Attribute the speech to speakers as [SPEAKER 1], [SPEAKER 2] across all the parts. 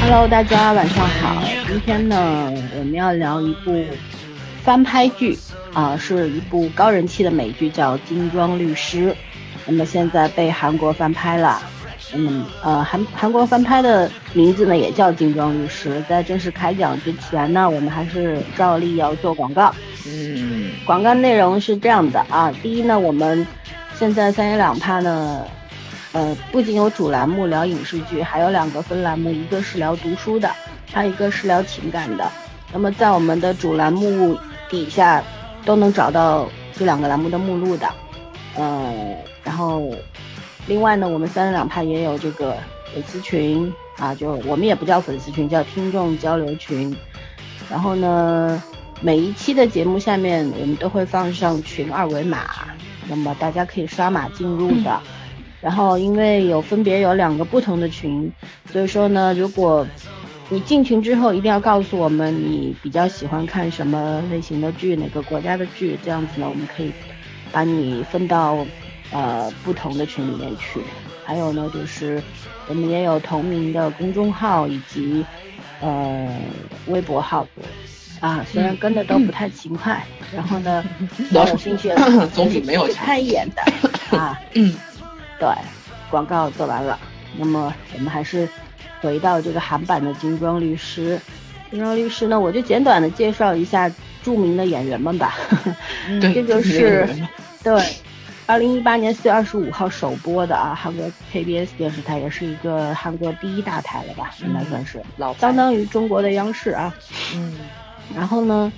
[SPEAKER 1] Hello，大家晚上好。今天呢，我们要聊一部翻拍剧啊、是一部高人气的美剧，叫《金装律师》。那么现在被韩国翻拍了。嗯，呃，韩韩国翻拍的名字呢也叫《金装律师》。在正式开讲之前呢，我们还是照例要做广告。
[SPEAKER 2] 嗯，
[SPEAKER 1] 广告内容是这样的啊，第一呢，我们现在三言两拍呢，呃，不仅有主栏目聊影视剧，还有两个分栏目，一个是聊读书的，还有一个是聊情感的。那么在我们的主栏目底下都能找到这两个栏目的目录的，呃，然后另外呢，我们三人两派也有这个粉丝群啊，就我们也不叫粉丝群，叫听众交流群。然后呢，每一期的节目下面我们都会放上群二维码，那么大家可以刷码进入的。然后因为有分别有两个不同的群，所以说呢，如果你进群之后一定要告诉我们你比较喜欢看什么类型的剧，哪个国家的剧，这样子呢，我们可以把你分到呃不同的群里面去。还有呢，就是我们也有同名的公众号以及呃微博号啊，虽然跟的都不太勤快，然后呢，
[SPEAKER 2] 老
[SPEAKER 1] 有兴趣的
[SPEAKER 2] 总比没有
[SPEAKER 1] 去
[SPEAKER 2] 强
[SPEAKER 1] 看一眼 的啊。
[SPEAKER 2] 嗯，
[SPEAKER 1] 对，广告做完了，那么我们还是回到这个韩版的《金装律师》。《金装律师》呢，我就简短的介绍一下著名的演员们吧。
[SPEAKER 2] 对，
[SPEAKER 1] 这就
[SPEAKER 2] 没有
[SPEAKER 1] 是
[SPEAKER 2] 人了
[SPEAKER 1] 对，二零一八年四月二十五号首播的啊，韩国 KBS 电视台也是一个韩国第一大台了
[SPEAKER 2] 嗯
[SPEAKER 1] 吧，应该算是，
[SPEAKER 2] 老牌
[SPEAKER 1] 相当于中国的央视啊。
[SPEAKER 2] 嗯
[SPEAKER 1] 然后呢，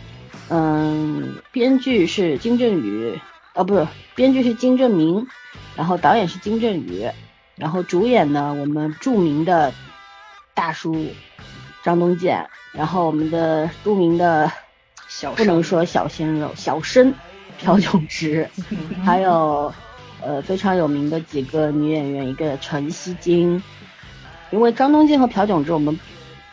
[SPEAKER 1] 嗯，编剧是金振宇，哦，不是，编剧是金正明，然后导演是金振宇，然后主演呢，我们著名的大叔张东健，然后我们的著名的
[SPEAKER 2] 小
[SPEAKER 1] 不能说小鲜肉小生朴炯 植，还有呃非常有名的几个女演员，一个陈曦晶，因为张东健和朴炯植我们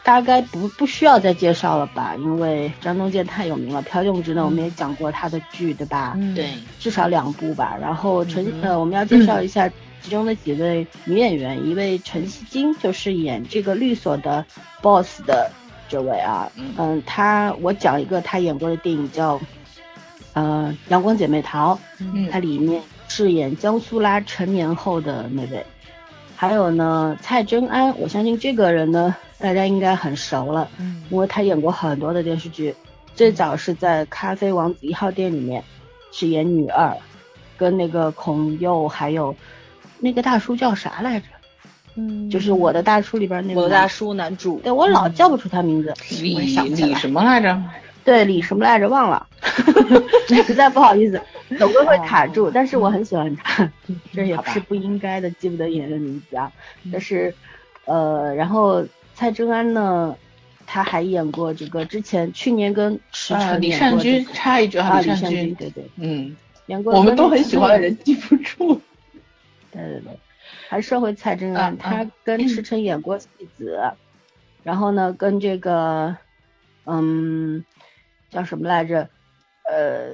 [SPEAKER 1] 大概不不需要再介绍了吧，因为张东健太有名了，朴炯植呢我们也讲过他的剧对吧？
[SPEAKER 2] 嗯对，
[SPEAKER 1] 至少两部吧。然后陈、
[SPEAKER 2] 嗯
[SPEAKER 1] 呃，我们要介绍一下其中的几位女演员，一位陈曦晶就是演这个律所的 boss 的这位啊，
[SPEAKER 2] 嗯
[SPEAKER 1] 嗯，她我讲一个她演过的电影叫呃《阳光姐妹淘》，
[SPEAKER 2] 嗯
[SPEAKER 1] 它里面饰演江苏拉成年后的那位。还有呢，蔡真安，我相信这个人呢，大家应该很熟了，
[SPEAKER 2] 嗯
[SPEAKER 1] 因为他演过很多的电视剧，最早是在《咖啡王子一号店》里面是演女二，跟那个孔侑还有那个大叔叫啥来着？
[SPEAKER 3] 嗯，
[SPEAKER 1] 就是《我的大叔》里边那个
[SPEAKER 3] 我的大
[SPEAKER 1] 男，
[SPEAKER 3] 叔男主，
[SPEAKER 1] 对我老叫不出他名字，
[SPEAKER 2] 李
[SPEAKER 1] 我也想不起
[SPEAKER 2] 李
[SPEAKER 1] 来，
[SPEAKER 2] 什么来着？
[SPEAKER 1] 对李什么来着忘了， 实在不好意思，总归会卡住，但是我很喜欢他。哦嗯这也
[SPEAKER 2] 好吧
[SPEAKER 1] 是不应该的，记不得演员名字啊。但是，呃，然后蔡正安呢，他还演过这个之前去年跟池
[SPEAKER 2] 啊，
[SPEAKER 1] 诚
[SPEAKER 2] 李
[SPEAKER 1] 演
[SPEAKER 2] 善
[SPEAKER 1] 过这
[SPEAKER 2] 均
[SPEAKER 1] 个
[SPEAKER 2] 插一句
[SPEAKER 1] 啊，
[SPEAKER 2] 啊，
[SPEAKER 1] 李善
[SPEAKER 2] 善
[SPEAKER 1] 均
[SPEAKER 2] 均，
[SPEAKER 1] 对对，
[SPEAKER 2] 嗯，
[SPEAKER 1] 演过
[SPEAKER 2] 我
[SPEAKER 1] 跟
[SPEAKER 2] 们都很
[SPEAKER 1] 池
[SPEAKER 2] 喜欢的
[SPEAKER 1] 诚
[SPEAKER 2] 人记不住。
[SPEAKER 1] 对对对，还说回蔡正安，
[SPEAKER 2] 嗯嗯
[SPEAKER 1] 他跟池诚演过《戏子》然后呢，跟这个，嗯，叫什么来着？呃，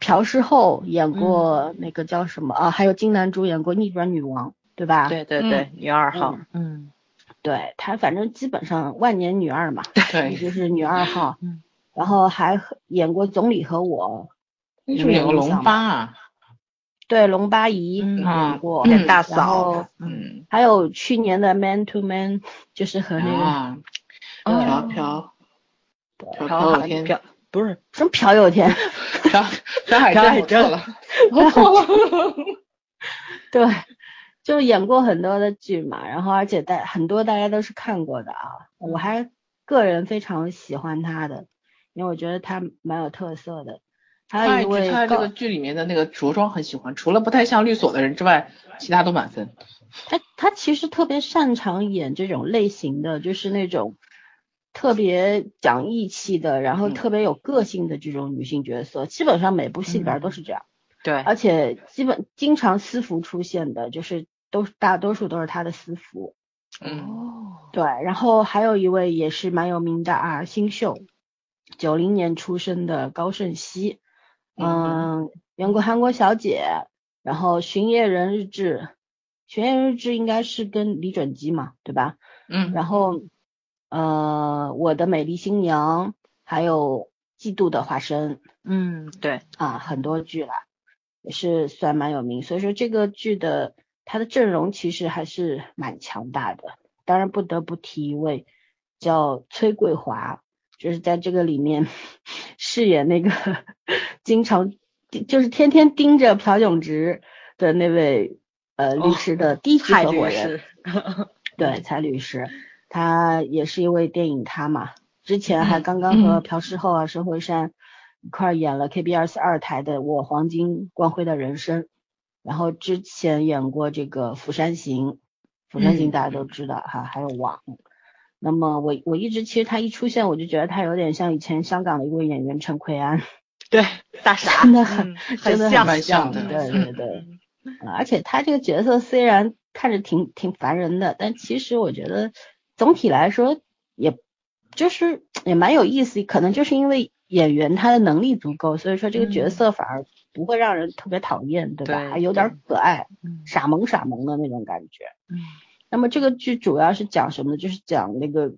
[SPEAKER 1] 朴世后演过那个叫什么、啊？还有金南珠演过《逆转女王》，对吧？
[SPEAKER 3] 对对
[SPEAKER 2] 嗯
[SPEAKER 3] 对，女二号，
[SPEAKER 1] 嗯，
[SPEAKER 3] 嗯
[SPEAKER 1] 对他反正基本上万年女二嘛，也
[SPEAKER 2] 对，
[SPEAKER 1] 就是女二号
[SPEAKER 3] 嗯，
[SPEAKER 1] 然后还和演过《总理和我》，
[SPEAKER 2] 那是不是有个龙八啊？
[SPEAKER 1] 对龙八姨
[SPEAKER 3] 嗯
[SPEAKER 1] 演过，
[SPEAKER 2] 嗯
[SPEAKER 3] 大
[SPEAKER 1] 然后
[SPEAKER 3] 嫂，
[SPEAKER 2] 嗯
[SPEAKER 1] 还有去年的 Man to Man，就是和那个、
[SPEAKER 2] 啊，
[SPEAKER 3] 嗯
[SPEAKER 2] 朴朴朴
[SPEAKER 3] 朴
[SPEAKER 2] 朴有
[SPEAKER 3] 海
[SPEAKER 2] 天，朴
[SPEAKER 3] 朴不是
[SPEAKER 1] 什么朴有天，
[SPEAKER 2] 朴海
[SPEAKER 3] 朴海
[SPEAKER 2] 镇，我错
[SPEAKER 3] 镇
[SPEAKER 2] 了，我错了。
[SPEAKER 1] 对，就演过很多的剧嘛，然后而且大很多大家都是看过的啊，我还个人非常喜欢他的，因为我觉得他蛮有特色的。还有一
[SPEAKER 2] 他一直
[SPEAKER 1] 位
[SPEAKER 2] 他这
[SPEAKER 1] 高
[SPEAKER 2] 个剧里面的那个着装很喜欢，除了不太像律所的人之外，其他都满分。
[SPEAKER 1] 他他其实特别擅长演这种类型的，就是那种特别讲义气的，然后
[SPEAKER 2] 嗯
[SPEAKER 1] 特别有个性的这种女性角色，基本上每部戏里边都是这样，
[SPEAKER 3] 对，
[SPEAKER 1] 而且基本经常私服出现的，就是都是大多数都是她的私服。
[SPEAKER 2] 嗯，
[SPEAKER 3] 哦，
[SPEAKER 1] 对，然后还有一位也是蛮有名的啊，新秀，九零年出生的高胜熙，
[SPEAKER 2] 嗯
[SPEAKER 1] 嗯，演过《韩国小姐》，然后《巡夜人日志》，《巡夜人日志》应该是跟李准基嘛，对吧？
[SPEAKER 2] 嗯，
[SPEAKER 1] 然后呃，我的美丽新娘，还有《嫉妒的化身》
[SPEAKER 3] 嗯，对，
[SPEAKER 1] 啊，很多剧啦，也是算蛮有名。所以说这个剧的它的阵容其实还是蛮强大的。当然不得不提一位叫崔桂华，就是在这个里面 饰演那个经常就是天天盯着朴炯植的那位呃律师的第一级
[SPEAKER 3] 蔡
[SPEAKER 1] 合伙人，
[SPEAKER 3] 律师，
[SPEAKER 2] 嗯
[SPEAKER 1] 对蔡律师，他也是因为电影他嘛，之前还
[SPEAKER 2] 嗯
[SPEAKER 1] 刚刚和
[SPEAKER 2] 嗯
[SPEAKER 1] 朴世厚啊、申惠善一块儿演了 KB 二四二台的《我黄金光辉的人生》，然后之前演过这个《釜山行》，《釜山行》
[SPEAKER 2] 嗯
[SPEAKER 1] 大家都知道哈、还有《网》。那么我我一直其实他一出现我就觉得他有点像以前香港的一位演员陈奎安，
[SPEAKER 3] 对，大傻，
[SPEAKER 1] 真的很
[SPEAKER 3] 嗯
[SPEAKER 1] 真的
[SPEAKER 3] 像，
[SPEAKER 1] 很
[SPEAKER 2] 蛮像
[SPEAKER 1] 对
[SPEAKER 2] 的
[SPEAKER 1] 对对，
[SPEAKER 3] 嗯
[SPEAKER 1] 啊而且他这个角色虽然看着挺挺烦人的，但其实我觉得总体来说也就是也蛮有意思，可能就是因为演员他的能力足够，所以说这个角
[SPEAKER 3] 嗯
[SPEAKER 1] 色反而不会让人特别讨厌，对吧？
[SPEAKER 3] 对
[SPEAKER 1] 还有点可爱，
[SPEAKER 3] 嗯
[SPEAKER 1] 傻萌傻萌的那种感觉。
[SPEAKER 3] 嗯
[SPEAKER 1] 那么这个剧主要是讲什么呢？就是讲那个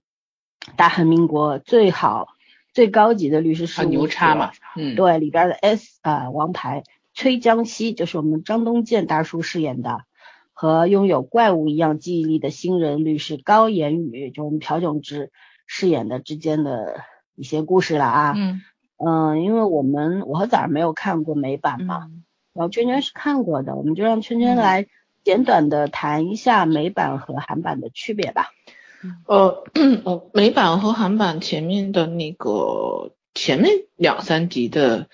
[SPEAKER 1] 大韩民国最好最高级的律师事务
[SPEAKER 2] 很啊牛叉
[SPEAKER 1] 所
[SPEAKER 2] 嘛，嗯，
[SPEAKER 1] 对，里边的 S 啊、王牌崔江熙就是我们张东健大叔饰演的，和拥有怪物一样记忆力的新人律师高言宇，就我们朴炯植饰演的之间的一些故事了啊。
[SPEAKER 2] 嗯，
[SPEAKER 1] 嗯、因为我们我和早上没有看过美版嘛，
[SPEAKER 3] 嗯
[SPEAKER 1] 然后圈圈是看过的，我们就让圈圈来简短的谈一下美版和韩版的区别吧。
[SPEAKER 2] 呃，我美版和韩版前面的那个前面两三集的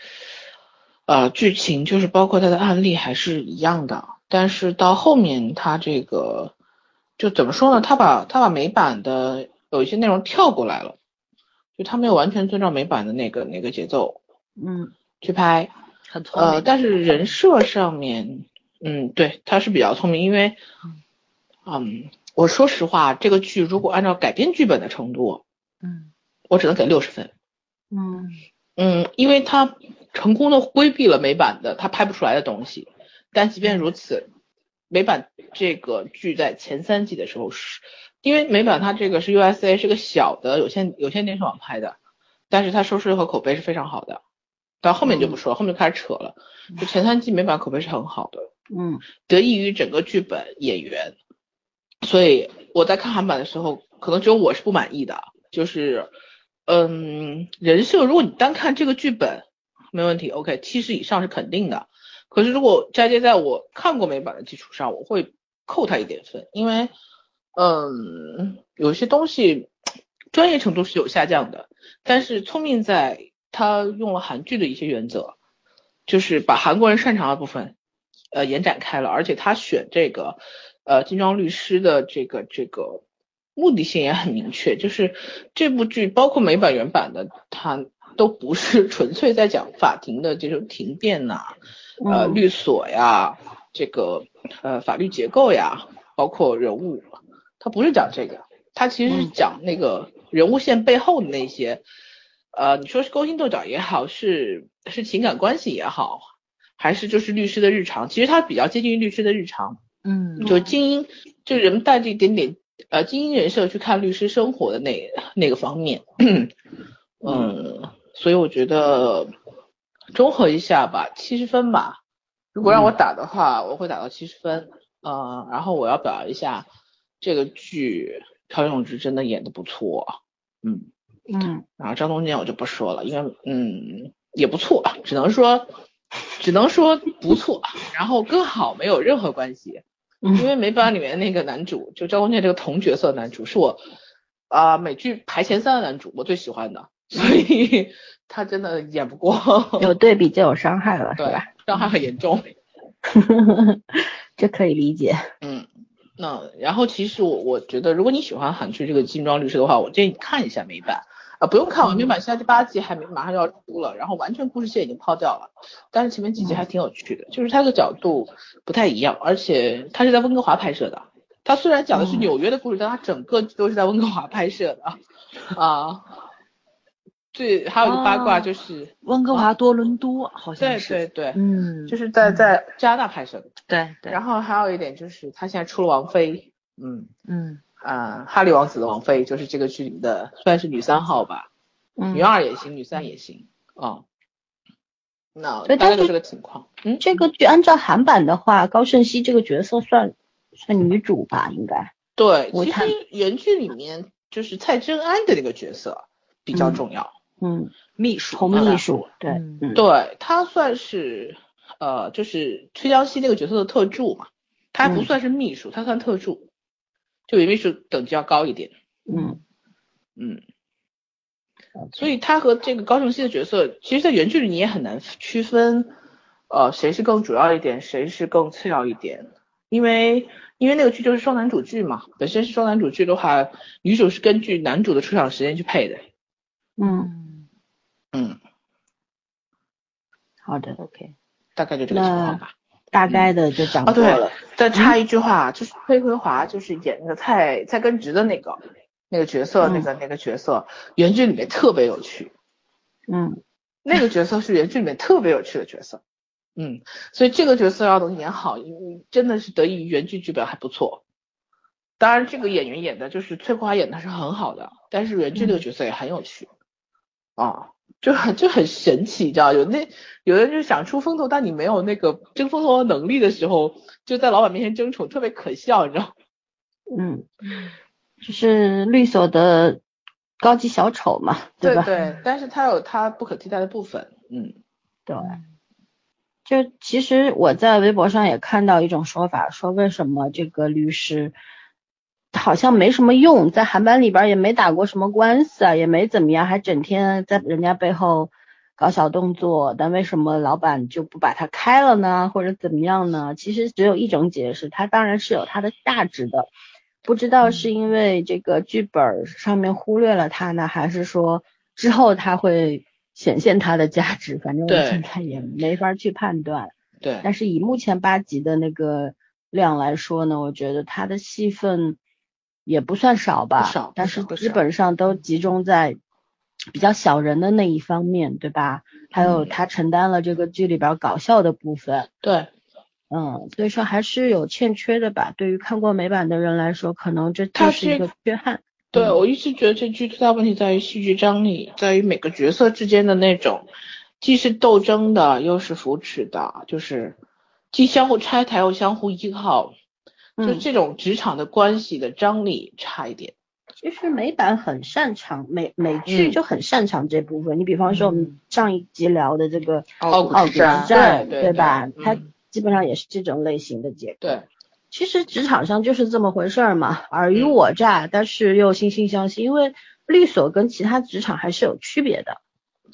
[SPEAKER 2] 呃剧情，就是包括它的案例还是一样的，但是到后面它这个就怎么说呢？它把它把美版的有一些内容跳过来了，就它没有完全遵照美版的那个那个节奏
[SPEAKER 1] 嗯
[SPEAKER 2] 去拍，
[SPEAKER 3] 很聪
[SPEAKER 2] 呃，
[SPEAKER 3] 明，
[SPEAKER 2] 但是人设上面，嗯，对，他是比较聪明，因为，嗯，我说实话，这个剧如果按照改编剧本的程度，
[SPEAKER 3] 嗯
[SPEAKER 2] 我只能给六十分。
[SPEAKER 1] 嗯
[SPEAKER 2] 嗯，因为他成功的规避了美版的他拍不出来的东西，但即便如此，美版这个剧在前三季的时候是，因为美版它这个是 USA 是个小的有线有线电视网拍的，但是它收视和口碑是非常好的。到后面就不说了，后面就开始扯了。就前三季美版口碑是很好的，
[SPEAKER 1] 嗯
[SPEAKER 2] 得益于整个剧本演员，所以我在看韩版的时候，可能只有我是不满意的，就是，嗯，人设如果你单看这个剧本没问题，OK，七十以上是肯定的。可是如果嫁接在我看过美版的基础上，我会扣他一点分，因为，嗯，有些东西专业程度是有下降的，但是聪明在他用了韩剧的一些原则，就是把韩国人擅长的部分，呃，延展开了，而且他选这个，呃，金装律师的这个这个目的性也很明确，就是这部剧包括美版原版的，它都不是 纯粹在讲法庭的这种庭辩呐、呃，
[SPEAKER 1] 嗯
[SPEAKER 2] 律所呀，这个呃法律结构呀，包括人物，它不是讲这个，它其实是
[SPEAKER 1] 嗯
[SPEAKER 2] 讲那个人物线背后的那些，呃，你说是勾心斗角也好，是是情感关系也好，还是就是律师的日常，其实它比较接近于律师的日常，
[SPEAKER 3] 嗯
[SPEAKER 2] 就精英，就人们带着一点点呃精英人设去看律师生活的那那个方面， 嗯，所以我觉得综合一下吧，七十分吧。如果让我打的话，我会打到七十分。嗯，然后我要表扬一下这个剧，朴炯植真的演的不错，嗯，
[SPEAKER 1] 嗯
[SPEAKER 2] 然后张东健我就不说了，因为嗯也不错，只能说只能说不错，然后跟好没有任何关系。因
[SPEAKER 1] 嗯
[SPEAKER 2] 为美版里面那个男主，就赵光健这个同角色男主，是我啊、美剧排前三的男主，我最喜欢的，所以 他真的演不过，
[SPEAKER 1] 有对比就有伤害了，是
[SPEAKER 2] 对
[SPEAKER 1] 吧？，
[SPEAKER 2] 伤害很严重。
[SPEAKER 1] 这可以理解。
[SPEAKER 2] 嗯，那然后其实我我觉得，如果你喜欢韩剧这个《金装律师》的话，我建议你看一下美版啊、不用看，完美版现在第八季还没马上就要出了，然后完全故事线已经抛掉了，但是前面几集还挺有趣的，就是它的角度不太一样，而且它是在温哥华拍摄的。它虽然讲的是
[SPEAKER 1] 嗯
[SPEAKER 2] 纽约的故事，但它整个都是在温哥华拍摄的啊。对，还有一个八卦
[SPEAKER 3] 哦
[SPEAKER 2] 就是，
[SPEAKER 3] 温哥华多伦多好像
[SPEAKER 2] 对
[SPEAKER 3] 是，
[SPEAKER 2] 对对，
[SPEAKER 3] 嗯，
[SPEAKER 2] 就是在
[SPEAKER 3] 嗯
[SPEAKER 2] 在加拿大拍摄的。
[SPEAKER 3] 对对，
[SPEAKER 2] 然后还有一点就是，他现在出了王菲，嗯，
[SPEAKER 3] 嗯
[SPEAKER 2] 啊，哈利王子的王妃就是这个剧里的算是女三号吧，
[SPEAKER 1] 嗯哦
[SPEAKER 2] 女，二也行，女三也行啊。那
[SPEAKER 1] 对
[SPEAKER 2] 大概
[SPEAKER 1] 但
[SPEAKER 2] 就是这个情况。嗯，
[SPEAKER 1] 这个剧按照韩版的话，高胜熙这个角色算算女主吧，应该。
[SPEAKER 2] 对，
[SPEAKER 1] 我
[SPEAKER 2] 其
[SPEAKER 1] 看
[SPEAKER 2] 实原剧里面就是蔡珍安的那个角色比较
[SPEAKER 1] 嗯
[SPEAKER 2] 重要，
[SPEAKER 1] 嗯，
[SPEAKER 3] 秘书
[SPEAKER 1] 红秘书，对，
[SPEAKER 3] 嗯
[SPEAKER 1] 嗯，
[SPEAKER 2] 对他算是呃，就是崔江熙那个角色的特助嘛，他还不
[SPEAKER 1] 嗯
[SPEAKER 2] 算是秘书，他算特助，就比秘书等级要高一点。
[SPEAKER 1] 嗯，
[SPEAKER 2] 嗯，
[SPEAKER 3] 嗯
[SPEAKER 2] 所以他和这个高胜熙的角色，其实，在原剧里你也很难区分，呃，谁是更主要一点，谁是更次要一点，因为因为那个剧就是双男主剧嘛，本身是双男主剧的话，女主是根据男主的出场时间去配的。
[SPEAKER 1] 嗯，
[SPEAKER 3] 嗯
[SPEAKER 2] 嗯，
[SPEAKER 1] 好的，
[SPEAKER 3] ，OK，嗯哦
[SPEAKER 2] 大概就这个情况吧。
[SPEAKER 1] 大概的就讲过
[SPEAKER 2] 啊，对
[SPEAKER 1] 了。，
[SPEAKER 2] 再插一句话，就是崔奎华，就是演那个蔡蔡根植的那个那个角色，那个那个角色，原剧里面特别有趣。
[SPEAKER 1] 嗯
[SPEAKER 2] 那个角色是原剧里面特别有趣的角色，嗯，所以这个角色要能演好，嗯真的是得益于原剧剧本还不错。当然，这个演员演的就是崔国华演的是很好的，但是原剧
[SPEAKER 1] 嗯
[SPEAKER 2] 这个角色也很有趣，啊，就很就很神奇，你知道？有那有的人就想出风头，但你没有那个争风头的能力的时候，就在老板面前争宠，特别可笑，你知道？
[SPEAKER 1] 嗯，就是律所的高级小丑嘛，
[SPEAKER 2] 对
[SPEAKER 1] 吧？
[SPEAKER 2] 对，但是他有他不可替代的部分，嗯
[SPEAKER 1] 对，就其实我在微博上也看到一种说法，说为什么这个律师好像没什么用，在韩版里边也没打过什么官司啊，也没怎么样，还整天在人家背后搞小动作，但为什么老板就不把他开了呢？或者怎么样呢？其实只有一种解释，他当然是有他的价值的，不知
[SPEAKER 2] 嗯
[SPEAKER 1] 道是因为这个剧本上面忽略了他呢，还是说之后他会显现他的价值？反正我
[SPEAKER 2] 对
[SPEAKER 1] 现在也没法去判断。
[SPEAKER 2] 对，
[SPEAKER 1] 但是以目前八集的那个量来说呢，我觉得他的戏份也不算少吧，
[SPEAKER 2] 不少
[SPEAKER 1] 但
[SPEAKER 2] 不
[SPEAKER 1] 是
[SPEAKER 2] 少不
[SPEAKER 1] 基
[SPEAKER 2] 少
[SPEAKER 1] 本上都集中在比较小人的那一方面，对吧？还有
[SPEAKER 2] 嗯
[SPEAKER 1] 他承担了这个剧里边搞笑的部分，
[SPEAKER 2] 对
[SPEAKER 1] 嗯，所以说还是有欠缺的吧。对于看过美版的人来说，可能这
[SPEAKER 2] 它
[SPEAKER 1] 就是是一个缺憾。
[SPEAKER 2] 对，
[SPEAKER 1] 嗯
[SPEAKER 2] 我一直觉得这剧最大问题在于戏剧张力，在于每个角色之间的那种，既是斗争的，又是扶持的，就是既相互拆台又相互依靠，就
[SPEAKER 1] 嗯
[SPEAKER 2] 这种职场的关系的张力差一点。
[SPEAKER 1] 其实美版很擅长，美美剧
[SPEAKER 2] 嗯
[SPEAKER 1] 就很擅长这部分。你比方说我们
[SPEAKER 3] 嗯
[SPEAKER 1] 上一集聊的这个
[SPEAKER 2] 奥古
[SPEAKER 1] 奥
[SPEAKER 2] 之
[SPEAKER 1] 古之哦战，
[SPEAKER 2] 哦战，对
[SPEAKER 1] 对吧？它
[SPEAKER 2] 嗯
[SPEAKER 1] 基本上也是这种类型的结构。
[SPEAKER 2] 对，
[SPEAKER 1] 其实职场上就是这么回事儿嘛，尔虞
[SPEAKER 2] 嗯
[SPEAKER 1] 我诈，但是又惺惺相惜，因为律所跟其他职场还是有区别的。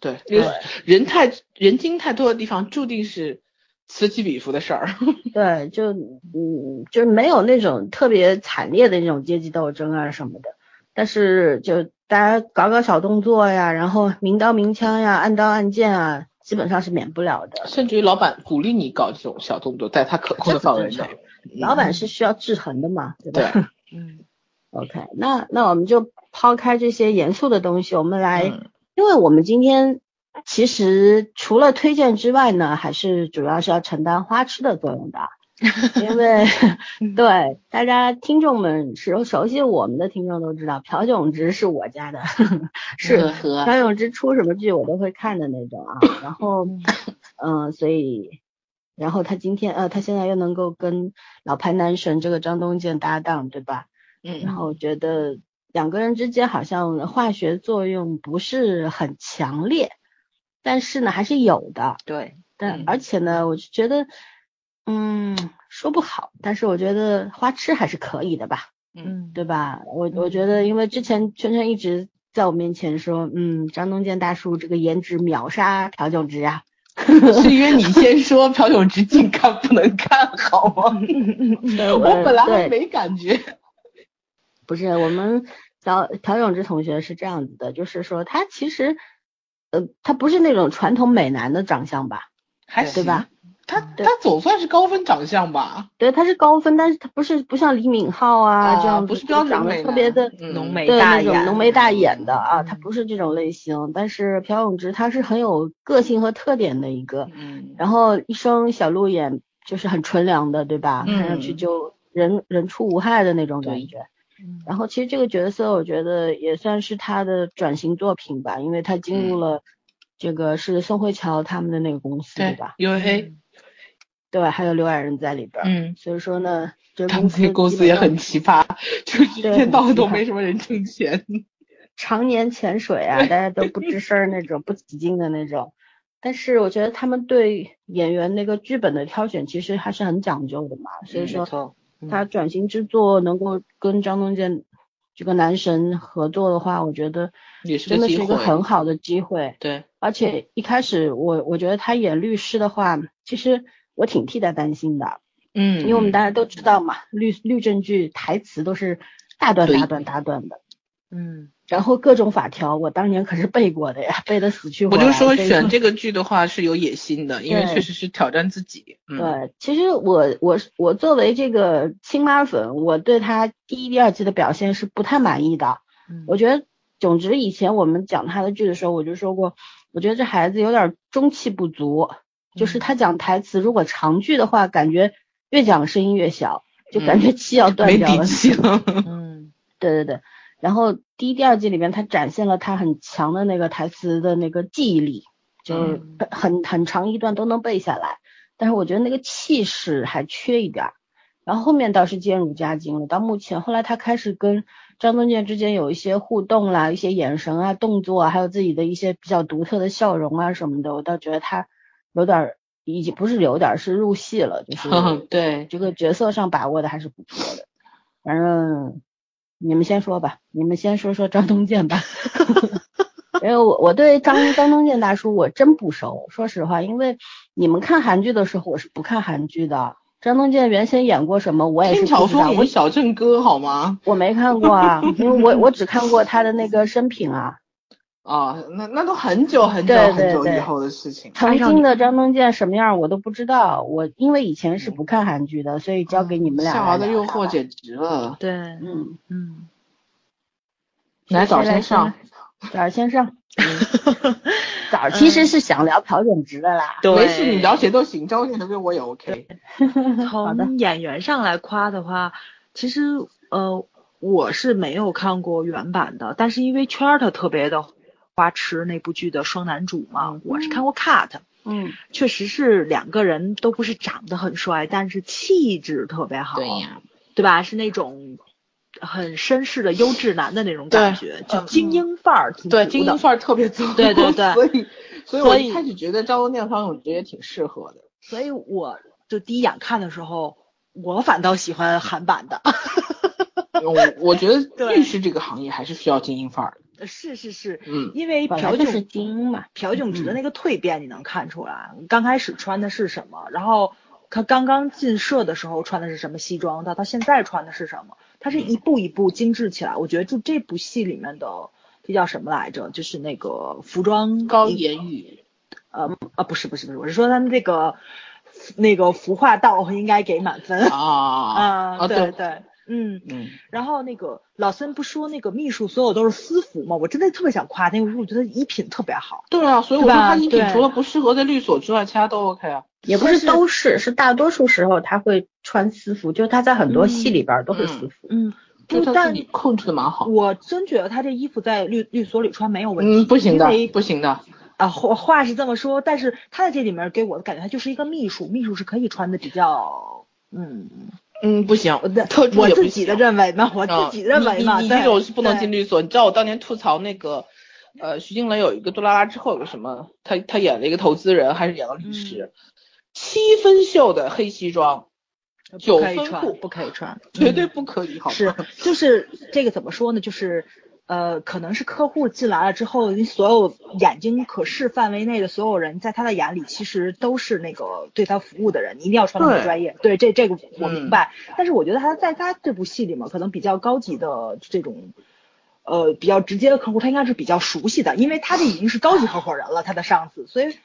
[SPEAKER 2] 对，因为人太人精太多的地方，注定是此起彼伏的事儿。
[SPEAKER 1] 对，就嗯，就是没有那种特别惨烈的那种阶级斗争啊什么的，但是就大家搞搞小动作呀，然后明刀明枪呀，暗刀暗剑啊，基本上是免不了的。
[SPEAKER 2] 甚至于老板鼓励你搞这种小动作，在他可控的范围内
[SPEAKER 1] 这很正。老板是需要制衡的嘛，对吧
[SPEAKER 2] 嗯对，
[SPEAKER 3] 嗯
[SPEAKER 1] OK，那那我们就抛开这些严肃的东西，我们来，
[SPEAKER 2] 嗯
[SPEAKER 1] 因为我们今天其实除了推荐之外呢，还是主要是要承担花痴的作用的，因为对大家听众们熟熟悉我们的听众都知道，朴炯植是我家的， 是
[SPEAKER 2] 嗯和
[SPEAKER 1] 朴炯植出什么剧我都会看的那种啊，然后嗯、所以。然后他今天呃，他现在又能够跟老牌男神这个张东健搭档，对吧？然
[SPEAKER 2] 嗯
[SPEAKER 1] 后觉得两个人之间好像化学作用不是很强烈，但是呢还是有的。
[SPEAKER 3] 对，
[SPEAKER 1] 但
[SPEAKER 2] 嗯
[SPEAKER 1] 而且呢，我就觉得，嗯，说不好，但是我觉得花痴还是可以的吧，
[SPEAKER 3] 嗯
[SPEAKER 1] 对吧？我我觉
[SPEAKER 2] 嗯
[SPEAKER 1] 得，因为之前圈圈一直在我面前说，嗯，张东健大叔这个颜值秒杀朴炯植呀，嗯
[SPEAKER 2] 是因为你先说朴炯植近看不能看好吗？ 我本来
[SPEAKER 1] 对
[SPEAKER 2] 还没感觉。
[SPEAKER 1] 不是，我们朴朴炯植同学是这样子的，就是说他其实，呃，他不是那种传统美男的长相吧，
[SPEAKER 2] 还
[SPEAKER 1] 对
[SPEAKER 2] 行
[SPEAKER 1] 吧？？
[SPEAKER 2] 他
[SPEAKER 1] 对
[SPEAKER 2] 他总算是高分长相吧？
[SPEAKER 1] 对，他是高分，但是他不是不像李敏镐啊这样子，
[SPEAKER 2] 哦不是标准
[SPEAKER 1] 长得
[SPEAKER 2] 美
[SPEAKER 1] 特别的，
[SPEAKER 2] 男
[SPEAKER 3] 浓
[SPEAKER 2] 嗯
[SPEAKER 3] 眉
[SPEAKER 1] 对
[SPEAKER 3] 大
[SPEAKER 1] 那种
[SPEAKER 3] 眼，
[SPEAKER 1] 浓眉大眼的啊，他
[SPEAKER 3] 嗯
[SPEAKER 1] 不是这种类型。但是朴炯植他是很有个性和特点的一个，
[SPEAKER 2] 嗯
[SPEAKER 1] 然后一双小鹿眼就是很纯良的，对吧？看上
[SPEAKER 2] 嗯
[SPEAKER 1] 去就人人畜无害的那种感
[SPEAKER 2] 对
[SPEAKER 1] 觉。
[SPEAKER 3] 嗯
[SPEAKER 1] 然后其实这个角色我觉得也算是他的转型作品吧，因为他进入了这个是宋慧乔他们的那个公司对吧？
[SPEAKER 2] 因为黑，
[SPEAKER 1] 对，还有刘亚仁在里边儿，
[SPEAKER 2] 嗯，
[SPEAKER 1] 所以说呢，这
[SPEAKER 2] 他
[SPEAKER 1] 公
[SPEAKER 2] 们这
[SPEAKER 1] 司
[SPEAKER 2] 公
[SPEAKER 1] 基
[SPEAKER 2] 司
[SPEAKER 1] 本
[SPEAKER 2] 也
[SPEAKER 1] 上
[SPEAKER 2] 很奇葩，就是
[SPEAKER 1] 嗯
[SPEAKER 2] 一
[SPEAKER 1] 对
[SPEAKER 2] 天到晚
[SPEAKER 1] 很奇
[SPEAKER 2] 都
[SPEAKER 1] 葩
[SPEAKER 2] 没什么人挣钱。
[SPEAKER 1] 常年潜水啊，大家都不吱声儿那种，不起劲的那种。但是我觉得他们对演员那个剧本的挑选其实还是很讲究的嘛，所以
[SPEAKER 2] 嗯
[SPEAKER 1] 说
[SPEAKER 3] 错，
[SPEAKER 1] 他转型之作能够跟张东健这个男神合作的话，我觉得
[SPEAKER 2] 也是个
[SPEAKER 1] 真的
[SPEAKER 2] 机
[SPEAKER 1] 是一个
[SPEAKER 2] 会
[SPEAKER 1] 很好的机会。
[SPEAKER 2] 对，
[SPEAKER 1] 而且一开始我我觉得他演律师的话，其实我挺替他担心的，
[SPEAKER 2] 嗯，
[SPEAKER 1] 因为我们大家都知道嘛，律律政剧台词都是大段
[SPEAKER 2] 对
[SPEAKER 1] 大段大段的。
[SPEAKER 3] 嗯
[SPEAKER 1] 然后各种法条，我当年可是背过的呀，背得死去活
[SPEAKER 2] 我
[SPEAKER 1] 来。
[SPEAKER 2] 就说
[SPEAKER 1] 所以
[SPEAKER 2] 选这个剧的话是有野心的，因为
[SPEAKER 1] 对
[SPEAKER 2] 确实是挑战自己。嗯，
[SPEAKER 1] 对，其实我我是我作为这个亲妈粉，我对他第一、第二季的表现是不太满意的。
[SPEAKER 3] 嗯，
[SPEAKER 1] 我觉得，总之以前我们讲他的剧的时候，我就说过，我觉得这孩子有点中气不足，就是
[SPEAKER 3] 嗯
[SPEAKER 1] 他讲台词如果长句的话，感觉越讲声音越小，就感
[SPEAKER 2] 嗯
[SPEAKER 1] 觉气要断
[SPEAKER 2] 没
[SPEAKER 1] 掉了。
[SPEAKER 2] 底气了。
[SPEAKER 3] 嗯
[SPEAKER 1] 对对对，然后第一、第二季里面，他展现了他很强的那个台词的那个记忆力，就是
[SPEAKER 3] 嗯
[SPEAKER 1] 很很长一段都能背下来。但是我觉得那个气势还缺一点儿。然后后面倒是渐入佳境了，到目前后来他开始跟张东健之间有一些互动啦，一些眼神啊、动作啊，还有自己的一些比较独特的笑容啊什么的，我倒觉得他有点儿已经不是有点儿是入戏了， 就是
[SPEAKER 2] 嗯对，
[SPEAKER 1] 这个角色上把握的还是不错的。反正你们先说吧，你们先说说张东健吧， 因为我我对张张东健大叔我真不熟，说实话，因为你们看韩剧的时候我是不看韩剧的。张东健原先演过什么我也是不
[SPEAKER 2] 天桥
[SPEAKER 1] 知道，
[SPEAKER 2] 风
[SPEAKER 1] 我
[SPEAKER 2] 云小镇歌好吗？
[SPEAKER 1] 我没看过啊，因为我我只看过他的那个生平啊。
[SPEAKER 2] 啊，那那都很久很久
[SPEAKER 1] 对对
[SPEAKER 2] 很久
[SPEAKER 1] 对
[SPEAKER 2] 以后的事情。
[SPEAKER 1] 曾经的张东健什么样我都不知道，我因为以前是不看韩剧的，所以交给你们俩
[SPEAKER 2] 夏
[SPEAKER 1] 来
[SPEAKER 2] 娃嗯的
[SPEAKER 1] 聊
[SPEAKER 2] 诱
[SPEAKER 1] 聊
[SPEAKER 2] 惑
[SPEAKER 1] 吧
[SPEAKER 2] 简直了，
[SPEAKER 3] 对，
[SPEAKER 1] 嗯，
[SPEAKER 3] 嗯，
[SPEAKER 2] 来早
[SPEAKER 1] 谁来
[SPEAKER 2] 先上，
[SPEAKER 1] 早先 上。早其实是想聊朴炯植的啦，
[SPEAKER 2] 没事你 聊谁都行，张卫健跟我也 OK。
[SPEAKER 1] 好的
[SPEAKER 3] 从演员上来夸的话，其实呃我是没有看过原版的，但是因为圈儿他特别的花痴那部剧的双男主嘛，我是看过 cut，
[SPEAKER 1] 嗯，
[SPEAKER 3] 确实是两个人都不是长得很帅，但是气质特别好，
[SPEAKER 2] 呀，
[SPEAKER 3] 对吧？是那种很绅士的优质男的那种感觉，就精英范儿挺足
[SPEAKER 2] 嗯
[SPEAKER 3] 的，
[SPEAKER 2] 对，精英范儿特别足，
[SPEAKER 3] 对对对
[SPEAKER 2] 所以所以我
[SPEAKER 3] 所
[SPEAKER 2] 一
[SPEAKER 3] 以
[SPEAKER 2] 开始觉得张东健、方永哲也挺适合 的。
[SPEAKER 3] 所以我就第一眼看的时候，我反倒喜欢韩版的。
[SPEAKER 2] 我我觉得
[SPEAKER 3] 对
[SPEAKER 2] 律师这个行业还是需要精英范儿的。
[SPEAKER 3] 呃是是是，
[SPEAKER 2] 嗯，
[SPEAKER 3] 因为
[SPEAKER 1] 本
[SPEAKER 3] 朴
[SPEAKER 1] 来
[SPEAKER 3] 炯
[SPEAKER 1] 就是嗯精英嘛，
[SPEAKER 3] 朴炯植的那个蜕变你能看出来，刚开始穿的是什么，然后他刚刚进社的时候穿的是什么西装，到他现在穿的是什么，他是一步一步精致起来。我觉得就这部戏里面的这叫什么来着？就是那个服装
[SPEAKER 2] 高
[SPEAKER 3] 一
[SPEAKER 2] 言语，
[SPEAKER 3] 啊，不是不是不是，我是说他们这个那个服化道应该给满分
[SPEAKER 2] 啊
[SPEAKER 3] 啊，对
[SPEAKER 2] 对，
[SPEAKER 3] 对，嗯。
[SPEAKER 2] 嗯，
[SPEAKER 3] 然后那个老森不说那个秘书所有都是私服嘛，我真的特别想夸那个书，我觉得衣品特别好。
[SPEAKER 2] 对啊，所以我
[SPEAKER 3] 对
[SPEAKER 2] 说
[SPEAKER 3] 吧
[SPEAKER 2] 他衣品
[SPEAKER 3] 对
[SPEAKER 2] 除了不适合在律所之外，其他都 OK 啊。
[SPEAKER 1] 也不是都是，是大多数时候他会穿私服，就是他在很多戏里边都是私服。
[SPEAKER 3] 嗯，
[SPEAKER 2] 就
[SPEAKER 3] 不
[SPEAKER 2] 他自
[SPEAKER 3] 但
[SPEAKER 2] 己控制的蛮好。
[SPEAKER 3] 我真觉得他这衣服在律律所里穿没有问题，
[SPEAKER 2] 嗯，不行的
[SPEAKER 3] 因，为
[SPEAKER 2] 不行的。
[SPEAKER 3] 啊话话是这么说，但是他在这里面给我的感觉，他就是一个秘书，秘书是可以穿的比较，嗯，
[SPEAKER 2] 嗯，不行
[SPEAKER 3] 我的，
[SPEAKER 2] 特助
[SPEAKER 3] 我
[SPEAKER 2] 也不
[SPEAKER 3] 自
[SPEAKER 2] 行
[SPEAKER 3] 己的认为嘛，我自己认为
[SPEAKER 2] 嗯
[SPEAKER 3] 嘛，
[SPEAKER 2] 你你你
[SPEAKER 3] 对
[SPEAKER 2] 这种是不能进
[SPEAKER 3] 对
[SPEAKER 2] 律所。你知道我当年吐槽那个，呃，徐静蕾有一个杜拉拉之后有个什么，她她演了一个投资人还是演了律
[SPEAKER 3] 嗯
[SPEAKER 2] 师，七分袖的黑西装，九
[SPEAKER 3] 不可以
[SPEAKER 2] 分裤
[SPEAKER 3] 穿，不可以穿，
[SPEAKER 2] 绝对
[SPEAKER 3] 嗯
[SPEAKER 2] 不可以，好
[SPEAKER 3] 是
[SPEAKER 2] 吗？，
[SPEAKER 3] 就是这个怎么说呢？就是呃，可能是客户进来了之后，你所有眼睛可视范围内的所有人，在他的眼里其实都是那个对他服务的人，你一定要穿的
[SPEAKER 2] 对
[SPEAKER 3] 很专业。对，这这个我
[SPEAKER 2] 嗯
[SPEAKER 3] 明白。但是我觉得他在他这部戏里面，可能比较高级的这种。呃，比较直接的客户，他应该是比较熟悉的，因为他这已经是高级合伙人了，他的上司，所以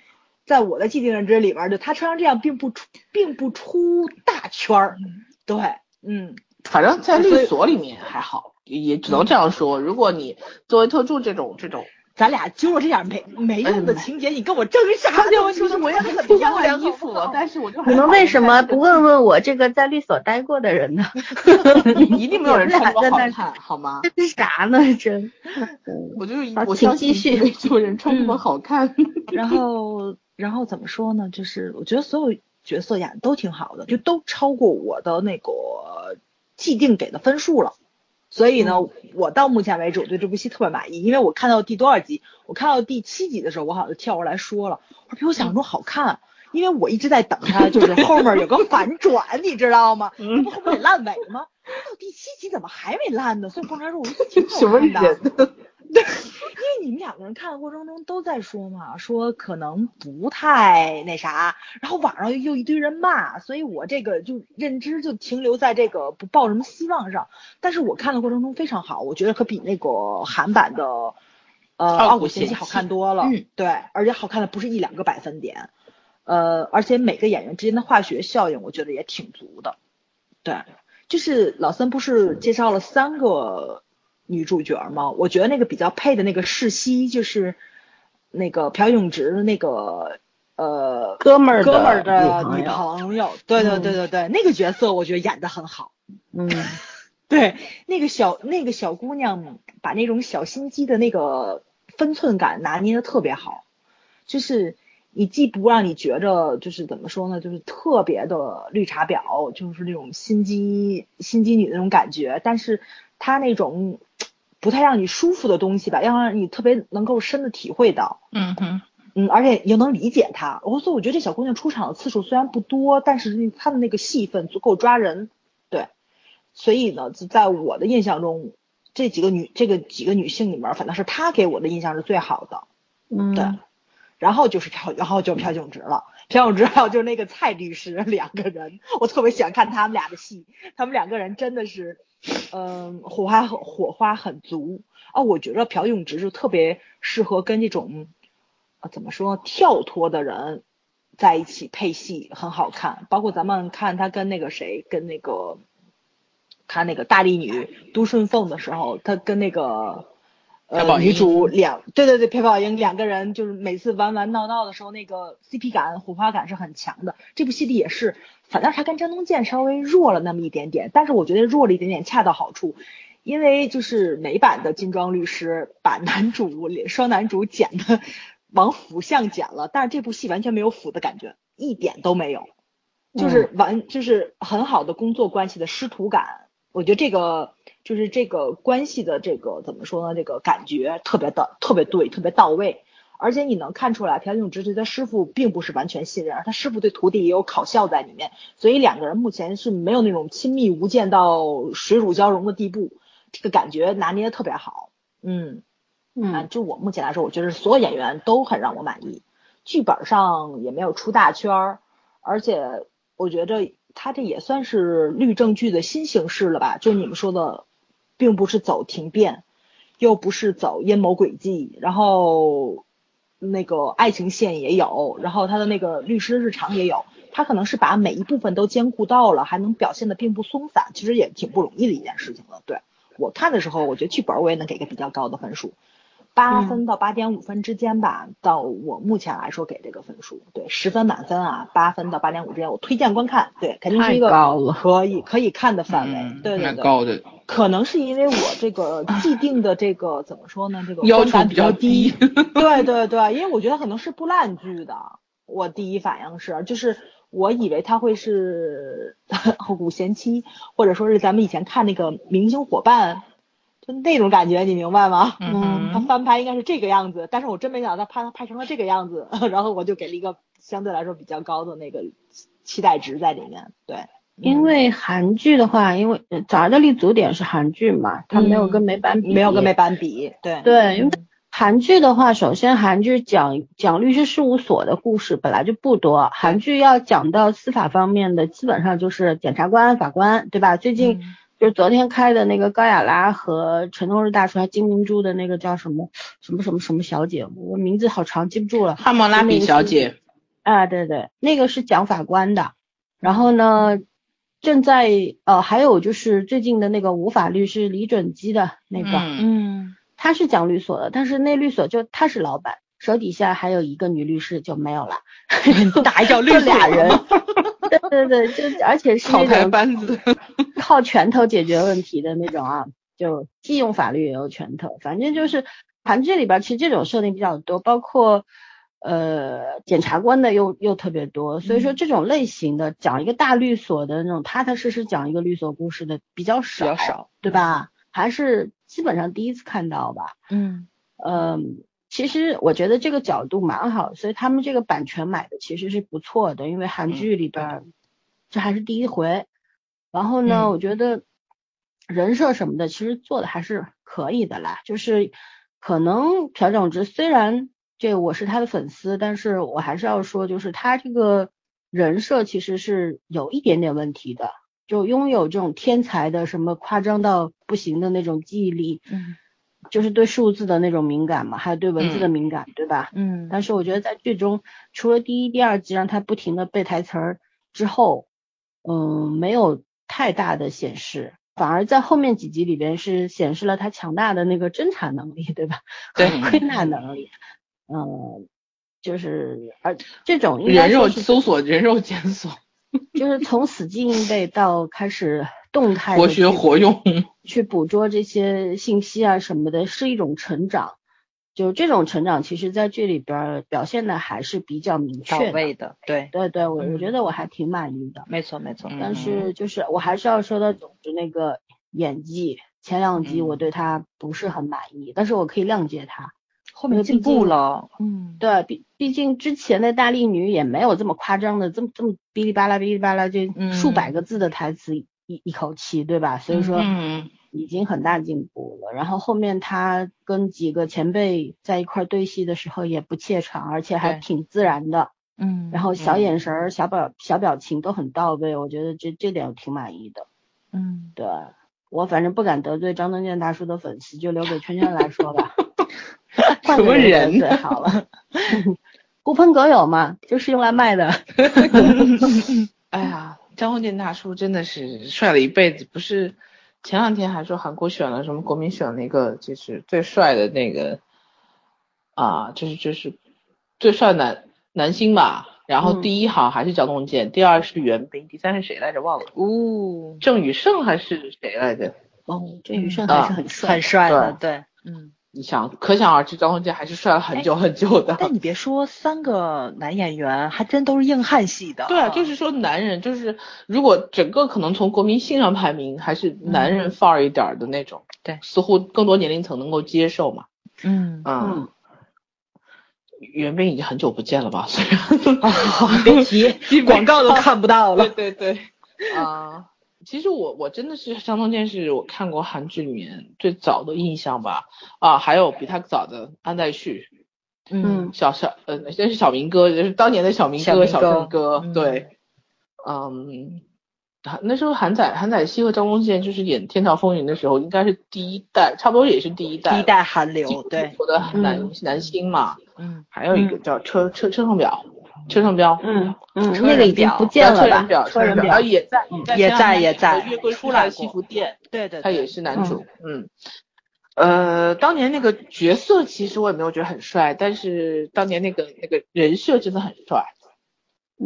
[SPEAKER 3] 在我的既定认知里面，就他穿成这样并不出，并不出大圈儿，对，嗯，
[SPEAKER 2] 反正在
[SPEAKER 3] 所
[SPEAKER 2] 律
[SPEAKER 3] 以
[SPEAKER 2] 所里面还好，也也只能这样说。如果你作为特助这种这种
[SPEAKER 3] 咱俩揪了这点没没用的
[SPEAKER 2] 嗯
[SPEAKER 3] 情节，你跟我争 啥呢？
[SPEAKER 2] 对，我
[SPEAKER 3] 说
[SPEAKER 2] 其
[SPEAKER 3] 的
[SPEAKER 2] 实我也
[SPEAKER 3] 很
[SPEAKER 2] 很出不
[SPEAKER 3] 不
[SPEAKER 2] 了
[SPEAKER 3] 良
[SPEAKER 2] 衣服，但是我就还
[SPEAKER 1] 你们
[SPEAKER 2] 好
[SPEAKER 1] 为什么不问问我这个在律所待过的人呢？
[SPEAKER 2] 一定没有人穿
[SPEAKER 1] 你们俩在那
[SPEAKER 2] 我好
[SPEAKER 1] 儿
[SPEAKER 2] 看，好吗？
[SPEAKER 1] 这是啥呢？真。
[SPEAKER 2] 我就是
[SPEAKER 1] 好
[SPEAKER 2] 我
[SPEAKER 1] 请
[SPEAKER 2] 相
[SPEAKER 1] 继
[SPEAKER 2] 信
[SPEAKER 1] 续
[SPEAKER 2] 没有人穿这么好看。
[SPEAKER 3] 然后，然后怎么说呢？就是我觉得所有角色演的都挺好的，就都超过我的那个既定给的分数了。所以
[SPEAKER 2] 嗯
[SPEAKER 3] 呢，我到目前为止我对这部戏特别满意，因为我看到第多少集？我看到第七集的时候，我好像就跳过来说了，我说比我想象中好看，因为我一直在等它，就是后面有个反转，你知道吗？这
[SPEAKER 2] 嗯
[SPEAKER 3] 不后面得烂尾吗？到第七集怎么还没烂呢？所以我刚才说我说挺 好
[SPEAKER 2] 什么
[SPEAKER 3] 看
[SPEAKER 2] 人
[SPEAKER 3] 的。？因为你们两个人看的过程中都在说嘛，说可能不太那啥，然后网上又一堆人骂，所以我这个就认知就停留在这个不抱什么希望上。但是我看的过程中非常好，我觉得可比那个韩版的呃《
[SPEAKER 2] 傲骨
[SPEAKER 3] 傲骨贤
[SPEAKER 2] 贤
[SPEAKER 3] 妻》
[SPEAKER 2] 妻
[SPEAKER 3] 好看多了。
[SPEAKER 1] 嗯，
[SPEAKER 3] 对，而且好看的不是一两个百分点，呃，而且每个演员之间的化学效应，我觉得也挺足的。对，就是老三不是介绍了三个女主角吗？我觉得那个比较配的那个世熙，就是那个朴永植的那个呃
[SPEAKER 1] 哥们儿
[SPEAKER 3] 哥们儿的
[SPEAKER 1] 女
[SPEAKER 3] 女
[SPEAKER 1] 朋友，
[SPEAKER 3] 朋友，对对对对对，那个角色我觉得演的很好。
[SPEAKER 1] 嗯，
[SPEAKER 3] 对，那个小那个小姑娘把那种小心机的那个分寸感拿捏的特别好，就是你既不让你觉着就是怎么说呢，就是特别的绿茶婊，就是那种心机心机女那种感觉，但是她那种不太让你舒服的东西吧，要让你特别能够深的体会到。
[SPEAKER 2] 嗯哼，
[SPEAKER 3] 嗯，而且你又能理解她，我所以我觉得这小姑娘出场的次数虽然不多，但是她的那个戏份足够抓人，对，所以呢，就在我的印象中，这几个女这个几个女性里面，反正是她给我的印象是最好的，
[SPEAKER 1] 嗯，
[SPEAKER 3] 对，然后就是朴，然后就是朴炯植了，朴炯植还有就是那个蔡律师两个人，我特别喜欢看他们俩的戏，他们两个人真的是，嗯、火花火花很足啊，我觉得朴炯植就特别适合跟这种，呃，怎么说跳脱的人在一起配戏很好看，包括咱们看他跟那个谁，跟那个他那个大力女都顺凤的时候，他跟那个
[SPEAKER 2] 朴
[SPEAKER 3] 呃
[SPEAKER 2] 宝
[SPEAKER 3] 女
[SPEAKER 2] 英
[SPEAKER 3] 主两对对对朴宝英两个人就是每次玩玩闹闹的时候，那个 CP 感火花感是很强的。这部戏里也是，反倒是他跟张东健稍微弱了那么一点点，但是我觉得弱了一点点恰到好处。因为就是美版的《金装律师》把男主双男主剪的往腐向剪了，但是这部戏完全没有腐的感觉，一点都没有，就是完就是很好的工作关系的师徒感，我觉得这个就是这个关系的这个怎么说呢？这个感觉特别的特别对，特别到位。而且你能看出来，朴炯植对他师傅并不是完全信任，而他师傅对徒弟也有考校在里面，所以两个人目前是没有那种亲密无间到水乳交融的地步，这个感觉拿捏的特别好。嗯，啊，
[SPEAKER 1] 嗯，
[SPEAKER 3] 就我目前来说，我觉得所有演员都很让我满意，剧本上也没有出大圈儿，而且我觉着他这也算是律政剧的新形式了吧？就你们说的，并不是走庭变，又不是走阴谋诡计，然后那个爱情线也有，然后他的那个律师日常也有，他可能是把每一部分都兼顾到了，还能表现的并不松散，其实也挺不容易的一件事情了。对我看的时候，我觉得剧本我也能给个比较高的分数。八
[SPEAKER 1] 嗯
[SPEAKER 3] 分到八点五分之间吧，到我目前来说给这个分数，对，十分满分啊，八分到八点五之间，我推荐观看，对，肯定是
[SPEAKER 1] 太
[SPEAKER 3] 一个
[SPEAKER 1] 高了，
[SPEAKER 3] 可以可以看的范围，
[SPEAKER 4] 嗯，
[SPEAKER 3] 对对
[SPEAKER 4] 蛮
[SPEAKER 3] 对，
[SPEAKER 4] 高的，
[SPEAKER 3] 可能是因为我这个既定的这个怎么说呢，这个
[SPEAKER 2] 要
[SPEAKER 3] 观
[SPEAKER 2] 求
[SPEAKER 3] 感
[SPEAKER 2] 比
[SPEAKER 3] 较
[SPEAKER 2] 较
[SPEAKER 3] 低
[SPEAKER 2] 低。
[SPEAKER 3] 对对对，因为我觉得可能是部烂剧的，我第一反应是，就是我以为它会是 《古贤妻》，或者说是咱们以前看那个《明星伙伴》，就那种感觉，你明白吗？
[SPEAKER 1] 嗯
[SPEAKER 3] 它翻拍应该是这个样子，但是我真没想到它拍它拍成了这个样子， 然后我就给了一个相对来说比较高的那个期待值在里面。对，
[SPEAKER 1] 因为韩剧的话，因为呃早儿的立足点是韩剧嘛，它嗯没有跟美版比，
[SPEAKER 3] 没有跟美版比，对
[SPEAKER 1] 对，因为
[SPEAKER 3] 嗯
[SPEAKER 1] 韩剧的话，首先韩剧讲讲律师事务所的故事本来就不多，韩剧要讲到司法方面的，基本上就是检察官、法官，对吧？最近、
[SPEAKER 3] 嗯
[SPEAKER 1] 就是昨天开的那个高雅拉和陈冬日大厨还金明珠的那个叫什么什么什么什么小姐，我名字好长，记不住了。
[SPEAKER 2] 汉谟拉比小姐，
[SPEAKER 1] 啊，对对，那个是讲法官的。然后呢，正在呃，还有就是最近的那个无法律师李准基的那个，
[SPEAKER 4] 嗯
[SPEAKER 3] 嗯
[SPEAKER 1] 他是讲律所的，但是那律所就他是老板，手底下还有一个女律师就没有了，
[SPEAKER 2] 嗯
[SPEAKER 3] 打还叫律
[SPEAKER 1] 就
[SPEAKER 3] 所
[SPEAKER 1] 俩人
[SPEAKER 3] 吗。
[SPEAKER 1] 对对对，就而且是
[SPEAKER 2] 草
[SPEAKER 1] 那
[SPEAKER 2] 台
[SPEAKER 1] 种
[SPEAKER 2] 班子，
[SPEAKER 1] 靠拳头解决问题的那种啊，就既用法律也用拳头，反正就是盘这里边其实这种设定比较多，包括呃检察官的又又特别多，所以说这种类型的讲一个大律所的那种踏踏实实讲一个律所故事的比较
[SPEAKER 2] 比
[SPEAKER 1] 少，
[SPEAKER 2] 较，少。
[SPEAKER 1] 对吧？还是基本上第一次看到吧，
[SPEAKER 3] 嗯
[SPEAKER 1] 嗯，其实我觉得这个角度蛮好，所以他们这个版权买的其实是不错的，因为韩剧里边儿这还是第一回。然后呢，
[SPEAKER 3] 嗯
[SPEAKER 1] 我觉得人设什么的其实做的还是可以的啦，就是可能朴正植虽然这个我是他的粉丝，但是我还是要说，就是他这个人设其实是有一点点问题的，就拥有这种天才的什么夸张到不行的那种记忆力，
[SPEAKER 3] 嗯
[SPEAKER 1] 就是对数字的那种敏感嘛，还有对文字的敏感，对吧？
[SPEAKER 3] 嗯
[SPEAKER 1] 但是我觉得在剧中，除了第一、第二集让他不停的背台词儿之后，嗯，没有太大的显示，反而在后面几集里边是显示了他强大的那个侦查能力，对吧？
[SPEAKER 2] 对
[SPEAKER 1] 和归纳能力，嗯，就是而这种应该
[SPEAKER 2] 人肉
[SPEAKER 1] 说是
[SPEAKER 2] 搜索，人肉检索，
[SPEAKER 1] 就是从死记硬背到开始动态
[SPEAKER 2] 活
[SPEAKER 1] 地
[SPEAKER 2] 学
[SPEAKER 1] 去
[SPEAKER 2] 活用。
[SPEAKER 1] 去捕捉这些信息啊什么的，是一种成长。就这种成长，其实在这里边儿表现的还是比较明
[SPEAKER 4] 到
[SPEAKER 1] 确的。
[SPEAKER 4] 位的，对，
[SPEAKER 1] 对对，我我
[SPEAKER 4] 嗯
[SPEAKER 1] 觉得我还挺满意的。
[SPEAKER 4] 没错没错，
[SPEAKER 2] 嗯
[SPEAKER 1] 但是就是我还是要说到总之那个演技，前两集
[SPEAKER 2] 嗯
[SPEAKER 1] 我对他不是很满意，但是我可以谅解他。
[SPEAKER 4] 后面进步了，
[SPEAKER 3] 嗯
[SPEAKER 1] 对，毕毕竟之前的大力女也没有这么夸张的，这么这么哔哩吧啦哔哩吧啦这
[SPEAKER 4] 嗯
[SPEAKER 1] 数百个字的台词一、一口气，对吧？所以说。
[SPEAKER 2] 嗯，
[SPEAKER 1] 已经很大进步了。然后后面他跟几个前辈在一块儿对戏的时候也不怯场，而且还
[SPEAKER 4] 对
[SPEAKER 1] 挺自然的。
[SPEAKER 3] 嗯
[SPEAKER 1] 然
[SPEAKER 3] 后
[SPEAKER 1] 后小
[SPEAKER 2] 嗯
[SPEAKER 1] 眼神儿、小表小表情都很到位，我觉得这这点我挺满意的。
[SPEAKER 3] 嗯
[SPEAKER 1] 对我反正不敢得罪张东健大叔的粉丝，就留给圈圈来 说吧。换
[SPEAKER 2] 什么
[SPEAKER 1] 个人
[SPEAKER 2] 人
[SPEAKER 1] 得罪好了。 狐朋狗友嘛，就是用来卖的。
[SPEAKER 2] 哎呀，张卫健大叔真的是帅了一辈子，不是？前两天还说韩国选了什么国民选了一个就是最帅的那个啊，就是就是最帅男男星吧。然后
[SPEAKER 1] 嗯
[SPEAKER 2] 第一行还是张东健，第二是袁冰，第三是谁来着？忘了，
[SPEAKER 4] 哦，
[SPEAKER 2] 郑宇盛还是谁来着？
[SPEAKER 1] 哦，这宇
[SPEAKER 4] 嗯
[SPEAKER 1] 胜还是
[SPEAKER 2] 啊
[SPEAKER 1] 很帅
[SPEAKER 4] 很帅的，对，嗯。
[SPEAKER 2] 你想，可想而知，张东健还是帅了很久很久的。
[SPEAKER 4] 但你别说，三个男演员还真都是硬汉系的，
[SPEAKER 2] 对啊，就是说男人，就是如果整个可能从国民性上排名，还是男人范儿一点儿的那种，
[SPEAKER 4] 嗯对
[SPEAKER 2] 似乎更多年龄层能够接受嘛。
[SPEAKER 4] 嗯，
[SPEAKER 2] 嗯，
[SPEAKER 1] 嗯，
[SPEAKER 2] 袁冰已经很久不见了吧？虽然
[SPEAKER 4] 啊别提 广告都看不到
[SPEAKER 2] 对
[SPEAKER 4] 了，
[SPEAKER 2] 对对， 啊，其实我我真的是张东健是我看过韩剧里面最早的印象吧，啊，还有比他早的安在旭，
[SPEAKER 1] 嗯，
[SPEAKER 2] 小小呃，那是小明哥，就是当年的小明哥、
[SPEAKER 4] 小
[SPEAKER 2] 小
[SPEAKER 4] 明哥
[SPEAKER 2] 正哥，
[SPEAKER 4] 嗯
[SPEAKER 2] 对，嗯，韩那时候韩仔、韩仔希和张东健就是演《天桥风云》的时候，应该是第一代，差不多也是第一代，
[SPEAKER 4] 第一代韩
[SPEAKER 2] 进
[SPEAKER 4] 流，对，
[SPEAKER 2] 我的男、
[SPEAKER 1] 嗯
[SPEAKER 2] 男星嘛，
[SPEAKER 4] 嗯，
[SPEAKER 2] 还有一个叫车、车车胜表，车胜标，
[SPEAKER 1] 嗯嗯，
[SPEAKER 4] 车
[SPEAKER 1] 那个
[SPEAKER 4] 人
[SPEAKER 1] 已经
[SPEAKER 4] 表
[SPEAKER 1] 不见
[SPEAKER 2] 车
[SPEAKER 1] 了
[SPEAKER 2] 人
[SPEAKER 1] 吧
[SPEAKER 2] 表，？
[SPEAKER 1] 车人
[SPEAKER 2] 表，啊
[SPEAKER 1] 表，
[SPEAKER 2] 也在
[SPEAKER 1] 嗯
[SPEAKER 4] 也在
[SPEAKER 2] 前两
[SPEAKER 4] 也
[SPEAKER 2] 年
[SPEAKER 4] 在
[SPEAKER 2] 那个月桂
[SPEAKER 4] 出
[SPEAKER 2] 出
[SPEAKER 4] 来
[SPEAKER 2] 来
[SPEAKER 4] 过
[SPEAKER 2] 西服店，
[SPEAKER 4] 对对，
[SPEAKER 2] 他
[SPEAKER 4] 对
[SPEAKER 2] 也是男主，嗯。呃，当年那个角色其实我也没有觉得很帅，但是当年那个那个人设真的很帅，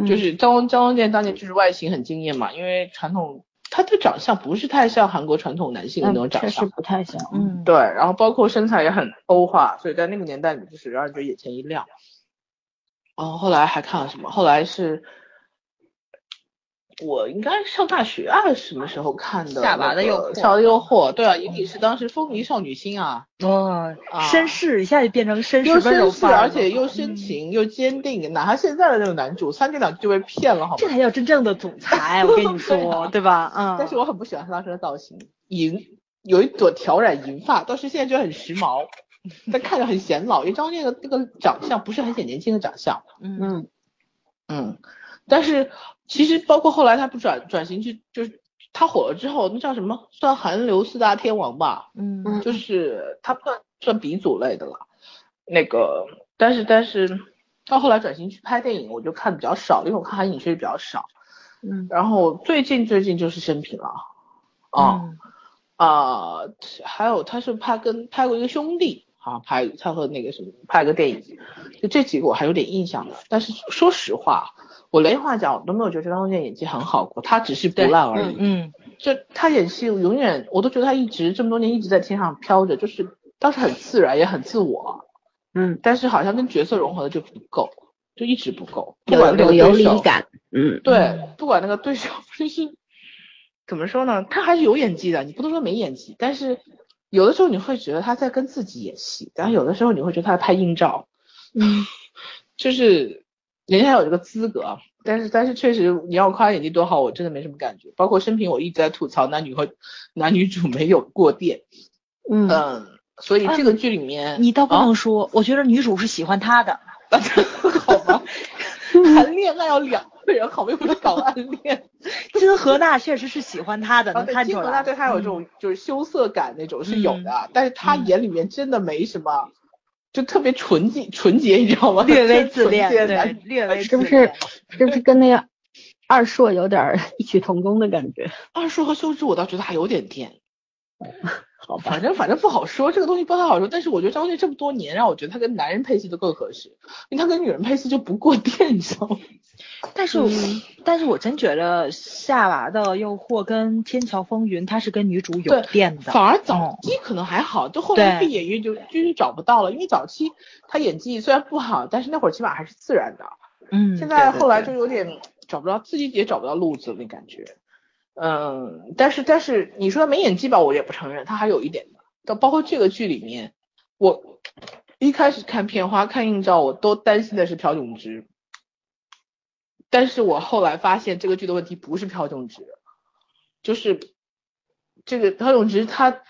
[SPEAKER 2] 就
[SPEAKER 1] 嗯
[SPEAKER 2] 是张张东健当年就是外形很惊艳嘛，因为传统他的长相不是太像韩国传统男性的那种
[SPEAKER 1] 嗯确
[SPEAKER 2] 长
[SPEAKER 1] 实
[SPEAKER 2] 相，
[SPEAKER 1] 不太像。嗯
[SPEAKER 4] 嗯，
[SPEAKER 2] 对，然后包括身材也很欧化，所以在那个年代里就是让人觉得眼前一亮。哦，后来还看了什么？后来是我应该上大学啊，什么时候看的、
[SPEAKER 4] 夏娃的诱惑
[SPEAKER 2] 夏娃的诱惑，对啊，尹女士当时风靡少女心啊，
[SPEAKER 4] 哦，
[SPEAKER 2] 啊
[SPEAKER 4] 绅士一下就变成绅
[SPEAKER 2] 又
[SPEAKER 4] 士温柔
[SPEAKER 2] 绅士，
[SPEAKER 4] 范儿了，嗯
[SPEAKER 2] 而且又深情又坚定，哪怕现在的那种男主，三天两句就被骗了，好吗
[SPEAKER 4] 这？才叫真正的总裁，我跟你
[SPEAKER 2] 对
[SPEAKER 4] 说，
[SPEAKER 2] 啊
[SPEAKER 4] 对吧？嗯，
[SPEAKER 2] 但是我很不喜欢他当时的造型，银有一朵挑染银发，但是现在觉得很时髦， 但看着很显老。因为张健的那个长相不是很显年轻的长相，
[SPEAKER 4] 嗯
[SPEAKER 1] 嗯
[SPEAKER 2] 嗯，但是其实包括后来他不转转型去，就是他火了之后，那叫什么？算韩流四大天王吧，
[SPEAKER 4] 嗯
[SPEAKER 1] 嗯
[SPEAKER 2] 就是他不算算鼻祖类的了。那个，但是但是到后来转型去拍电影，我就看比较少，因为我看韩影确实比较少。
[SPEAKER 1] 嗯
[SPEAKER 2] 然后最近最近就是生平了，啊、
[SPEAKER 4] 嗯
[SPEAKER 2] 啊、还有他是拍跟拍过一个兄弟，好、像拍他和那个什么拍个电影，就这几个我还有点印象的。但是说实话，我连话讲，我都没有觉得张卫健演技很好过，他只是不
[SPEAKER 4] 对
[SPEAKER 2] 烂而已。
[SPEAKER 3] 嗯，
[SPEAKER 2] 就他演戏永远，我都觉得他一直这么多年一直在天上飘着，就是当时很自然也很自我，
[SPEAKER 1] 嗯，
[SPEAKER 2] 但是好像跟角色融合的就不够，就一直不够。不
[SPEAKER 1] 有
[SPEAKER 2] 管那
[SPEAKER 1] 有
[SPEAKER 2] 个
[SPEAKER 1] 游
[SPEAKER 2] 对
[SPEAKER 1] 离
[SPEAKER 2] 手，
[SPEAKER 1] 感，嗯，
[SPEAKER 2] 对，不管那个对手就是怎么说呢，他还是有演技的，你不能说没演技，但是有的时候你会觉得他在跟自己演戏，然后有的时候你会觉得他在拍硬照，
[SPEAKER 3] 嗯，
[SPEAKER 2] 就是人家有这个资格，但是但是确实你要夸他演技多好，我真的没什么感觉。包括生平，我一直在吐槽男女和男女主没有过电，
[SPEAKER 3] 嗯
[SPEAKER 2] 嗯，所以这个剧里面、
[SPEAKER 4] 啊你倒不
[SPEAKER 2] 啊
[SPEAKER 4] 能说，我觉得女主是喜欢他的，
[SPEAKER 2] 好 吧，谈恋爱要两个人好，我又不是搞暗恋。
[SPEAKER 4] 金荷娜确实是喜欢他的，
[SPEAKER 2] 啊，
[SPEAKER 4] 能
[SPEAKER 2] 对，
[SPEAKER 4] 看
[SPEAKER 2] 金
[SPEAKER 4] 出
[SPEAKER 2] 荷娜
[SPEAKER 4] 来。嗯
[SPEAKER 2] 对他有这种就是羞涩感那种是有的，但是他眼里面真的没什么，就特别纯洁纯洁，你知道吗？
[SPEAKER 4] 略微
[SPEAKER 2] 就是
[SPEAKER 4] 自恋，
[SPEAKER 2] 纯洁
[SPEAKER 4] 对
[SPEAKER 2] 男，
[SPEAKER 4] 略微
[SPEAKER 1] 是
[SPEAKER 4] 自
[SPEAKER 1] 不是
[SPEAKER 4] 恋。
[SPEAKER 1] 是不是跟那个二硕有点儿异曲同工的感觉？
[SPEAKER 2] 二叔啊和修之我倒觉得还有点电。好吧，反正反正不好说，这个东西不太好说。但是我觉得张卫健这么多年，让我觉得他跟男人配戏都更合适，因为他跟女人配戏就不过电，你知道吗？
[SPEAKER 4] 但是我，
[SPEAKER 2] 嗯
[SPEAKER 4] 但是我真觉得《夏娃的诱惑》跟《天桥风云》，它是跟女主有
[SPEAKER 2] 对
[SPEAKER 4] 变的。
[SPEAKER 2] 反而早期可能还好，就后来
[SPEAKER 4] 嗯对
[SPEAKER 2] 被演员就就是找不到了，因为早期他演技虽然不好，但是那会儿起码还是自然的。
[SPEAKER 4] 嗯，
[SPEAKER 2] 现在
[SPEAKER 4] 对对
[SPEAKER 2] 后来
[SPEAKER 4] 对
[SPEAKER 2] 就有点找不到自己也找不到路子了，感觉。嗯，但是但是你说他没演技吧，我也不承认，他还有一点的。到包括这个剧里面，我一开始看片花、看映照，我都担心的是朴炯植，但是我后来发现这个剧的问题不是朴炯植，就是这个朴炯植他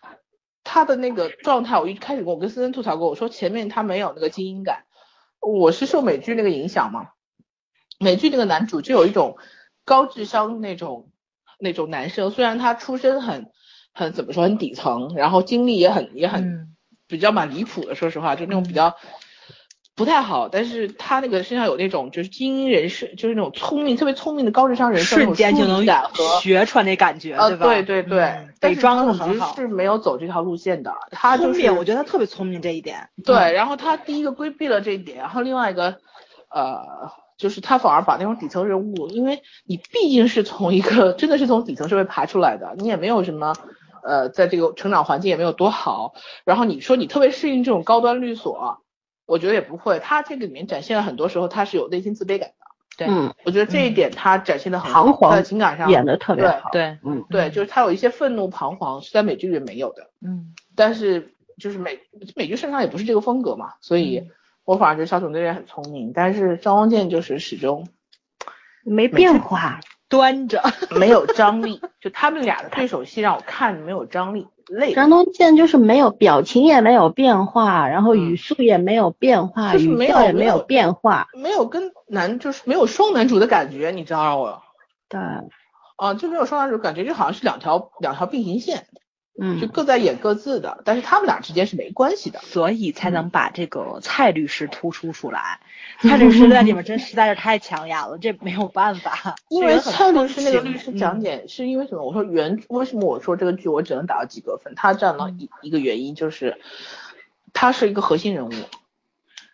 [SPEAKER 2] 他的那个状态，我一开始跟我跟森森吐槽过，我说前面他没有那个精英感，我是受美剧那个影响嘛，美剧那个男主就有一种高智商那种那种男生，虽然他出身很很怎么说很底层，然后经历也很也很、
[SPEAKER 4] 嗯
[SPEAKER 2] 比较蛮离谱的，说实话，就那种比较不太好，但是他那个身上有那种就是精英人士，就是那种聪明特别聪明的高智商人士，
[SPEAKER 4] 瞬间就
[SPEAKER 2] 那种疏
[SPEAKER 4] 能
[SPEAKER 2] 离感和。
[SPEAKER 4] 学出来那感觉，
[SPEAKER 2] 呃，
[SPEAKER 4] 吧？
[SPEAKER 2] 对对对，
[SPEAKER 4] 嗯
[SPEAKER 2] 但
[SPEAKER 4] 得
[SPEAKER 2] 是
[SPEAKER 4] 装的
[SPEAKER 2] 他
[SPEAKER 4] 很好。
[SPEAKER 2] 是没有走这条路线的，他就
[SPEAKER 4] 聪
[SPEAKER 2] 是
[SPEAKER 4] 明，我觉得他特别聪明这一点。
[SPEAKER 2] 对，
[SPEAKER 1] 嗯
[SPEAKER 2] 然后他第一个规避了这一点，然后另外一个，呃，就是他反而把那种底层人物，因为你毕竟是从一个真的是从底层社会爬出来的，你也没有什么，呃，在这个成长环境也没有多好，然后你说你特别适应这种高端律所，我觉得也不会，他这个里面展现了很多时候他是有内心自卑感的，对
[SPEAKER 1] 嗯，
[SPEAKER 2] 我觉得这一点他展现的很好，
[SPEAKER 1] 彷徨
[SPEAKER 2] 他在情感上
[SPEAKER 1] 演的特别
[SPEAKER 2] 对
[SPEAKER 1] 好，
[SPEAKER 4] 对，
[SPEAKER 1] 嗯，
[SPEAKER 2] 对，就是他有一些愤怒彷徨是在美剧里面没有的。
[SPEAKER 4] 嗯，
[SPEAKER 2] 但是就是美美剧擅长也不是这个风格嘛，所以
[SPEAKER 1] 嗯
[SPEAKER 2] 我反而觉得小熊这人很聪明，但是张光健就是始终
[SPEAKER 1] 没变化，
[SPEAKER 4] 端着。
[SPEAKER 2] 没有张力，就他们俩的对手戏让我看着没有张力，累，
[SPEAKER 1] 张东健就是没有表情也没有变化，然后
[SPEAKER 2] 嗯
[SPEAKER 1] 语速也没有变化，
[SPEAKER 2] 就是
[SPEAKER 1] 语
[SPEAKER 2] 没
[SPEAKER 1] 调
[SPEAKER 2] 有
[SPEAKER 1] 也没
[SPEAKER 2] 没
[SPEAKER 1] 有
[SPEAKER 2] 有
[SPEAKER 1] 变化，
[SPEAKER 2] 没有跟男就是没有双男主的感觉，你知道我
[SPEAKER 1] 对，
[SPEAKER 2] 啊就没有双男主感觉，就好像是两条两条并行线，
[SPEAKER 1] 嗯，
[SPEAKER 2] 就各在演各自的，但是他们俩之间是没关系的。
[SPEAKER 4] 所以才
[SPEAKER 2] 嗯
[SPEAKER 4] 能把这个蔡律师突出出来。蔡律师在里面真实在是太抢眼了，这没有办法。
[SPEAKER 2] 因为
[SPEAKER 4] 这个很
[SPEAKER 2] 蔡律师那个律师
[SPEAKER 4] 嗯
[SPEAKER 2] 讲解是因为什么？我说原为什么我说这个剧我只能打到及格分？他占
[SPEAKER 4] 嗯
[SPEAKER 2] 了一一个原因就是，他是一个核心人物，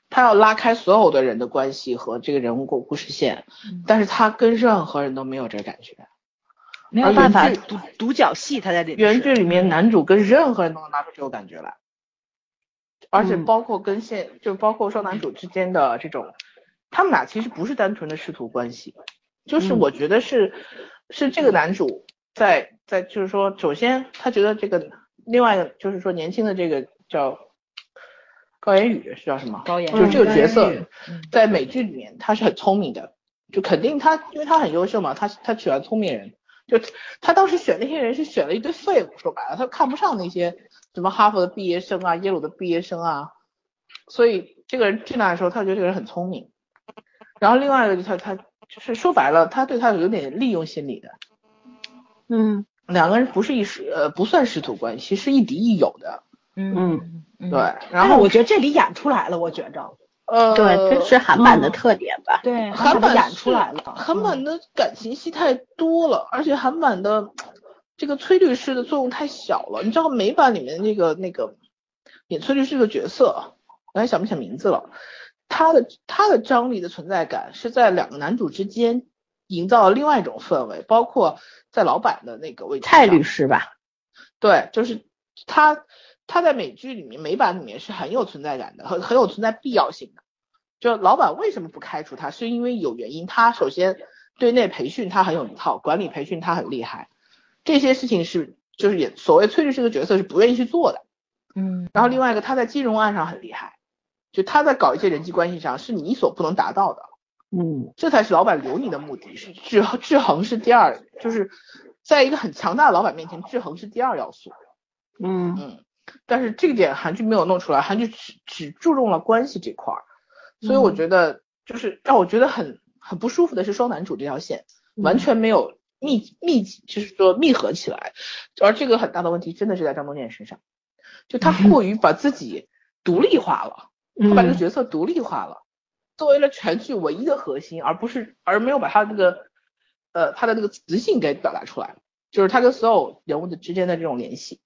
[SPEAKER 2] 他要拉开所有的人的关系和这个人物故故事线，
[SPEAKER 4] 嗯
[SPEAKER 2] 但是他跟任何人都没有这个感觉。
[SPEAKER 4] 没
[SPEAKER 2] 而
[SPEAKER 4] 有办法，
[SPEAKER 2] 啊原剧
[SPEAKER 4] 独独角戏他在里面
[SPEAKER 2] 原
[SPEAKER 4] 是。
[SPEAKER 2] 剧里
[SPEAKER 1] 嗯
[SPEAKER 2] 面男主跟任何人都能拉出这种感觉来，而且
[SPEAKER 1] 嗯
[SPEAKER 2] 包括跟现、就包括双男主之间的这种，他们俩其实不是单纯的师徒关系，就是
[SPEAKER 1] 嗯
[SPEAKER 2] 我觉得是、是这个男主在在就是说，首先他觉得这个另外一个就是说年轻的这个叫高言宇是叫什么？
[SPEAKER 4] 高言宇
[SPEAKER 2] 就是这个角色
[SPEAKER 1] 高言宇
[SPEAKER 4] 嗯
[SPEAKER 2] 在美剧里面他是很聪明的，就肯定他因为他很优秀嘛，他他喜欢聪明人。就他当时选那些人是选了一堆废物，说白了，他看不上那些什么哈佛的毕业生啊、耶鲁的毕业生啊，所以这个人进来的时候，他觉得这个人很聪明。然后另外一个就是他他就是说白了，他对他有点利用心理的，
[SPEAKER 1] 嗯，
[SPEAKER 2] 两个人不是一师呃不算师徒关系，是一敌一友的。
[SPEAKER 1] 嗯
[SPEAKER 4] 嗯
[SPEAKER 2] 对，
[SPEAKER 4] 对。
[SPEAKER 2] 然
[SPEAKER 4] 但是
[SPEAKER 2] 后
[SPEAKER 4] 我觉得这里演出来了，我觉着
[SPEAKER 2] 呃
[SPEAKER 1] 对，这是韩版的
[SPEAKER 4] 嗯
[SPEAKER 1] 特点吧？
[SPEAKER 4] 对
[SPEAKER 2] 韩
[SPEAKER 4] 把它
[SPEAKER 2] 版
[SPEAKER 4] 演
[SPEAKER 2] 是
[SPEAKER 4] 出来了，嗯
[SPEAKER 2] 韩版的感情戏太多了，而且韩版的这个崔律师的作用太小了。你知道美版里面那个那个演崔律师的角色，我还想不起来名字了。他的他的张力的存在感是在两个男主之间营造了另外一种氛围，包括在老板的那个位置上。
[SPEAKER 1] 蔡律师吧，
[SPEAKER 2] 对，就是他他在美剧里面美版里面是很有存在感的，很很有存在必要性的。就老板为什么不开除他，是因为有原因。他首先对内培训他很有一套，管理培训他很厉害，这些事情是就是也所谓崔律师这个角色是不愿意去做的。
[SPEAKER 4] 嗯，
[SPEAKER 2] 然后另外一个他在金融案上很厉害，就他在搞一些人际关系上是你所不能达到的。
[SPEAKER 1] 嗯，
[SPEAKER 2] 这才是老板留你的目的，是制衡制衡是第二，就是在一个很强大的老板面前，制衡是第二要素。
[SPEAKER 1] 嗯
[SPEAKER 2] 嗯，但是这个点韩剧没有弄出来，韩剧只只注重了关系这块儿，所以我觉得就是让我觉得很很不舒服的是双男主这条线完全没有密密就是说密合起来，而这个很大的问题真的是在张东健身上，就他过于把自己独立化了。他把这个
[SPEAKER 1] 嗯，
[SPEAKER 2] 角色独立化了，作为了全剧唯一的核心，而不是而没有把他那个呃他的那个磁性给表达出来，就是他跟所有人物的之间的这种联系，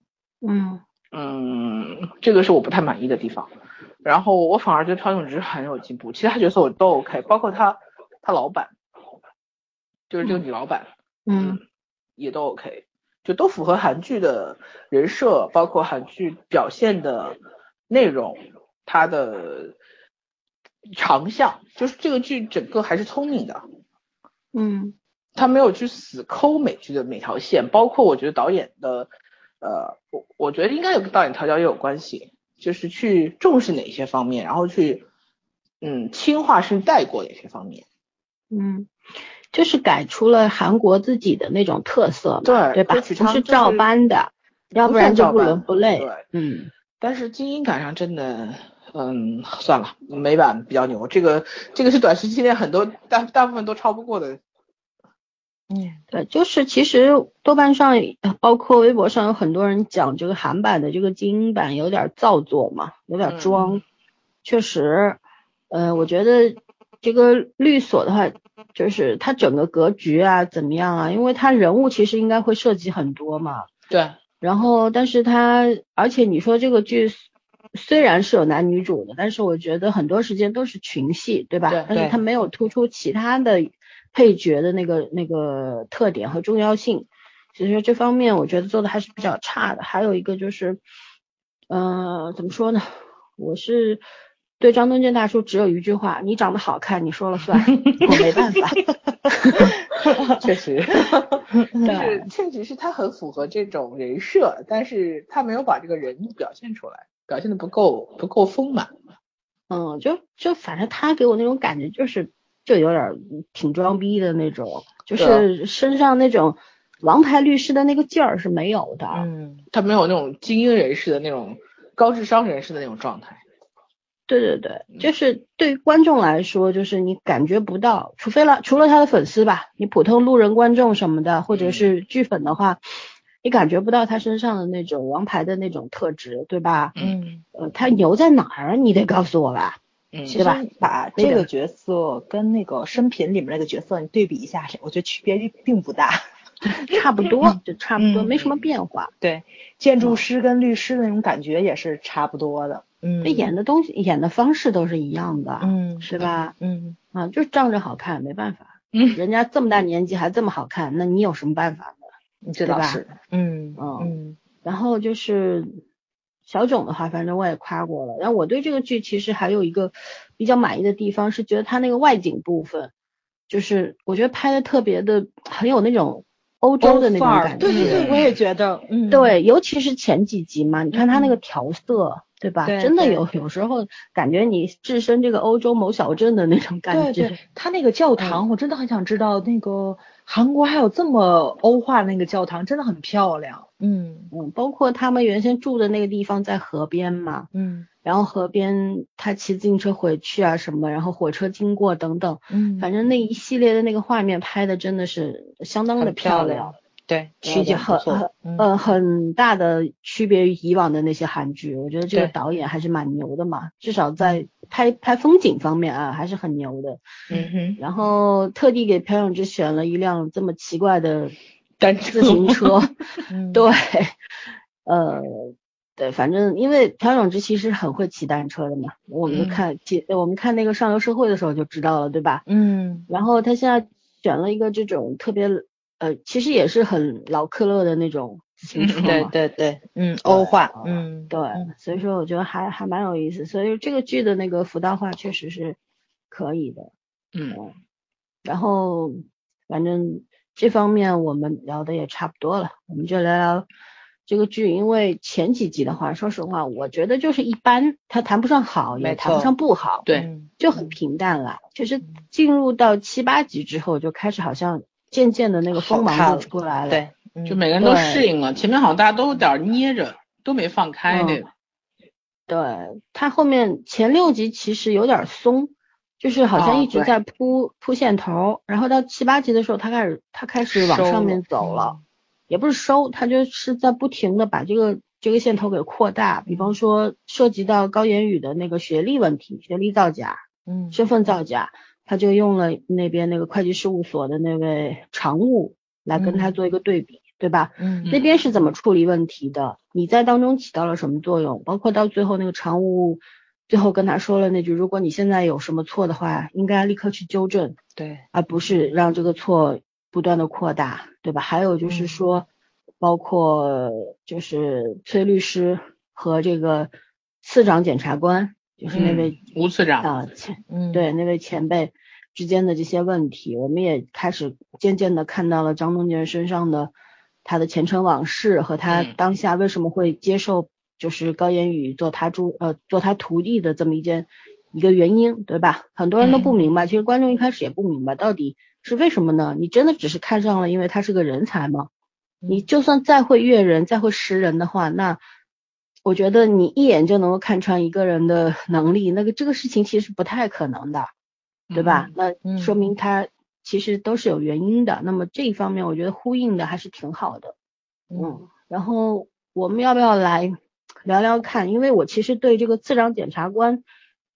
[SPEAKER 1] 嗯，
[SPEAKER 2] 嗯，这个是我不太满意的地方。然后我反而觉得朴炯植很有进步，其他角色我都 OK，包括他他老板，就是这个女老板，
[SPEAKER 1] 嗯，
[SPEAKER 2] 也都 OK，就都符合韩剧的人设，包括韩剧表现的内容，它的长项，就是这个剧整个还是聪明的，
[SPEAKER 1] 嗯，
[SPEAKER 2] 他没有去死抠美剧的每条线，包括我觉得导演的，呃，我我觉得应该有跟导演调教也有关系，就是去重视哪些方面，然后去嗯轻化甚至带过哪些方面，
[SPEAKER 1] 嗯，就是改出了韩国自己的那种特色嘛，
[SPEAKER 2] 对
[SPEAKER 1] 对吧？
[SPEAKER 2] 歌曲
[SPEAKER 1] 不
[SPEAKER 2] 唱
[SPEAKER 1] 是
[SPEAKER 2] 就
[SPEAKER 1] 照
[SPEAKER 2] 是
[SPEAKER 1] 搬的，要
[SPEAKER 2] 不
[SPEAKER 1] 不然
[SPEAKER 2] 算
[SPEAKER 1] 就
[SPEAKER 2] 照
[SPEAKER 1] 不
[SPEAKER 2] 搬
[SPEAKER 1] 伦不类
[SPEAKER 2] 对。
[SPEAKER 1] 嗯
[SPEAKER 2] 但是精英感上真的，嗯，算了，美版比较牛。这个这个是短时期内很多大大部分都超不过的。
[SPEAKER 4] 嗯，
[SPEAKER 1] 对，就是其实豆瓣上，呃包括微博上有很多人讲这个韩版的这个精英版有点造作嘛，有点
[SPEAKER 2] 嗯
[SPEAKER 1] 装。确实，呃，我觉得这个律所的话，就是它整个格局啊怎么样啊，因为它人物其实应该会涉及很多嘛。
[SPEAKER 2] 对，
[SPEAKER 1] 然后，但是它，而且你说这个剧虽然是有男女主的，但是我觉得很多时间都是群戏，对吧？
[SPEAKER 2] 对
[SPEAKER 1] 但是它没有突出其他的配角的那个那个特点和重要性，所以说这方面我觉得做的还是比较差的。还有一个就是，呃，怎么说呢？我是对张东健大叔只有一句话：你长得好看，你说了 算，我没办法。
[SPEAKER 2] 确实，就是
[SPEAKER 1] 对
[SPEAKER 2] 确实是他很符合这种人设，但是他没有把这个人表现出来，表现的不够不够丰满。
[SPEAKER 1] 嗯，就就反正他给我那种感觉就是，就有点儿挺装逼的那种，就
[SPEAKER 2] 对啊
[SPEAKER 1] 是身上那种王牌律师的那个劲儿是没有的。
[SPEAKER 4] 嗯，
[SPEAKER 2] 他没有那种精英人士的那种高智商人士的那种状态。
[SPEAKER 1] 对对对，
[SPEAKER 2] 嗯
[SPEAKER 1] 就是对于观众来说，就是你感觉不到，除非了除了他的粉丝吧，你普通路人观众什么的，或
[SPEAKER 2] 嗯
[SPEAKER 1] 者是剧粉的话，你感觉不到他身上的那种王牌的那种特质，对吧？
[SPEAKER 4] 嗯，
[SPEAKER 1] 呃，他牛在哪儿啊？你得告诉我吧。
[SPEAKER 2] 嗯，
[SPEAKER 1] 对吧？
[SPEAKER 4] 把
[SPEAKER 1] 那
[SPEAKER 4] 这
[SPEAKER 1] 个
[SPEAKER 4] 个角色跟那个生平里面那个角色你对比一下，我觉得区别并不大。
[SPEAKER 1] 差不多，就差不多，
[SPEAKER 4] 嗯
[SPEAKER 1] 没什么变化。
[SPEAKER 4] 对，建筑师跟律师的那种感觉也是差不多的。嗯，
[SPEAKER 1] 那、演的东西、演的方式都是一样的，
[SPEAKER 4] 嗯，
[SPEAKER 1] 是吧？
[SPEAKER 4] 嗯，
[SPEAKER 1] 啊，就是仗着好看，没办法。
[SPEAKER 2] 嗯
[SPEAKER 1] 人家这么大年纪还这么好看，那你有什么办法呢？
[SPEAKER 4] 这
[SPEAKER 1] 对
[SPEAKER 4] 倒
[SPEAKER 1] 吧
[SPEAKER 4] 是。嗯
[SPEAKER 1] 嗯
[SPEAKER 4] 嗯
[SPEAKER 1] 然后就是小囧的话，反正我也夸过了。然后我对这个剧其实还有一个比较满意的地方是，觉得它那个外景部分，就是我觉得拍的特别的很有那种欧洲的那种
[SPEAKER 4] 范儿
[SPEAKER 1] 感觉。
[SPEAKER 4] 对对对，我也觉得，嗯，
[SPEAKER 1] 对，尤其是前几集嘛，你看他那个调色，对吧？
[SPEAKER 4] 对
[SPEAKER 1] 真的
[SPEAKER 4] 对
[SPEAKER 1] 有有时候感觉你置身这个欧洲某小镇的那种感
[SPEAKER 4] 对
[SPEAKER 1] 觉。
[SPEAKER 4] 对，他那个
[SPEAKER 3] 嗯
[SPEAKER 4] 教堂，我真的很想知道那个韩国还有这么欧化那个教堂，真的很漂亮。嗯
[SPEAKER 1] 嗯，包括他们原先住的那个地方在河边嘛，
[SPEAKER 4] 嗯
[SPEAKER 1] 然后河边他骑自行车回去啊什么，然后火车经过等等，
[SPEAKER 4] 嗯，
[SPEAKER 1] 反正那一系列的那个画面拍的真的是相当的
[SPEAKER 4] 很漂
[SPEAKER 1] 亮
[SPEAKER 4] 亮，对，
[SPEAKER 1] 而
[SPEAKER 4] 取
[SPEAKER 1] 且
[SPEAKER 4] 景不
[SPEAKER 1] 很
[SPEAKER 4] 错
[SPEAKER 1] 很。
[SPEAKER 4] 嗯
[SPEAKER 1] 呃很大的区别于以往的那些韩剧，我觉得这个
[SPEAKER 4] 对嗯
[SPEAKER 1] 导演还是蛮牛的嘛，至少在拍拍风景方面啊还是很牛的。
[SPEAKER 2] 嗯哼，
[SPEAKER 1] 然后特地给朴永志选了一辆这么奇怪的
[SPEAKER 2] 单
[SPEAKER 1] 自行车，
[SPEAKER 4] 嗯
[SPEAKER 1] 对，呃，对，反正因为朴永植其实很会骑单车的嘛，我们
[SPEAKER 4] 嗯
[SPEAKER 1] 看骑、我们看那个上流社会的时候就知道了，对吧？
[SPEAKER 4] 嗯
[SPEAKER 1] 然后他现在选了一个这种特别呃，其实也是很老克勒的那种自行车嘛，
[SPEAKER 4] 嗯对对对，嗯，欧化，
[SPEAKER 1] 啊
[SPEAKER 4] 嗯
[SPEAKER 1] 对，所以说我觉得还还蛮有意思，所以这个剧的那个服道化确实是可以的。
[SPEAKER 2] 嗯，
[SPEAKER 1] 然后反正这方面我们聊的也差不多了，我们就聊聊这个剧，因为前几集的话，说实话，我觉得就是一般，它谈不上好，也
[SPEAKER 4] 没
[SPEAKER 1] 谈不
[SPEAKER 4] 错
[SPEAKER 1] 上不好，
[SPEAKER 2] 对，
[SPEAKER 4] 嗯
[SPEAKER 1] 就很平淡了。就是进入到七八集之后，就开始好像渐渐的那个锋
[SPEAKER 4] 好看
[SPEAKER 1] 芒
[SPEAKER 4] 了
[SPEAKER 1] 就出来了，
[SPEAKER 4] 对，嗯
[SPEAKER 2] 就每个人都
[SPEAKER 1] 对
[SPEAKER 2] 适应了，前面好像大家都有点儿捏着，都没放开
[SPEAKER 1] 嗯
[SPEAKER 2] 那个，
[SPEAKER 1] 对，它后面前六集其实有点松，就是好像
[SPEAKER 2] 哦
[SPEAKER 1] 一直
[SPEAKER 2] 对
[SPEAKER 1] 在铺、铺线头，然后到七八集的时候，它开始它开始往
[SPEAKER 2] 收
[SPEAKER 1] 上面
[SPEAKER 2] 了嗯
[SPEAKER 1] 走了，也不是收，它就是在不停的把这个这个线头给扩大，比方说涉及到高言宇的那个学历问题，学历造假、
[SPEAKER 4] 嗯
[SPEAKER 1] 身份造假，他就用了那边那个会计事务所的那位常务来跟他
[SPEAKER 4] 嗯
[SPEAKER 1] 做一个对比，对吧？
[SPEAKER 4] 嗯
[SPEAKER 1] 那边是怎么处理问题的？你在当中起到了什么作用？包括到最后那个常务最后跟他说了那句：“如果你现在有什么错的话，应该立刻去纠正，
[SPEAKER 4] 对，
[SPEAKER 1] 而不是让这个错不断的扩大，对吧？”还有就是
[SPEAKER 4] 嗯
[SPEAKER 1] 说，包括就是崔律师和这个次长检察官，就是那位
[SPEAKER 2] 吴次长，
[SPEAKER 1] 啊、前
[SPEAKER 4] 嗯
[SPEAKER 1] 对那位前辈之间的这些问题，我们也开始渐渐的看到了张东健身上的他的前尘往事和他
[SPEAKER 2] 嗯
[SPEAKER 1] 当下为什么会接受就是高言宇做他助呃做他徒弟的这么一件一个原因，对吧？很多人都不明白，其实观众一开始也不明白到底是为什么呢？你真的只是看上了因为他是个人才吗？
[SPEAKER 4] 嗯
[SPEAKER 1] 你就算再会阅人、再会识人的话，那我觉得你一眼就能够看穿一个人的 能力，那个这个事情其实不太可能的，对
[SPEAKER 4] 嗯
[SPEAKER 1] 吧？那说明他其实都是有原因的。那么这一方面，我觉得呼应的还是挺好的。
[SPEAKER 4] 嗯
[SPEAKER 1] 然后我们要不要来聊聊看？因为我其实对这个次长检察官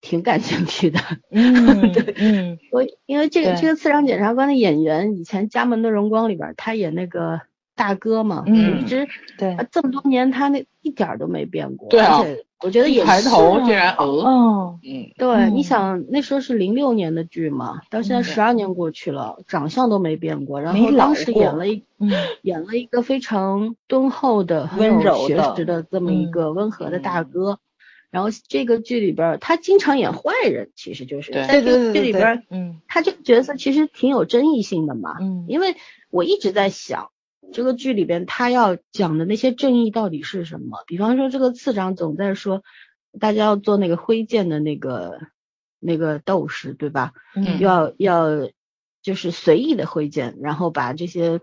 [SPEAKER 1] 挺感兴趣的。
[SPEAKER 4] 嗯嗯
[SPEAKER 1] 我因为这个
[SPEAKER 4] 对
[SPEAKER 1] 这个次长检察官的演员，以前《家门的荣光》里边儿他演那个大哥嘛，
[SPEAKER 4] 嗯
[SPEAKER 1] 一直
[SPEAKER 4] 对
[SPEAKER 1] 啊，这么多年他那一点儿都没变过，
[SPEAKER 2] 对啊
[SPEAKER 1] 而且我觉得
[SPEAKER 2] 一
[SPEAKER 1] 也
[SPEAKER 2] 抬
[SPEAKER 1] 是
[SPEAKER 2] 头
[SPEAKER 1] 啊
[SPEAKER 2] 竟然鹅，
[SPEAKER 4] 哦
[SPEAKER 2] 嗯，
[SPEAKER 1] 对，
[SPEAKER 4] 嗯
[SPEAKER 1] 你想那时候是零六年的剧嘛，到现在
[SPEAKER 4] 嗯
[SPEAKER 1] 十二年过去了，长相都没变过，然
[SPEAKER 4] 没
[SPEAKER 1] 后
[SPEAKER 4] 老
[SPEAKER 1] 当时
[SPEAKER 4] 过
[SPEAKER 1] 演了一
[SPEAKER 4] 嗯
[SPEAKER 1] 演了一个非常敦厚的、很
[SPEAKER 4] 温
[SPEAKER 1] 有
[SPEAKER 4] 柔
[SPEAKER 1] 学
[SPEAKER 4] 的
[SPEAKER 1] 识的这么一
[SPEAKER 4] 嗯
[SPEAKER 1] 个温和的大哥。然后这个剧里边儿，他经常演坏人，其实就是
[SPEAKER 2] 对
[SPEAKER 1] 在这
[SPEAKER 4] 对
[SPEAKER 1] 个剧里边儿，
[SPEAKER 4] 嗯
[SPEAKER 1] 他这个角色其实挺有争议性的嘛，
[SPEAKER 4] 嗯
[SPEAKER 1] 因为我一直在想这个剧里边他要讲的那些正义到底是什么。比方说，这个次长总在说大家要做那个挥剑的那个那个斗士，对吧？
[SPEAKER 4] 嗯
[SPEAKER 1] 要要就是随意的挥剑，然后把这些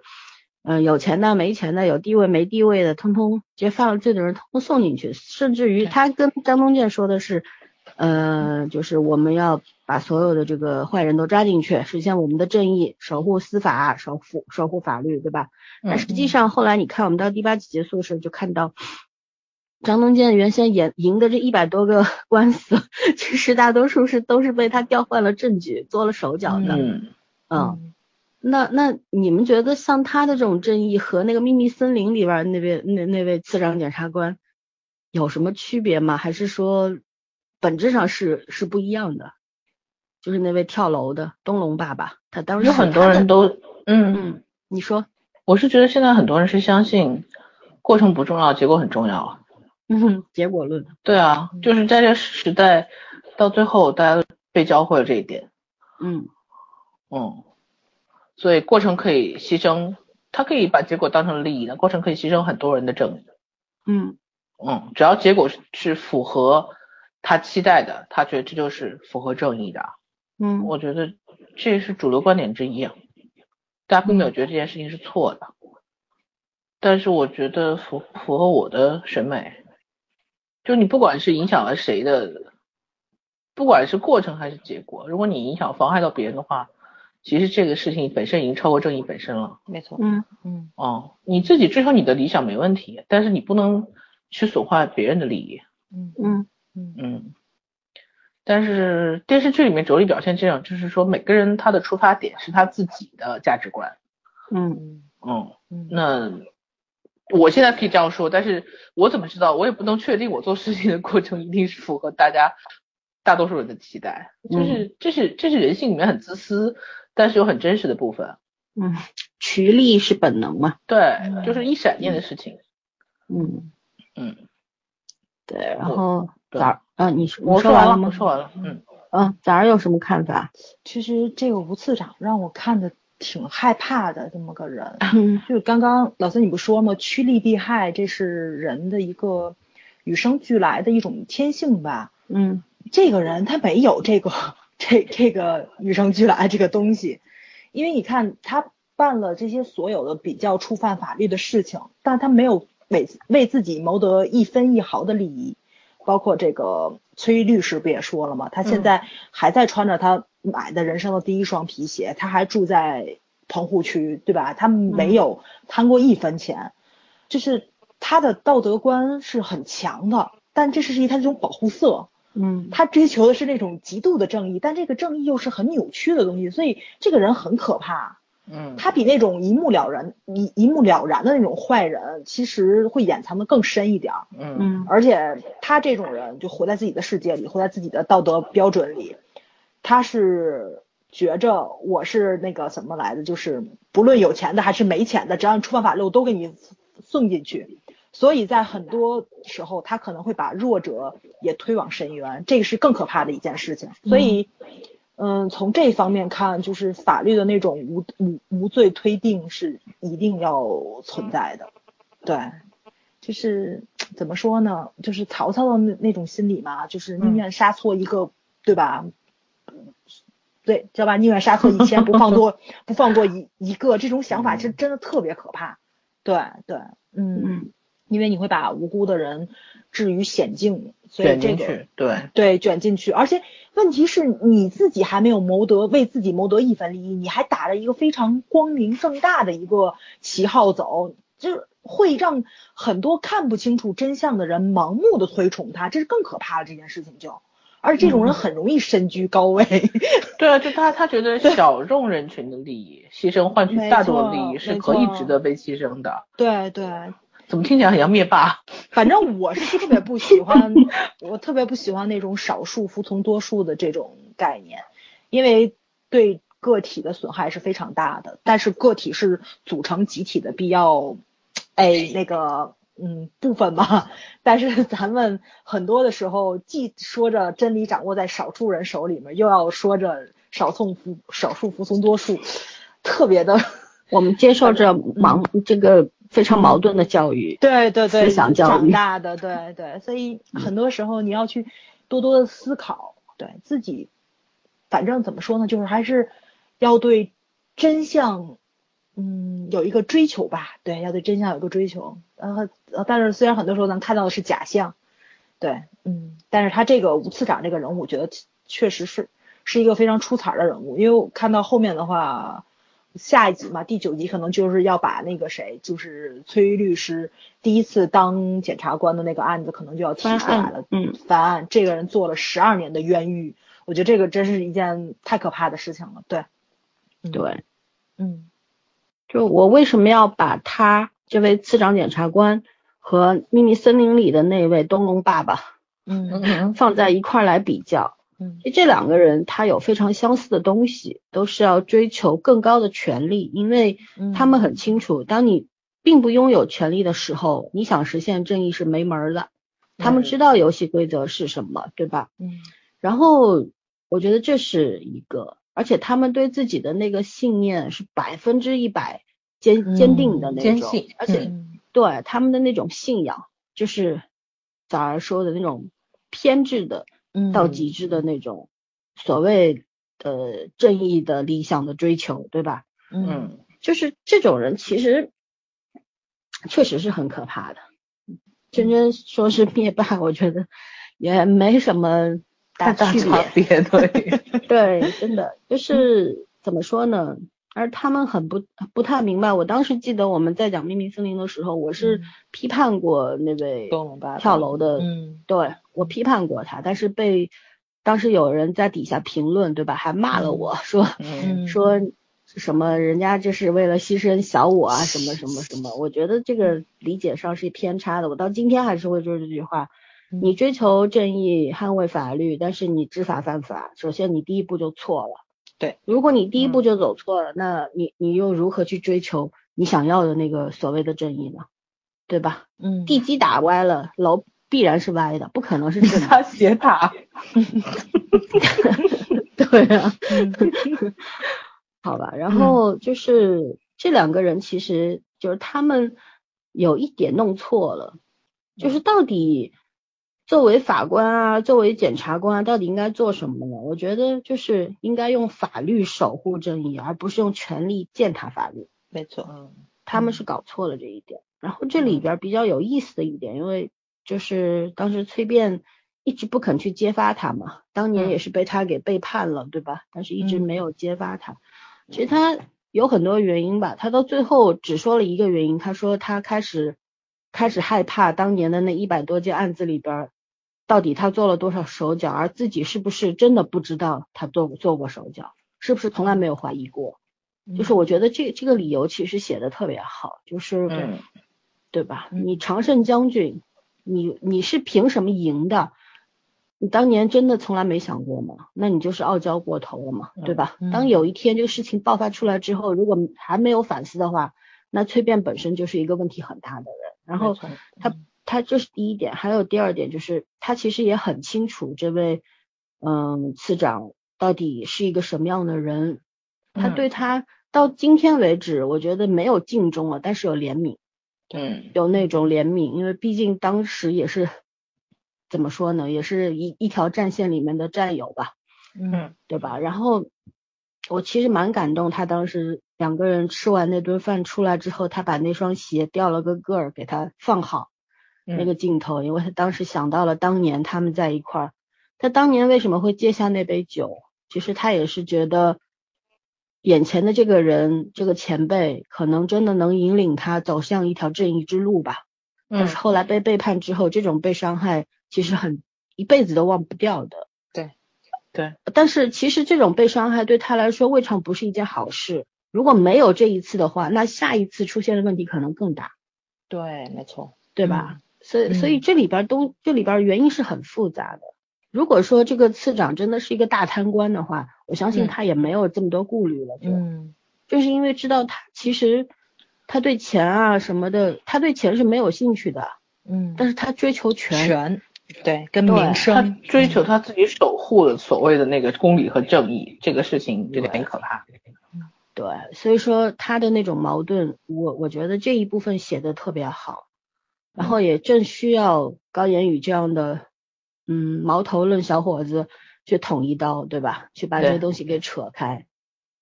[SPEAKER 1] 嗯、呃有钱的、没钱的、有地位没地位的，通通这些犯了罪的人通通送进去，甚至于
[SPEAKER 4] 对
[SPEAKER 1] 他跟张东健说的是，呃，就是我们要把所有的这个坏人都抓进去，实现我们的正义，守护司法，守护守护法律，对吧？但实
[SPEAKER 2] 嗯
[SPEAKER 1] 际上后来你看，我们到第八集结束的时候就看到。张东健原先赢赢的这一百多个 官司，其实大多数是都是被他调换了证据，做了手脚的。
[SPEAKER 2] 嗯，
[SPEAKER 1] 嗯，那那你们觉得像他的这种正义和那个秘密森林里边那位那那位次长检察官有什么区别吗？还是说本质上是是不一样的？就是那位跳楼的东龙爸爸，他当时
[SPEAKER 2] 有很多人
[SPEAKER 1] 都
[SPEAKER 2] 都，嗯，
[SPEAKER 1] 嗯，你说
[SPEAKER 2] 我是觉得现在很多人是相信过程不重要，结果很重要。啊
[SPEAKER 1] 嗯，结果论
[SPEAKER 2] 对啊，就是在这个时代，到最后大家都被教会了这一点。
[SPEAKER 1] 嗯
[SPEAKER 2] 嗯，所以过程可以牺牲，他可以把结果当成利益的，过程可以牺牲很多人的正义。
[SPEAKER 1] 嗯
[SPEAKER 2] 嗯，只要结果是是符合他期待的，他觉得这就是符合正义的。啊
[SPEAKER 1] 嗯
[SPEAKER 2] 我觉得这是主流观点之一啊。大家并没有觉得这件事情是错的，但是我觉得符符合我的审美。就你不管是影响了谁的，不管是过程还是结果，如果你影响妨害到别人的话，其实这个事情本身已经超过正义本身了。
[SPEAKER 4] 没错
[SPEAKER 1] 嗯
[SPEAKER 4] 嗯
[SPEAKER 2] 哦，你自己追求你的理想没问题，但是你不能去损坏别人的利益。
[SPEAKER 4] 嗯
[SPEAKER 1] 嗯
[SPEAKER 4] 嗯
[SPEAKER 2] 嗯，但是电视剧里面着力表现这样，就是说每个人他的出发点是他自己的价值观，
[SPEAKER 1] 嗯
[SPEAKER 4] 嗯
[SPEAKER 2] 嗯，
[SPEAKER 3] 嗯
[SPEAKER 2] 那我现在可以这样说，但是我怎么知道？我也不能确定我做事情的过程一定是符合大家大多数人的期待，就是这是这是人性里面很自私，但是又很真实的部分。
[SPEAKER 1] 嗯，趋利是本能嘛，
[SPEAKER 2] 对，就是一闪念的事情。
[SPEAKER 1] 嗯
[SPEAKER 2] 嗯，
[SPEAKER 1] 对，然后
[SPEAKER 2] 对
[SPEAKER 1] 早儿啊，你说
[SPEAKER 2] 我
[SPEAKER 1] 你说
[SPEAKER 2] 完
[SPEAKER 1] 了
[SPEAKER 2] 我
[SPEAKER 1] 吗？
[SPEAKER 2] 说完了。嗯，
[SPEAKER 1] 嗯，早儿有什么看法？
[SPEAKER 3] 其实这个吴次长让我看的挺害怕的这么个人，
[SPEAKER 1] 嗯
[SPEAKER 3] 就是刚刚老孙你不说吗？趋利避害，这是人的一个与生俱来的一种天性吧。
[SPEAKER 1] 嗯
[SPEAKER 3] 这个人他没有这个 这这个与生俱来这个东西，因为你看他办了这些所有的比较触犯法律的事情，但他没有为为自己谋得一分一毫的利益，包括这个崔律师不也说了吗？他现在还在穿着他买的人生的第一双皮鞋，他还住在棚户区，对吧？他没有贪过一分钱，就是他的道德观是很强的，但这是一他这种保护色。
[SPEAKER 1] 嗯
[SPEAKER 3] 他追求的是那种极度的正义，但这个正义又是很扭曲的东西，所以这个人很可怕。
[SPEAKER 2] 嗯，
[SPEAKER 3] 他比那种一目了然、一一目了然的那种坏人，其实会掩藏的更深一点儿。
[SPEAKER 2] 嗯
[SPEAKER 1] 嗯
[SPEAKER 3] 而且他这种人就活在自己的世界里，活在自己的道德标准里，他是觉着我是那个什么来的，就是不论有钱的还是没钱的，只要你触犯法律，我都给你送进去。所以在很多时候，他可能会把弱者也推往深渊，这个是更可怕的一件事情。所以，嗯，从这方面看，就是法律的那种无无无罪推定是一定要存在的，对。就是怎么说呢？就是曹操的那那种心理嘛，就是宁愿杀错一个，对吧？对，知道吧？宁愿杀错一千，不放过不放过一一个，这种想法其实真的特别可怕。对对，嗯，
[SPEAKER 1] 嗯
[SPEAKER 3] 因为你会把无辜的人置于险境，所以
[SPEAKER 2] 卷
[SPEAKER 3] 这
[SPEAKER 2] 进
[SPEAKER 3] 个
[SPEAKER 2] 去，对，
[SPEAKER 3] 对卷进去，而且问题是你自己还没有谋得为自己谋得一分利益，你还打着一个非常光明正大的一个旗号走，就是会让很多看不清楚真相的人盲目的推崇他，这是更可怕的这件事情就，而且这种人很容易身居高位，
[SPEAKER 2] 对，啊就他他觉得小众人群的利益，牺牲换取
[SPEAKER 3] 没
[SPEAKER 2] 大众的
[SPEAKER 3] 错
[SPEAKER 2] 利益是
[SPEAKER 3] 没
[SPEAKER 2] 可以
[SPEAKER 3] 错
[SPEAKER 2] 值得被牺牲的。
[SPEAKER 3] 对对，
[SPEAKER 2] 怎么听起来很像灭霸？
[SPEAKER 3] 反正我是特别不喜欢，我特别不喜欢那种少数服从多数的这种概念，因为对个体的损害是非常大的。但是个体是组成集体的必要，哎，那个嗯部分嘛。但是咱们很多的时候，既说着真理掌握在少数人手里面，又要说着少从服少数服从多数，特别的。
[SPEAKER 1] 我们接受着盲、这个非常矛盾的教育。
[SPEAKER 3] 对对对，
[SPEAKER 1] 思想教育
[SPEAKER 3] 长大的，对对，所以很多时候你要去多多的思考，对自己，反正怎么说呢，就是还是要对真相，嗯，有一个追求吧，对，要对真相有一个追求，然后呃但是虽然很多时候咱看到的是假象，对，嗯，但是他这个吴次长这个人物，我觉得确实是是一个非常出彩儿的人物，因为我看到后面的话，下一集嘛，第九集可能就是要把那个谁，就是崔律师第一次当检察官的那个案子，可能就要提出来了。
[SPEAKER 1] 嗯
[SPEAKER 3] 翻案，这个人坐了十二年的冤狱，我觉得这个真是一件太可怕的事情了。对，
[SPEAKER 1] 对，
[SPEAKER 3] 嗯，
[SPEAKER 1] 就我为什么要把他这位次长检察官和《秘密森林》里的那位东龙爸爸
[SPEAKER 3] 嗯
[SPEAKER 2] 嗯
[SPEAKER 1] 放在一块儿来比较？
[SPEAKER 3] 嗯
[SPEAKER 1] 这两个人他有非常相似的东西，都是要追求更高的权利，因为
[SPEAKER 3] 嗯，
[SPEAKER 1] 他们很清楚，当你并不拥有权利的时候，你想实现正义是没门儿的。他们知道游戏规则是什么，对吧？
[SPEAKER 3] 嗯
[SPEAKER 1] 然后我觉得这是一个，而且他们对自己的那个信念是百分之一百坚
[SPEAKER 3] 嗯
[SPEAKER 1] 坚定的那种，
[SPEAKER 2] 坚信
[SPEAKER 1] 而且
[SPEAKER 3] 嗯
[SPEAKER 1] 对他们的那种信仰，就是早儿说的那种偏执的
[SPEAKER 3] 嗯
[SPEAKER 1] 到极致的那种所谓呃正义的理想的追求，对吧？
[SPEAKER 3] 嗯
[SPEAKER 2] 嗯
[SPEAKER 1] 就是这种人其实确实是很可怕的。真
[SPEAKER 2] 嗯
[SPEAKER 1] 真说是灭霸，我觉得也没什么
[SPEAKER 2] 太
[SPEAKER 1] 大
[SPEAKER 2] 大
[SPEAKER 1] 区
[SPEAKER 2] 差
[SPEAKER 1] 别。
[SPEAKER 2] 别， 对，
[SPEAKER 1] 对，真 的就是怎么说呢？而他们很不不太明白。我当时记得我们在讲《秘密森林》的时候，我是
[SPEAKER 3] 嗯
[SPEAKER 1] 批判过那位
[SPEAKER 3] 东龙八
[SPEAKER 1] 跳楼的，
[SPEAKER 3] 嗯
[SPEAKER 1] 对我批判过他，但是 被当时有人在底下评论，对吧？还骂了我说
[SPEAKER 2] 嗯
[SPEAKER 1] 说什么人家这是为了牺牲小我啊，什么什么什么，我觉得这个理解上是偏差的。我到今天还是会说这句话：
[SPEAKER 2] 嗯
[SPEAKER 1] 你追求正义、捍卫法律，但是你知法犯法，首先你第一步就错了。
[SPEAKER 2] 对，嗯
[SPEAKER 1] 如果你第一步就走错了，那你你又如何去追求你想要的那个所谓的正义呢？对吧？
[SPEAKER 4] 嗯
[SPEAKER 1] 地基打歪了，楼必然是歪的，不可能是正的。
[SPEAKER 3] 他斜塔，
[SPEAKER 1] 对啊，好吧，然后就是这两个人其实就是他们有一点弄错了，就是到底作为法官啊，作为检察官啊，到底应该做什么呢？我觉得就是应该用法律守护正义，而不是用权力践踏法律。
[SPEAKER 2] 没错，
[SPEAKER 4] 嗯
[SPEAKER 1] 他们是搞错了这一点。然后这里边比较有意思的一点，因为就是当时崔辩一直不肯去揭发他嘛，当年也是被他给背叛了，对吧？但是一直没有揭发他。其实他有很多原因吧，他到最后只说了一个原因，他说他开始开始害怕当年的那一百多件案子里边。到底他做了多少手脚，而自己是不是真的不知道他做做过手脚，是不是从来没有怀疑过？
[SPEAKER 4] 嗯
[SPEAKER 1] 就是我觉得这这个理由其实写的特别好，就是、
[SPEAKER 2] 嗯
[SPEAKER 1] 对吧？
[SPEAKER 4] 嗯
[SPEAKER 1] 你常胜将军，你你是凭什么赢的？你当年真的从来没想过吗？那你就是傲娇过头了嘛，对吧？
[SPEAKER 4] 嗯
[SPEAKER 1] 当有一天这个事情爆发出来之后，如果还没有反思的话，那崔辩本身就是一个问题很大的人。然后他他这是第一点，还有第二点就是他其实也很清楚这位嗯次长到底是一个什么样的人，他
[SPEAKER 2] 嗯
[SPEAKER 1] 对他到今天为止，我觉得没有尽忠了，但是有怜悯。
[SPEAKER 2] 嗯
[SPEAKER 1] 有那种怜悯，因为毕竟当时也是怎么说呢，也是一一条战线里面的战友吧，
[SPEAKER 4] 嗯
[SPEAKER 1] 对吧？然后我其实蛮感动，他当时两个人吃完那顿饭出来之后，他把那双鞋掉了个个儿给他放好，
[SPEAKER 2] 嗯
[SPEAKER 1] 那个镜头，因为他当时想到了当年他们在一块儿，他当年为什么会接下那杯酒？其实他也是觉得眼前的这个人，这个前辈，可能真的能引领他走向一条正义之路吧。但
[SPEAKER 2] 嗯
[SPEAKER 1] 是后来被背叛之后，这种被伤害其实很一辈子都忘不掉的。
[SPEAKER 2] 对，对。
[SPEAKER 1] 但是其实这种被伤害对他来说未尝不是一件好事。如果没有这一次的话，那下一次出现的问题可能更大。
[SPEAKER 2] 对，没错，
[SPEAKER 1] 对吧？所以所以这里边都这里边原因是很复杂的。如果说这个次长真的是一个大贪官的话，我相信
[SPEAKER 2] 嗯
[SPEAKER 1] 他也没有这么多顾虑了。就
[SPEAKER 4] 嗯
[SPEAKER 1] 正是因为知道他其实他对钱啊什么的，他对钱是没有兴趣的，
[SPEAKER 4] 嗯，
[SPEAKER 1] 但是他追求权。
[SPEAKER 4] 权对跟
[SPEAKER 1] 对
[SPEAKER 4] 名
[SPEAKER 2] 他
[SPEAKER 4] 声
[SPEAKER 2] 追
[SPEAKER 3] 嗯
[SPEAKER 2] 求他自己守护的所谓的那个公理和正义，这个事情有点可怕。
[SPEAKER 1] 对，所以说他的那种矛盾，我我觉得这一部分写的特别好，然后也正需要高言宇这样的嗯毛头论小伙子去捅一刀，对吧？去把这
[SPEAKER 2] 对
[SPEAKER 1] 些东西给扯开。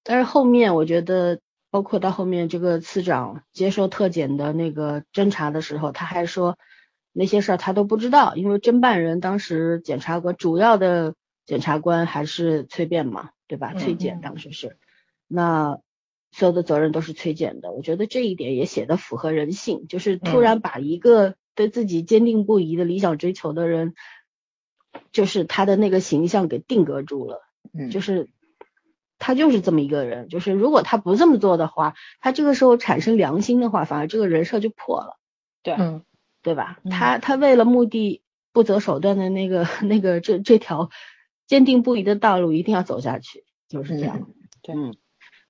[SPEAKER 1] 但是后面我觉得，包括到后面这个次长接受特检的那个侦查的时候，他还说那些事儿他都不知道，因为侦办人当时检察官主要的检察官还是崔辩嘛，对吧？
[SPEAKER 2] 嗯
[SPEAKER 1] 崔检当时是。那所有的责任都是崔健的。我觉得这一点也写的符合人性，就是
[SPEAKER 2] 嗯
[SPEAKER 1] 突然把一个对自己坚定不移的理想追求的人，就是他的那个形象给定格住了，
[SPEAKER 2] 嗯，
[SPEAKER 1] 就是。他就是这么一个人，就是如果他不这么做的话，他这个时候产生良心的话，反而这个人设就破了，
[SPEAKER 3] 对
[SPEAKER 2] 嗯
[SPEAKER 1] 对吧？
[SPEAKER 4] 嗯
[SPEAKER 1] 他他为了目的不择手段的那个 那个这这条坚定不移的道路一定要走下去，就是这样。
[SPEAKER 2] 嗯
[SPEAKER 3] 对
[SPEAKER 1] 嗯，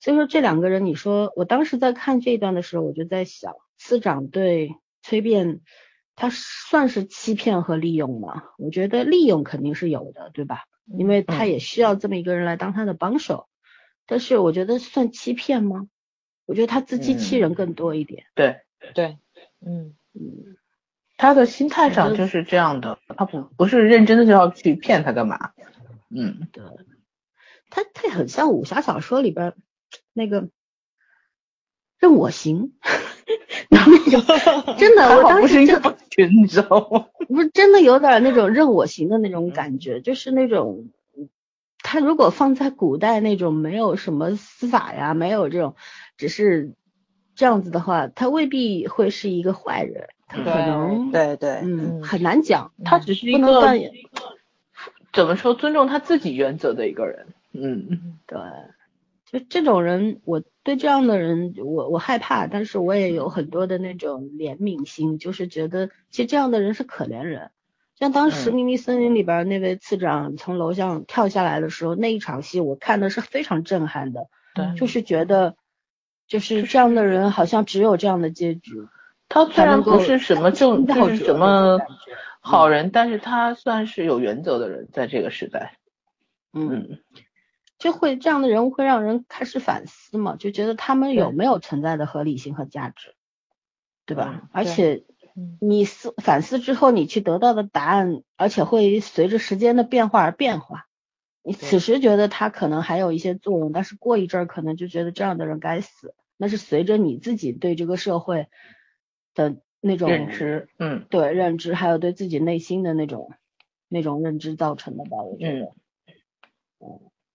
[SPEAKER 1] 所以说这两个人，你说我当时在看这一段的时候，我就在想，司长对崔辩，他算是欺骗和利用吗？我觉得利用肯定是有的，对吧？因为他也需要这么一个人来当他的帮手，但是我觉得算欺骗吗？我觉得他自欺欺人更多一点。
[SPEAKER 2] 对，
[SPEAKER 4] 嗯
[SPEAKER 2] 他的心态上就是这样的，他不不是认真的就要去骗他干嘛？嗯，
[SPEAKER 1] 他他很像武侠小说里边那个任我行， 那 个真的，
[SPEAKER 2] 还
[SPEAKER 1] 我
[SPEAKER 2] 好
[SPEAKER 1] 当
[SPEAKER 2] 不
[SPEAKER 1] 时
[SPEAKER 2] 是一
[SPEAKER 1] 真
[SPEAKER 2] 个帮群，你知道吗？
[SPEAKER 1] 不是真的有点那种任我行的那
[SPEAKER 2] 嗯
[SPEAKER 1] 种感觉，就是那种，他如果放在古代那种没有什么司法呀，没有这种，只是这样子的话，他未必会是一个坏人，他可能
[SPEAKER 3] 对对，
[SPEAKER 1] 嗯
[SPEAKER 4] 嗯
[SPEAKER 1] 很难讲，
[SPEAKER 2] 他只是一
[SPEAKER 1] 不能
[SPEAKER 2] 个
[SPEAKER 1] 扮演
[SPEAKER 2] 怎么说尊重他自己原则的一个人。嗯，
[SPEAKER 1] 对，就这种人，我对这样的人，我我害怕，但是我也有很多的那种怜悯心，就是觉得其实这样的人是可怜人。像当时《
[SPEAKER 2] 嗯
[SPEAKER 1] 秘密森林》里边那位次长从楼上跳下来的时候，那一场戏我看的是非常震撼的，
[SPEAKER 3] 嗯
[SPEAKER 2] 对
[SPEAKER 1] 就是觉得就是这样的人好像只有这样的结局。
[SPEAKER 2] 他虽
[SPEAKER 1] 才
[SPEAKER 2] 然
[SPEAKER 1] 能
[SPEAKER 2] 不
[SPEAKER 1] 够
[SPEAKER 2] 是什么正，
[SPEAKER 1] 到
[SPEAKER 2] 就是
[SPEAKER 1] 者那
[SPEAKER 2] 什
[SPEAKER 1] 种
[SPEAKER 2] 么
[SPEAKER 1] 感觉
[SPEAKER 2] 好人，但是他算是有原则的人，在这个时代，
[SPEAKER 1] 嗯，
[SPEAKER 2] 嗯，
[SPEAKER 1] 就会这样的人物会让人开始反思嘛，就觉得他们有
[SPEAKER 2] 对
[SPEAKER 1] 没有存在的合理性和价值，对吧？
[SPEAKER 2] 嗯
[SPEAKER 1] 而
[SPEAKER 3] 对
[SPEAKER 1] 且
[SPEAKER 3] 嗯
[SPEAKER 1] 你思反思之后，你去得到的答案，而且会随着时间的变化而变化。你此时觉得他可能还有一些作用，但是过一阵儿可能就觉得这样的人该死。那是随着你自己对这个社会的那种
[SPEAKER 2] 认知，嗯
[SPEAKER 1] 对认知，还有对自己内心的那种那种认知造成的吧，我觉得。
[SPEAKER 2] 嗯，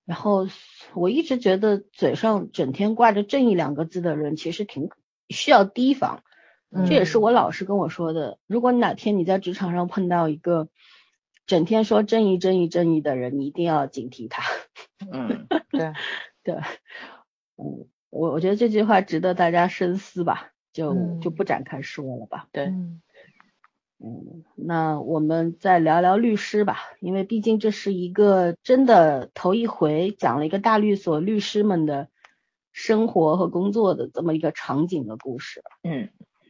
[SPEAKER 1] 然后我一直觉得嘴上整天挂着正义两个字的人，其实挺需要提防。这也是我老师跟我说的。如果你哪天你在职场上碰到一个整天说正义、正义、正义的人，你一定要警惕他。
[SPEAKER 2] 嗯，
[SPEAKER 3] 对，
[SPEAKER 1] 对，嗯，我我觉得这句话值得大家深思吧，就、就
[SPEAKER 3] 嗯
[SPEAKER 1] 不展开说了吧。
[SPEAKER 2] 对，
[SPEAKER 3] 嗯
[SPEAKER 1] 嗯，那我们再聊聊律师吧，因为毕竟这是一个真的头一回讲了一个大律所律师们的生活和工作的这么一个场景的故事。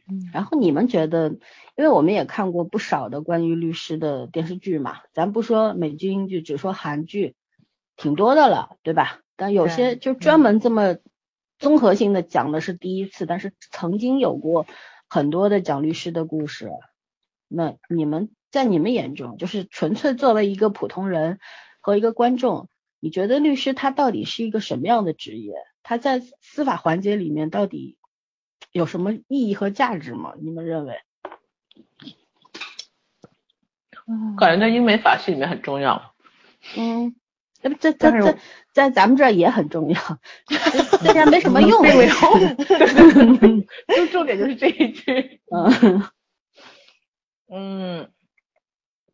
[SPEAKER 2] 嗯，
[SPEAKER 1] 然后你们觉得，因为我们也看过不少的关于律师的电视剧嘛，咱不说美剧、英剧，只说韩剧，挺多的了，对吧？但有些就专门这么综合性的讲的是第一次，但是曾经有过很多的讲律师的故事。那你们在你们眼中，就是纯粹作为一个普通人和一个观众，你觉得律师他到底是一个什么样的职业？他在司法环节里面到底有什么意义和价值吗？你们认为？
[SPEAKER 2] 感觉在英美法系里面很重要，
[SPEAKER 1] 嗯，那不在在
[SPEAKER 3] 但是
[SPEAKER 1] 在在咱们这儿也很重要， 虽然没什么用。
[SPEAKER 2] 并没有， 就重点就是这一句，
[SPEAKER 1] 嗯
[SPEAKER 2] 嗯，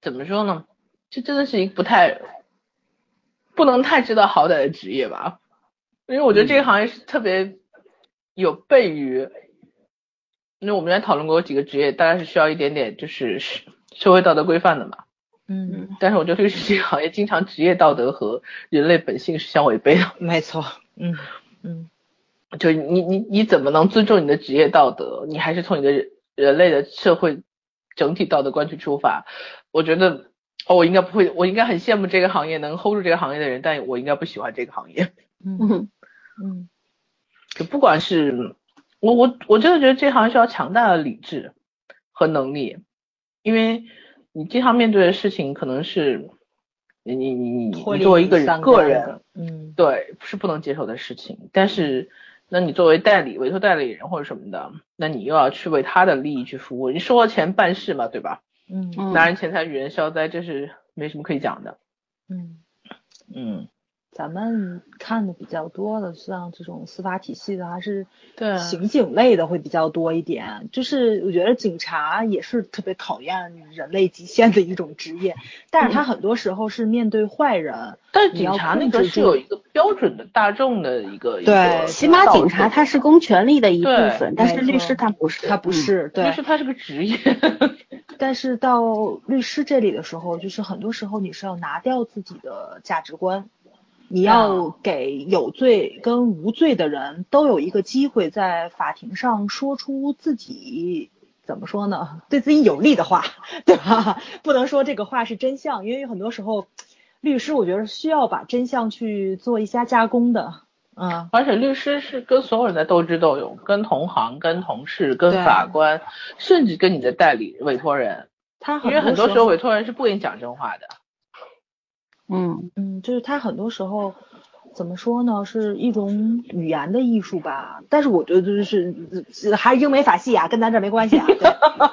[SPEAKER 2] 怎么说呢？这真的是一个不太，不能太知道好歹的职业吧，因为我觉得这个行业是特别有悖于，因为我们原来讨论过有几个职业，大概是需要一点点就是社社会道德规范的嘛。
[SPEAKER 3] 嗯，
[SPEAKER 2] 但是我觉得律师这个行业经常职业道德和人类本性是相违背的，
[SPEAKER 3] 没错，嗯嗯
[SPEAKER 2] 就是你你你怎么能尊重你的职业道德？你还是从你的人人类的社会整体道德观去出发。我觉得，哦，我应该不会，我应该很羡慕这个行业能 hold 住这个行业的人，但我应该不喜欢这个行业。
[SPEAKER 3] 嗯
[SPEAKER 1] 嗯
[SPEAKER 3] 嗯
[SPEAKER 2] 就不管是我我我真的觉得这行需要强大的理智和能力，因为你经常面对的事情可能是你你你你
[SPEAKER 3] 脱
[SPEAKER 2] 你
[SPEAKER 3] 离
[SPEAKER 2] 作为一个
[SPEAKER 3] 以
[SPEAKER 2] 人
[SPEAKER 3] 上
[SPEAKER 2] 个
[SPEAKER 3] 的
[SPEAKER 2] 人。
[SPEAKER 3] 嗯
[SPEAKER 2] 对，是不能接受的事情。但是，那你作为代理、委托代理人或者什么的，那你又要去为他的利益去服务。你收了钱办事嘛，对吧？
[SPEAKER 3] 嗯
[SPEAKER 1] 嗯
[SPEAKER 2] 拿人钱财与人消灾，这是没什么可以讲的。
[SPEAKER 3] 嗯。
[SPEAKER 2] 嗯，
[SPEAKER 3] 咱们看的比较多的，像这种司法体系的，还是
[SPEAKER 2] 对
[SPEAKER 3] 刑警类的会比较多一点。就是我觉得警察也是特别考验人类极限的一种职业，但是他很多时候是面对坏人，
[SPEAKER 2] 但是
[SPEAKER 3] 你
[SPEAKER 2] 警
[SPEAKER 3] 要
[SPEAKER 2] 察那
[SPEAKER 3] 控
[SPEAKER 2] 个
[SPEAKER 3] 制
[SPEAKER 2] 是
[SPEAKER 3] 住
[SPEAKER 2] 有一个标准的大众的一个，一
[SPEAKER 3] 对
[SPEAKER 2] 个
[SPEAKER 1] 起码
[SPEAKER 2] 道
[SPEAKER 1] 警
[SPEAKER 2] 德
[SPEAKER 1] 察他是公权力的一部
[SPEAKER 2] 对
[SPEAKER 1] 分，但
[SPEAKER 3] 没
[SPEAKER 1] 是律
[SPEAKER 3] 错
[SPEAKER 1] 师他不是。
[SPEAKER 3] 他不
[SPEAKER 1] 嗯。
[SPEAKER 3] 是、
[SPEAKER 2] 就
[SPEAKER 3] 对
[SPEAKER 2] 是。他是个职业，
[SPEAKER 3] 但是到律师这里的时候，就是很多时候你是要拿掉自己的价值观，
[SPEAKER 2] 嗯
[SPEAKER 3] 你要给有罪跟无罪的人都有一个机会在法庭上说出自己怎么说呢，对自己有利的话， 对吧？不能说这个话是真相，因为很多时候律师我觉得需要把真相去做一下加工的，嗯，
[SPEAKER 2] 而且律师是跟所有人在斗智斗勇，跟同行、跟同事、跟
[SPEAKER 3] 对
[SPEAKER 2] 法官，甚至跟你的代理、委托人，
[SPEAKER 3] 他
[SPEAKER 2] 因为很多时候委托人是不跟你讲真话的。
[SPEAKER 1] 嗯
[SPEAKER 3] 嗯，就是他很多时候怎么说呢，是一种语言的艺术吧。但是我觉得就是呃还是英美法系啊，跟咱这没关系啊。对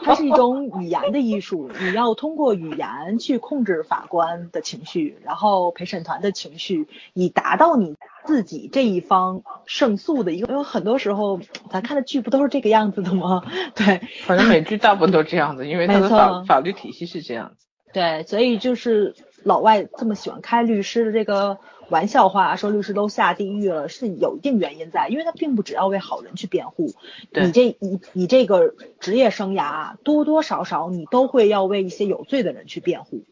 [SPEAKER 3] 它是一种语言的艺术，你要通过语言去控制法官的情绪，然后陪审团的情绪，以达到你自己这一方胜诉的一个。因为很多时候咱看的剧不都是这个样子的吗？ 对，
[SPEAKER 2] 反正美剧大部分都这样子，因为它的
[SPEAKER 3] 没错
[SPEAKER 2] 法法律体系是这样子。
[SPEAKER 3] 对，所以就是老外这么喜欢开律师的这个玩笑话说律师都下地狱了，是有一定原因在，因为他并不只要为好人去辩护，
[SPEAKER 2] 对
[SPEAKER 3] 你这你你这个职业生涯多多少少你都会要为一些有罪的人去辩护，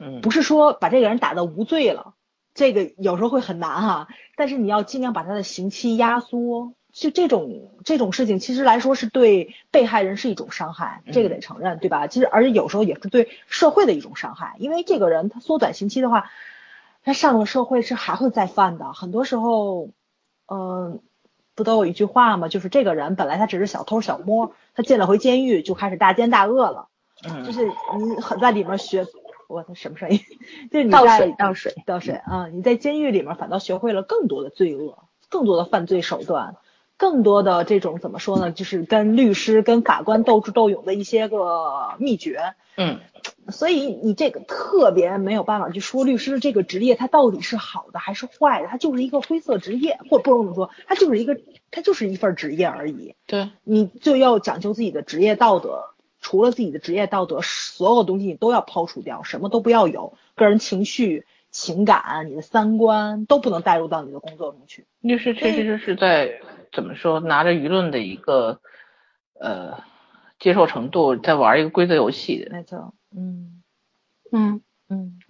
[SPEAKER 2] 嗯，
[SPEAKER 3] 不是说把这个人打到无罪了，这个有时候会很难哈、但是你要尽量把他的刑期压缩。就这种这种事情，其实来说是对被害人是一种伤害，这个得承认，对吧？其实而且有时候也是对社会的一种伤害，因为这个人他缩短刑期的话，他上了社会是还会再犯的。很多时候，嗯、不都有一句话吗？就是这个人本来他只是小偷小摸，他进了回监狱就开始大奸大恶了。
[SPEAKER 2] 嗯
[SPEAKER 3] 就是你很在里面学，我的什么声音？就是你
[SPEAKER 1] 倒
[SPEAKER 3] 在
[SPEAKER 1] 水倒水，
[SPEAKER 3] 倒水啊、你在监狱里面反倒学会了更多的罪恶，更多的犯罪手段，更多的这种怎么说呢？就是跟律师、跟法官斗智斗勇的一些个秘诀。
[SPEAKER 2] 嗯，
[SPEAKER 3] 所以你这个特别没有办法去说律师这个职业它到底是好的还是坏的，它就是一个灰色职业，或不能这么说，它就是一个它就是一份职业而已。
[SPEAKER 2] 对，
[SPEAKER 3] 你就要讲究自己的职业道德，除了自己的职业道德，所有东西你都要抛除掉，什么都不要有，个人情绪、情感、你的三观都不能带入到你的工作中去。
[SPEAKER 2] 律师确实就是在怎么说，拿着舆论的一个呃接受程度，在玩一个规则游戏。
[SPEAKER 3] 没错，嗯
[SPEAKER 1] 嗯，
[SPEAKER 3] 嗯，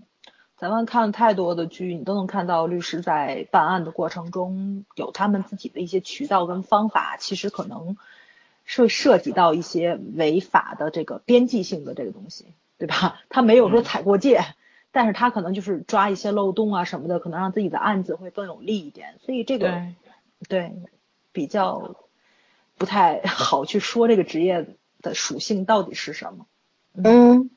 [SPEAKER 3] 咱们看太多的剧，你都能看到律师在办案的过程中有他们自己的一些渠道跟方法，其实可能是会涉及到一些违法的这个边际性的这个东西。对吧？他没有说踩过界，但是他可能就是抓一些漏洞啊什么的，可能让自己的案子会更有利一点。所以这个
[SPEAKER 2] 对
[SPEAKER 3] 对比较不太 好去说这个职业的属性到底是什么。
[SPEAKER 1] 嗯，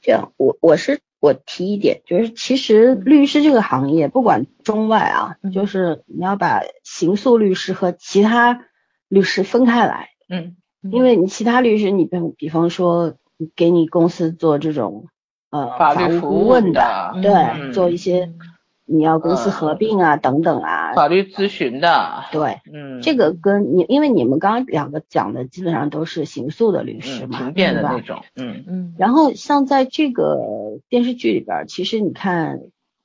[SPEAKER 1] 这样，我我是我提一点，就是其实律师这个行业，不管中外啊，
[SPEAKER 3] 嗯
[SPEAKER 1] 就是你要把刑诉律师和其他律师分开来，
[SPEAKER 2] 嗯
[SPEAKER 1] 因为你其他律师，你比比方说给你公司做这种呃
[SPEAKER 2] 法律
[SPEAKER 1] 务
[SPEAKER 2] 服
[SPEAKER 1] 顾
[SPEAKER 2] 务
[SPEAKER 1] 问
[SPEAKER 2] 的
[SPEAKER 1] 对，
[SPEAKER 2] 嗯
[SPEAKER 1] 做一些你要公司合并啊、等等啊，
[SPEAKER 2] 法律咨询的，
[SPEAKER 1] 对，
[SPEAKER 2] 嗯，
[SPEAKER 1] 这个跟你因为你们刚刚两个讲的基本上都是刑诉的律师
[SPEAKER 2] 嗯
[SPEAKER 1] 嘛，
[SPEAKER 2] 庭辩的
[SPEAKER 1] 对吧
[SPEAKER 2] 那种，嗯
[SPEAKER 3] 嗯
[SPEAKER 1] 然后像在这个电视剧里边儿，其实你看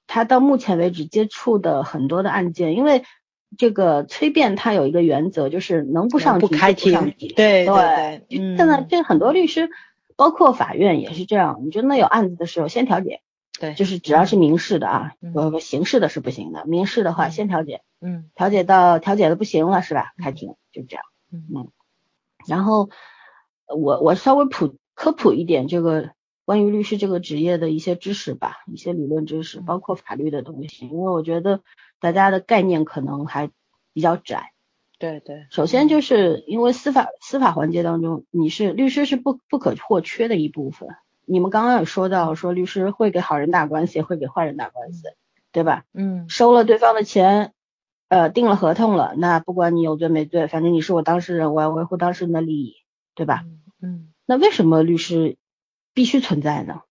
[SPEAKER 1] 他到目前为止接触的很多的案件，因为这个催辩它有一个原则，就是能不上
[SPEAKER 3] 嗯不
[SPEAKER 1] 庭
[SPEAKER 3] 开
[SPEAKER 1] 就不上
[SPEAKER 3] 庭，
[SPEAKER 1] 庭。
[SPEAKER 3] 对
[SPEAKER 1] 对
[SPEAKER 3] 对，嗯
[SPEAKER 1] 现在这很多律师，包括法院也是这样，你真的有案子的时候先调解，
[SPEAKER 3] 对
[SPEAKER 1] 就是只要是民事的啊
[SPEAKER 3] 嗯，
[SPEAKER 1] 呃、不刑事的是不行的，民事的话先调解，
[SPEAKER 3] 嗯
[SPEAKER 1] 调解到调解的不行了是吧？开庭就这样。
[SPEAKER 3] 嗯
[SPEAKER 1] 然后呃我我稍微普科普一点这个关于律师这个职业的一些知识吧，一些理论知识，
[SPEAKER 3] 嗯
[SPEAKER 1] 包括法律的东西，因为我觉得大家的概念可能还比较窄。
[SPEAKER 3] 对对
[SPEAKER 1] 首先就是因为司法司法环节当中，你是律师是不不可或缺的一部分。你们刚刚有说到说律师会给好人打官司，也会给坏人打官司，对吧？
[SPEAKER 3] 嗯
[SPEAKER 1] 收了对方的钱，呃，订了合同了，那不管你有罪没罪，反正你是我当事人，我要维护当事人的利益，对吧？
[SPEAKER 3] 嗯
[SPEAKER 1] 那为什么律师必须存在呢？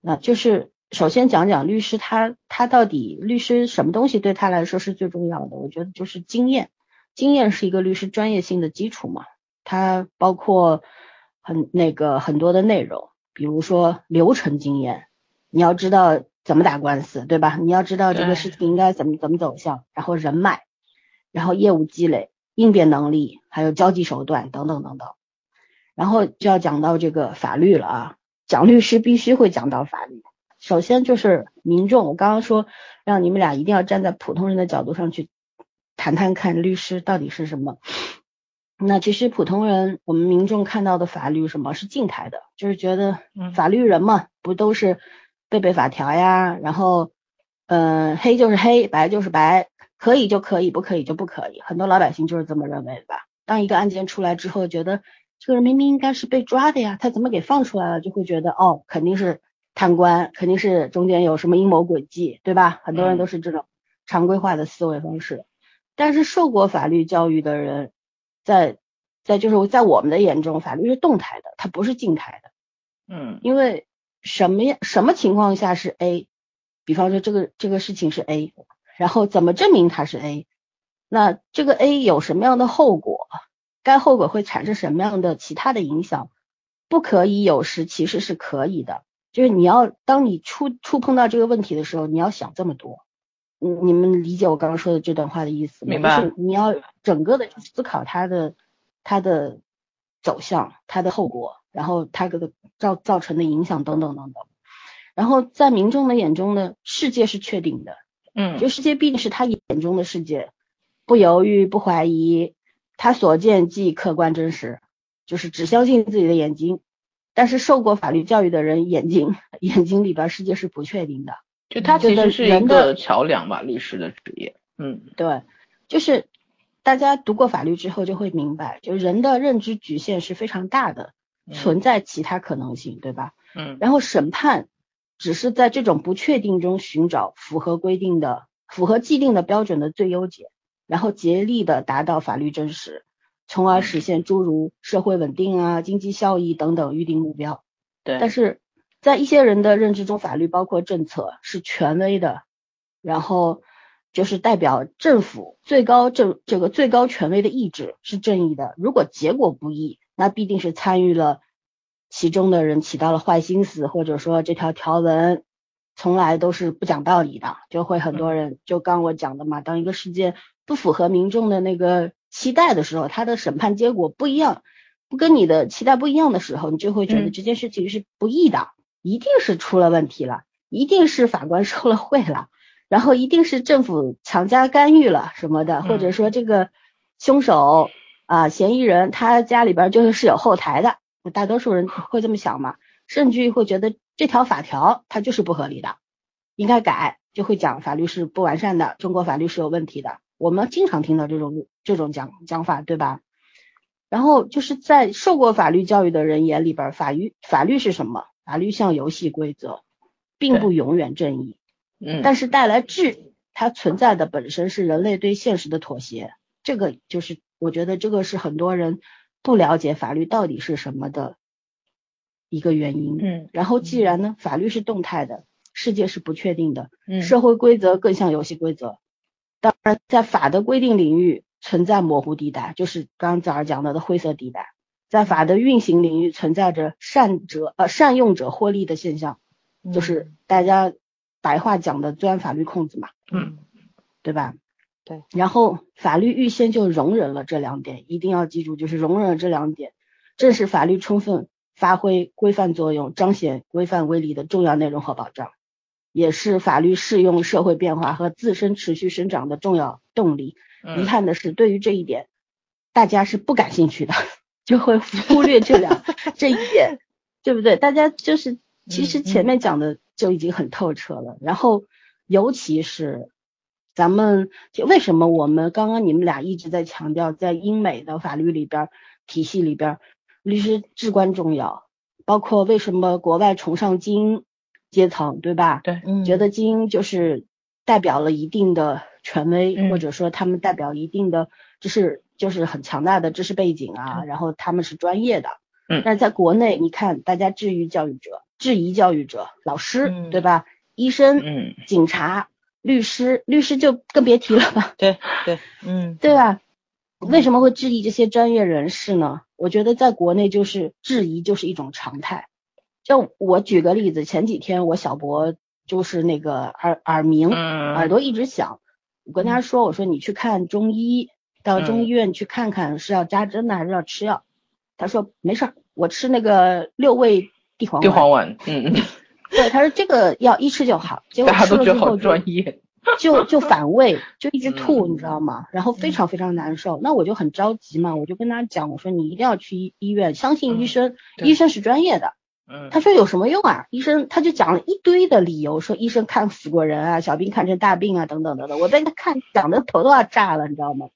[SPEAKER 1] 那就是首先讲讲律师他他到底律师什么东西对他来说是最重要的？我觉得就是经验，经验是一个律师专业性的基础嘛，它包括很那个很多的内容，比如说流程经验，你要知道怎么打官司，对吧？你要知道这
[SPEAKER 2] 对
[SPEAKER 1] 个事情应该怎么怎么走向，然后人脉，然后业务积累、应变能力，还有交际手段等等等等。然后就要讲到这个法律了啊，讲律师必须会讲到法律。首先就是民众，我刚刚说让你们俩一定要站在普通人的角度上去谈谈看律师到底是什么。 那其实普通人，我们民众看到的法律什么是静态的，就是觉得
[SPEAKER 2] 嗯
[SPEAKER 1] 法律人嘛，不都是背背法条呀，然后呃黑就是黑，白就是白，可以就可以，不可以就不可以。很多老百姓就是这么认为的吧。当一个案件出来之后，觉得这个人明明应该是被抓的呀，他怎么给放出来了？就会觉得哦，肯定是贪官，肯定是中间有什么阴谋诡计，对吧？很多人都是这种常规化的思维方式。但是受过法律教育的人，在在就是在我们的眼中，法律是动态的，它不是静态的。
[SPEAKER 2] 嗯
[SPEAKER 1] 因为什么样什么情况下是 A，比方说这个这个事情是 A，然后怎么证明它是 A，那这个 A 有什么样的后果，该后果会产生什么样的其他的影响，不可以有时其实是可以的，就是你要当你触触碰到这个问题的时候，你要想这么多，你你们理解我刚刚说的这段话的意思吗？
[SPEAKER 2] 明白
[SPEAKER 1] 就是你要整个的去思考它的它的走向、它的后果，然后它的造造成的影响等等等等。然后在民众的眼中呢，世界是确定的，
[SPEAKER 2] 嗯
[SPEAKER 1] 这世界毕竟是他眼中的世界，不犹豫不怀疑，他所见即客观真实，就是只相信自己的眼睛。但是受过法律教育的人眼睛 眼睛里边世界是不确定的。
[SPEAKER 2] 就它
[SPEAKER 1] 这
[SPEAKER 2] 其实
[SPEAKER 1] 个
[SPEAKER 2] 是一
[SPEAKER 1] 人
[SPEAKER 2] 个
[SPEAKER 1] 的
[SPEAKER 2] 桥梁吧，律师的职业。嗯
[SPEAKER 1] 对，就是大家读过法律之后就会明白，就人的认知局限是非常大的，存在其他可能性，对吧？
[SPEAKER 2] 嗯
[SPEAKER 1] 然后审判只是在这种不确定中寻找符合规定的、符合既定的标准的最优解，然后竭力的达到法律真实，从而实现诸如社会稳定啊、经济效益等等预定目标。
[SPEAKER 2] 对，
[SPEAKER 1] 但是在一些人的认知中，法律包括政策是权威的，然后就是代表政府最高政这个最高权威的意志是正义的。如果结果不义，那必定是参与了其中的人起到了坏心思，或者说这条条文从来都是不讲道理的，就会很多人就刚我讲的嘛，当一个事件不符合民众的那个期待的时候，它的审判结果不一样，不跟你的期待不一样的时候，你就会觉得
[SPEAKER 2] 嗯
[SPEAKER 1] 这件事情是不义的，一定是出了问题了，一定是法官受了贿了，然后一定是政府强加干预了什么的，或者说这个凶手啊、嫌疑人他家里边就是是有后台的，大多数人会这么想嘛，甚至于会觉得这条法条它就是不合理的，应该改，就会讲法律是不完善的，中国法律是有问题的。我们经常听到这种这种讲讲法，对吧？然后就是在受过法律教育的人眼里边儿，法律法律是什么？法律像游戏规则，并不永远正义，
[SPEAKER 2] 嗯，
[SPEAKER 1] 但是带来治理，它存在的本身是人类对现实的妥协。这个就是我觉得这个是很多人不了解法律到底是什么的一个原因。
[SPEAKER 2] 嗯
[SPEAKER 1] 然后既然呢，法律是动态的，世界是不确定的，
[SPEAKER 2] 嗯
[SPEAKER 1] 社会规则更像游戏规则。当然，在法的规定领域存在模糊地带，就是刚刚早上讲到的灰色地带。在法的运行领域存在着善者呃善用者获利的现象，就是大家白话讲的钻法律空子嘛，
[SPEAKER 2] 嗯，
[SPEAKER 1] 对吧？
[SPEAKER 3] 对。
[SPEAKER 1] 然后法律预先就容忍了这两点，一定要记住，就是容忍了这两点，正是法律充分发挥规范作用、彰显规范威力的重要内容和保障，也是法律适用社会变化和自身持续生长的重要动力。遗
[SPEAKER 2] 嗯
[SPEAKER 1] 憾的是，对于这一点，大家是不感兴趣的，就会忽略这两这一点，对不对？大家就是其实前面讲的就已经很透彻了，然后尤其是咱们就为什么我们刚刚你们俩一直在强调，在英美的法律里边儿体系里边儿，律师至关重要，包括为什么国外崇尚精英阶层，对吧？
[SPEAKER 3] 嗯
[SPEAKER 1] 觉得精英就是代表了一定的权威，
[SPEAKER 2] 嗯
[SPEAKER 1] 或者说他们代表一定的知识，就是很强大的知识背景啊，然后他们是专业的。
[SPEAKER 2] 嗯
[SPEAKER 1] 但是在国内，你看大家治愈教育者、质疑教育者、老师，
[SPEAKER 3] 嗯
[SPEAKER 1] 对吧？医生、
[SPEAKER 2] 嗯
[SPEAKER 1] 警察、律师，律师就更别提了吧。
[SPEAKER 3] 对对，嗯，
[SPEAKER 1] 对吧？
[SPEAKER 2] 嗯
[SPEAKER 1] 为什么会质疑这些专业人士呢？我觉得在国内就是质疑就是一种常态。就我举个例子，前几天我小伯就是那个耳耳鸣，
[SPEAKER 2] 嗯
[SPEAKER 1] 耳朵一直响，我跟他说，我说你去看中医，到中
[SPEAKER 2] 嗯
[SPEAKER 1] 医院去看看是要扎针呢还是要吃药。他说没事儿，我吃那个六味地黄
[SPEAKER 2] 地
[SPEAKER 1] 丸。
[SPEAKER 2] 黄丸，嗯嗯，
[SPEAKER 1] 对，他说这个药一吃就好。结果
[SPEAKER 2] 大家
[SPEAKER 1] 吃
[SPEAKER 2] 都
[SPEAKER 1] 了
[SPEAKER 2] 觉
[SPEAKER 1] 之
[SPEAKER 2] 得
[SPEAKER 1] 后
[SPEAKER 2] 好
[SPEAKER 1] 就
[SPEAKER 2] 专业，
[SPEAKER 1] 就 就反胃，就一直吐，
[SPEAKER 2] 嗯
[SPEAKER 1] 你知道吗？然后非常非常难受，那我就很着急嘛，我就跟他讲，我说你一定要去医医院，相信医生，
[SPEAKER 2] 嗯对
[SPEAKER 1] 医生是专业的。
[SPEAKER 2] 嗯，
[SPEAKER 1] 他说有什么用啊？医生他就讲了一堆的理由，说医生看死过人啊，小病看成大病啊，等等等等，我被他看讲的头都要炸了，你知道吗？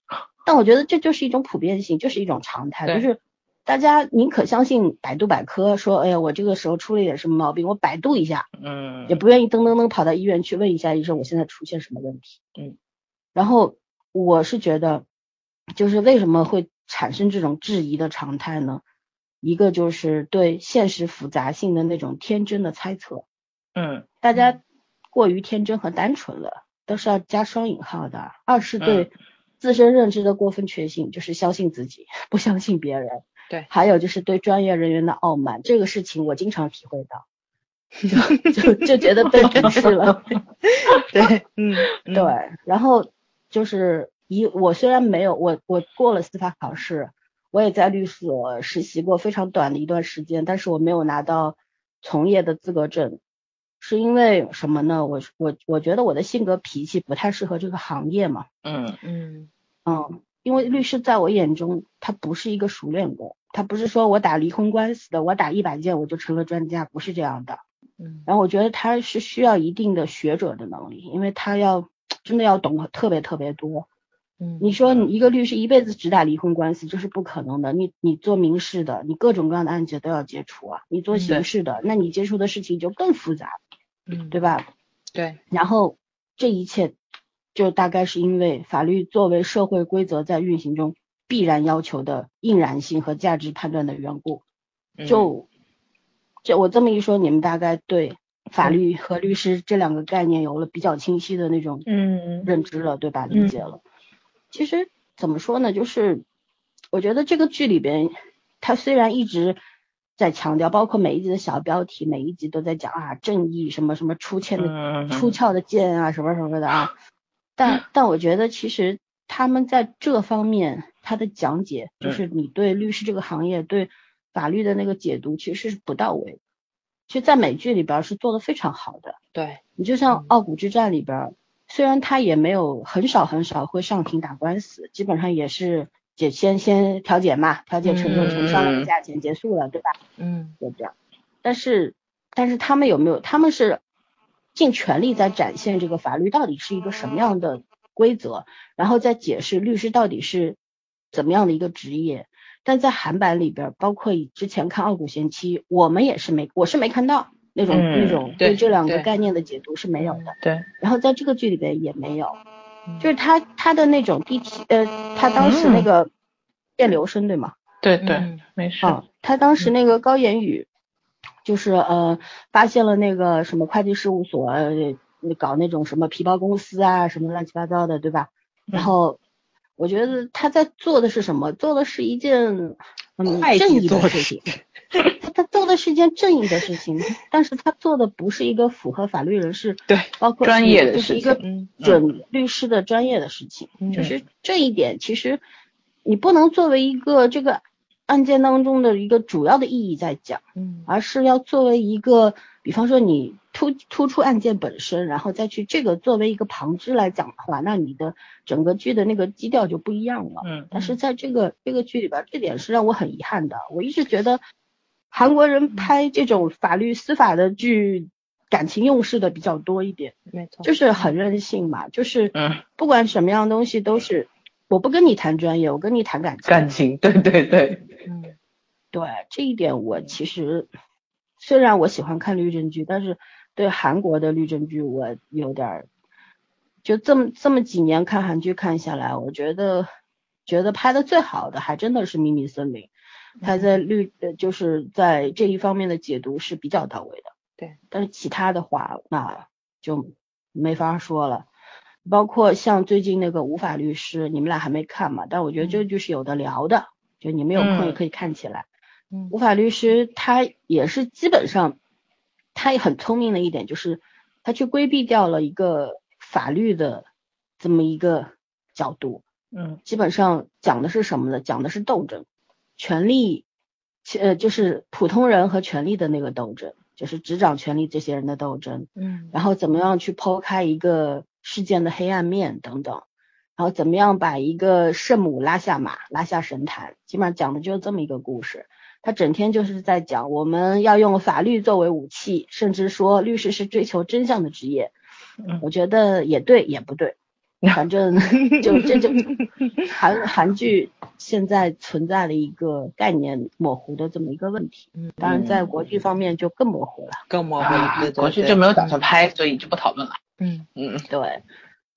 [SPEAKER 1] 但我觉得这就是一种普遍性，就是一种常态，
[SPEAKER 2] 对
[SPEAKER 1] 就是大家宁可相信百度百科，说哎呀我这个时候出了一点什么毛病，我百度一下，
[SPEAKER 2] 嗯
[SPEAKER 1] 也不愿意噔噔噔跑到医院去问一下医生，我现在出现什么问题。
[SPEAKER 2] 嗯，
[SPEAKER 1] 然后我是觉得，就是为什么会产生这种质疑的常态呢？一个就是对现实复杂性的那种天真的猜测，
[SPEAKER 2] 嗯
[SPEAKER 1] 大家过于天真和单纯了，都是要加双引号的。二是对自身认知的过分确信，就是相信自己，不相信别人。
[SPEAKER 3] 对
[SPEAKER 1] 还有就是对专业人员的傲慢，这个事情我经常体会到。就就就觉得被鄙视了。
[SPEAKER 3] 对，嗯，嗯
[SPEAKER 1] 对，然后就是以我虽然没有我我过了司法考试，我也在律所实习过非常短的一段时间，但是我没有拿到从业的资格证，是因为什么呢？我我我觉得我的性格脾气不太适合这个行业嘛，
[SPEAKER 2] 嗯
[SPEAKER 3] 嗯
[SPEAKER 1] 嗯，因为律师在我眼中他不是一个熟练工，他不是说我打离婚官司的，我打一百件我就成了专家，不是这样的。
[SPEAKER 3] 嗯
[SPEAKER 1] 然后我觉得他是需要一定的学者的能力，因为他要真的要懂特别特别多。
[SPEAKER 3] 嗯
[SPEAKER 1] 你说你一个律师一辈子只打离婚官司，这是不可能的。你你做民事的，你各种各样的案件都要接触啊；你做
[SPEAKER 3] 嗯
[SPEAKER 1] 刑事的，那你接触的事情就更复杂，
[SPEAKER 3] 嗯
[SPEAKER 1] 对吧？
[SPEAKER 3] 对，
[SPEAKER 1] 然后这一切就大概是因为法律作为社会规则在运行中必然要求的应然性和价值判断的缘故。
[SPEAKER 2] 嗯
[SPEAKER 1] 就就我这么一说，你们大概对法
[SPEAKER 3] 嗯
[SPEAKER 1] 律和律师这两个概念有了比较清晰的那种
[SPEAKER 2] 嗯
[SPEAKER 1] 认知了，对吧？
[SPEAKER 3] 嗯
[SPEAKER 1] 理解了。其实怎么说呢，就是我觉得这个剧里边，它虽然一直在强调，包括每一集的小标题，每一集都在讲啊正义什么什么出欠的
[SPEAKER 2] 嗯
[SPEAKER 1] 出鞘的剑啊，什么什么的啊。 但但我觉得其实他们在这方面他的讲解，就是你对律师这个行业、对法律的那个解读，其实是不到位的。其实，在美剧里边是做的非常好的。
[SPEAKER 3] 对，
[SPEAKER 1] 你就
[SPEAKER 2] 嗯
[SPEAKER 1] 像《傲骨之战》里边，虽然他也没有很少很少会上庭打官司，基本上也是解先先调解嘛，调解成就成商量
[SPEAKER 2] 嗯
[SPEAKER 1] 个价钱结束了，对吧？
[SPEAKER 3] 嗯
[SPEAKER 1] 就这样。但是，但是他们有没有？他们是尽全力在展现这个法律到底是一个什么样的规则，然后再解释律师到底是怎么样的一个职业。但在韩版里边，包括以之前看《傲骨贤妻》，我们也是没，我是没看到那种、
[SPEAKER 2] 嗯
[SPEAKER 1] 那种
[SPEAKER 2] 对
[SPEAKER 1] 对这两个
[SPEAKER 2] 对嗯
[SPEAKER 1] 概念的解读是没有的。
[SPEAKER 2] 对，
[SPEAKER 1] 然后在这个剧里边也没有，
[SPEAKER 3] 嗯
[SPEAKER 1] 就是他他的那种地铁，呃，他当时
[SPEAKER 2] 嗯
[SPEAKER 1] 那个电流声对吗？
[SPEAKER 2] 对对，
[SPEAKER 3] 嗯
[SPEAKER 2] 没事。
[SPEAKER 1] 啊，他当时那个高言宇，就是呃，发现了那个什么会计事务所呃搞那种什么皮包公司啊，什么乱七八糟的，对吧？然后我觉得他在做的是什么？做的是一件嗯
[SPEAKER 3] 会计
[SPEAKER 1] 正义
[SPEAKER 3] 做
[SPEAKER 1] 的
[SPEAKER 3] 的
[SPEAKER 1] 事情。他他做的是一件正义的事情，但是他做的不是一个符合法律人士
[SPEAKER 2] 对
[SPEAKER 1] 包括
[SPEAKER 2] 专
[SPEAKER 1] 是
[SPEAKER 2] 业的
[SPEAKER 1] 就
[SPEAKER 2] 事
[SPEAKER 1] 是一个
[SPEAKER 2] 情
[SPEAKER 3] 嗯
[SPEAKER 1] 准律师的专业的事情，
[SPEAKER 3] 嗯
[SPEAKER 1] 就是这一点，其实你不能作为一个这个案件当中的一个主要的意义在讲，
[SPEAKER 3] 嗯
[SPEAKER 1] 而是要作为一个，比方说你突突出案件本身，然后再去这个作为一个旁支来讲的话，那你的整个剧的那个基调就不一样了。
[SPEAKER 2] 嗯
[SPEAKER 1] 但是在这个这个剧里边，这点是让我很遗憾的。我一直觉得韩国人拍这种法律司法的剧，感情用事的比较多一点。
[SPEAKER 3] 没错，
[SPEAKER 1] 就是很任性嘛，就是
[SPEAKER 2] 嗯，
[SPEAKER 1] 不管什么样东西都是，我不跟你谈专业，我跟你谈感情。
[SPEAKER 2] 感情，对 对对，
[SPEAKER 3] 嗯
[SPEAKER 1] 对这一点，我其实虽然我喜欢看律政剧，但是对韩国的律政剧我有点儿，就这么这么几年看韩剧看下来，我觉得觉得拍的最好的还真的是《秘密森林》，他在律呃就是在这一方面的解读是比较到位的。
[SPEAKER 3] 对，
[SPEAKER 1] 但是其他的话那就没法说了。包括像最近那个《无法律师》，你们俩还没看嘛？但我觉得这个剧是有的聊的，就你们有空也
[SPEAKER 2] 嗯
[SPEAKER 1] 可以看起来。
[SPEAKER 3] 嗯
[SPEAKER 1] 无法律师他也是基本上，他也很聪明的一点就是，他去规避掉了一个法律的这么一个角度，
[SPEAKER 2] 嗯
[SPEAKER 1] 基本上讲的是什么呢？讲的是斗争，权利，其呃，就是普通人和权利的那个斗争，就是执掌权力这些人的斗争。
[SPEAKER 3] 嗯
[SPEAKER 1] 然后怎么样去剖开一个事件的黑暗面等等，然后怎么样把一个圣母拉下马、拉下神坛，基本上讲的就是这么一个故事。他整天就是在讲我们要用法律作为武器，甚至说律师是追求真相的职业。
[SPEAKER 2] 嗯
[SPEAKER 1] 我觉得也对，也不对，反正就这就韩韩剧现在存在的一个概念模糊的这么一个问题。
[SPEAKER 3] 嗯，
[SPEAKER 1] 当然，在国剧方面就更模糊了。
[SPEAKER 3] 更模糊了，
[SPEAKER 2] 啊
[SPEAKER 3] 对对，
[SPEAKER 2] 国剧
[SPEAKER 3] 对
[SPEAKER 2] 就没有打算拍，所以就不讨论了。
[SPEAKER 3] 嗯，
[SPEAKER 2] 嗯，
[SPEAKER 1] 对，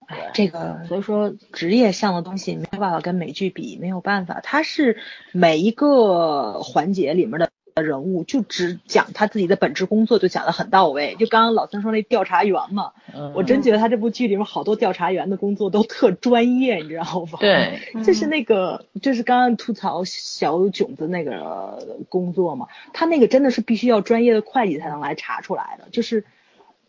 [SPEAKER 3] 哎这个
[SPEAKER 1] 所以说
[SPEAKER 3] 职业上的东西没有办法跟美剧比，没有办法，它是每一个环节里面的的人物，就只讲他自己的本职工作，就讲的很到位。就刚刚老三说那调查员嘛，
[SPEAKER 2] 嗯
[SPEAKER 3] 我真觉得他这部剧里面好多调查员的工作都特专业，你知道吗？，
[SPEAKER 2] 对，
[SPEAKER 3] 就是那个，就是刚刚吐槽小囧的那个工作嘛，他那个真的是必须要专业的会计才能来查出来的。就是，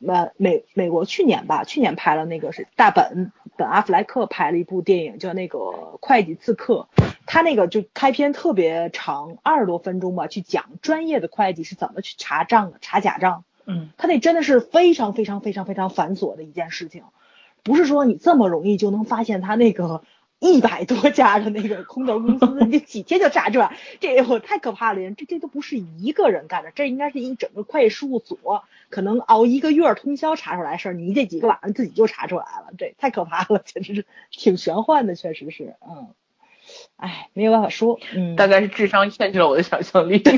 [SPEAKER 3] 呃，美美国去年吧，去年拍了那个是大本本阿弗莱克拍了一部电影叫那个《会计刺客》，他那个就开篇特别长，二十多分钟吧，去讲专业的会计是怎么去查账的，查假账。
[SPEAKER 2] 嗯，
[SPEAKER 3] 他那真的是非常非常非常非常繁琐的一件事情，不是说你这么容易就能发现他那个一百多家的那个空头公司，你几天就查出来，这我太可怕了，这这都不是一个人干的，这应该是一整个会计事务所，可能熬一个月儿通宵查出来的事儿，你这几个晚上自己就查出来了，这太可怕了， 简直是挺玄幻的，确实是，嗯，哎，没有办法说，嗯，
[SPEAKER 2] 大概是智商限制了我的想象力。
[SPEAKER 3] 对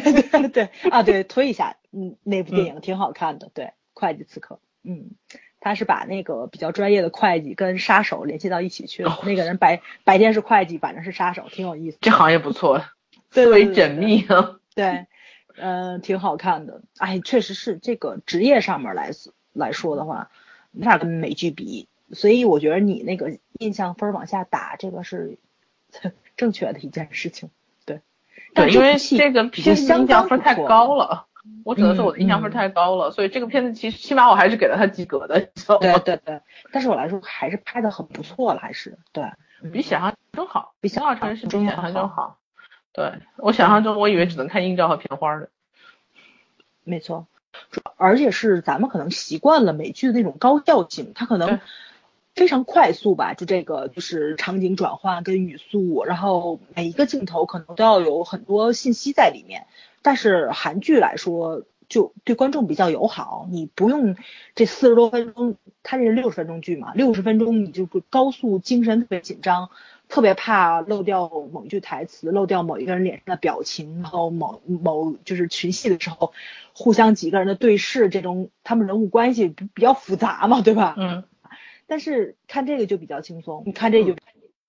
[SPEAKER 3] 对啊，对，推一下，嗯，那部电影挺好看的，对，《会计刺客》，嗯，他是把那个比较专业的会计跟杀手联系到一起去了
[SPEAKER 2] 哦。
[SPEAKER 3] 那个人白白天是会计，晚上是杀手，挺有意思的。
[SPEAKER 2] 这行业不错，
[SPEAKER 3] 对
[SPEAKER 2] 思维
[SPEAKER 3] 对
[SPEAKER 2] 缜密啊。
[SPEAKER 3] 对，嗯，挺好看的。哎，确实是这个职业上面来来说的话，没法跟美剧比。所以我觉得你那个印象分儿往下打，这个是 正确的一件事情。对，但
[SPEAKER 2] 对，因
[SPEAKER 3] 部
[SPEAKER 2] 为
[SPEAKER 3] 戏
[SPEAKER 2] 这个
[SPEAKER 3] 已
[SPEAKER 2] 片
[SPEAKER 3] 经
[SPEAKER 2] 子
[SPEAKER 3] 相
[SPEAKER 2] 印象
[SPEAKER 3] 当
[SPEAKER 2] 分
[SPEAKER 3] 不
[SPEAKER 2] 太
[SPEAKER 3] 错了
[SPEAKER 2] 高了，我只能说我的
[SPEAKER 3] 嗯
[SPEAKER 2] 印象分
[SPEAKER 3] 嗯
[SPEAKER 2] 太高了，所以这个片子其实起码我还是给了他及格的，你 知道
[SPEAKER 3] 对
[SPEAKER 2] 吗？
[SPEAKER 3] 对对，但是我来说还是拍的很不错了，还是对，
[SPEAKER 2] 比想象中好，
[SPEAKER 3] 比想
[SPEAKER 2] 多少城市比
[SPEAKER 3] 中
[SPEAKER 2] 想象中
[SPEAKER 3] 好
[SPEAKER 2] 好。对我想象中，我以为只能看映照和片花的。
[SPEAKER 3] 没错。主而且是咱们可能习惯了美剧的那种高效性，它可
[SPEAKER 2] 对
[SPEAKER 3] 能非常快速吧，就这个就是场景转换跟语速，然后每一个镜头可能都要有很多信息在里面。但是韩剧来说，就对观众比较友好，你不用这四十多分钟，它这是六十分钟剧嘛，六十分钟你就高速，精神特别紧张，特别怕漏掉某一句台词，漏掉某一个人脸上的表情，然后某某就是群戏的时候，互相几个人的对视，这种他们人物关系比比较复杂嘛，对吧？
[SPEAKER 2] 嗯，
[SPEAKER 3] 但是看这个就比较轻松，你看
[SPEAKER 1] 嗯
[SPEAKER 3] 这个就比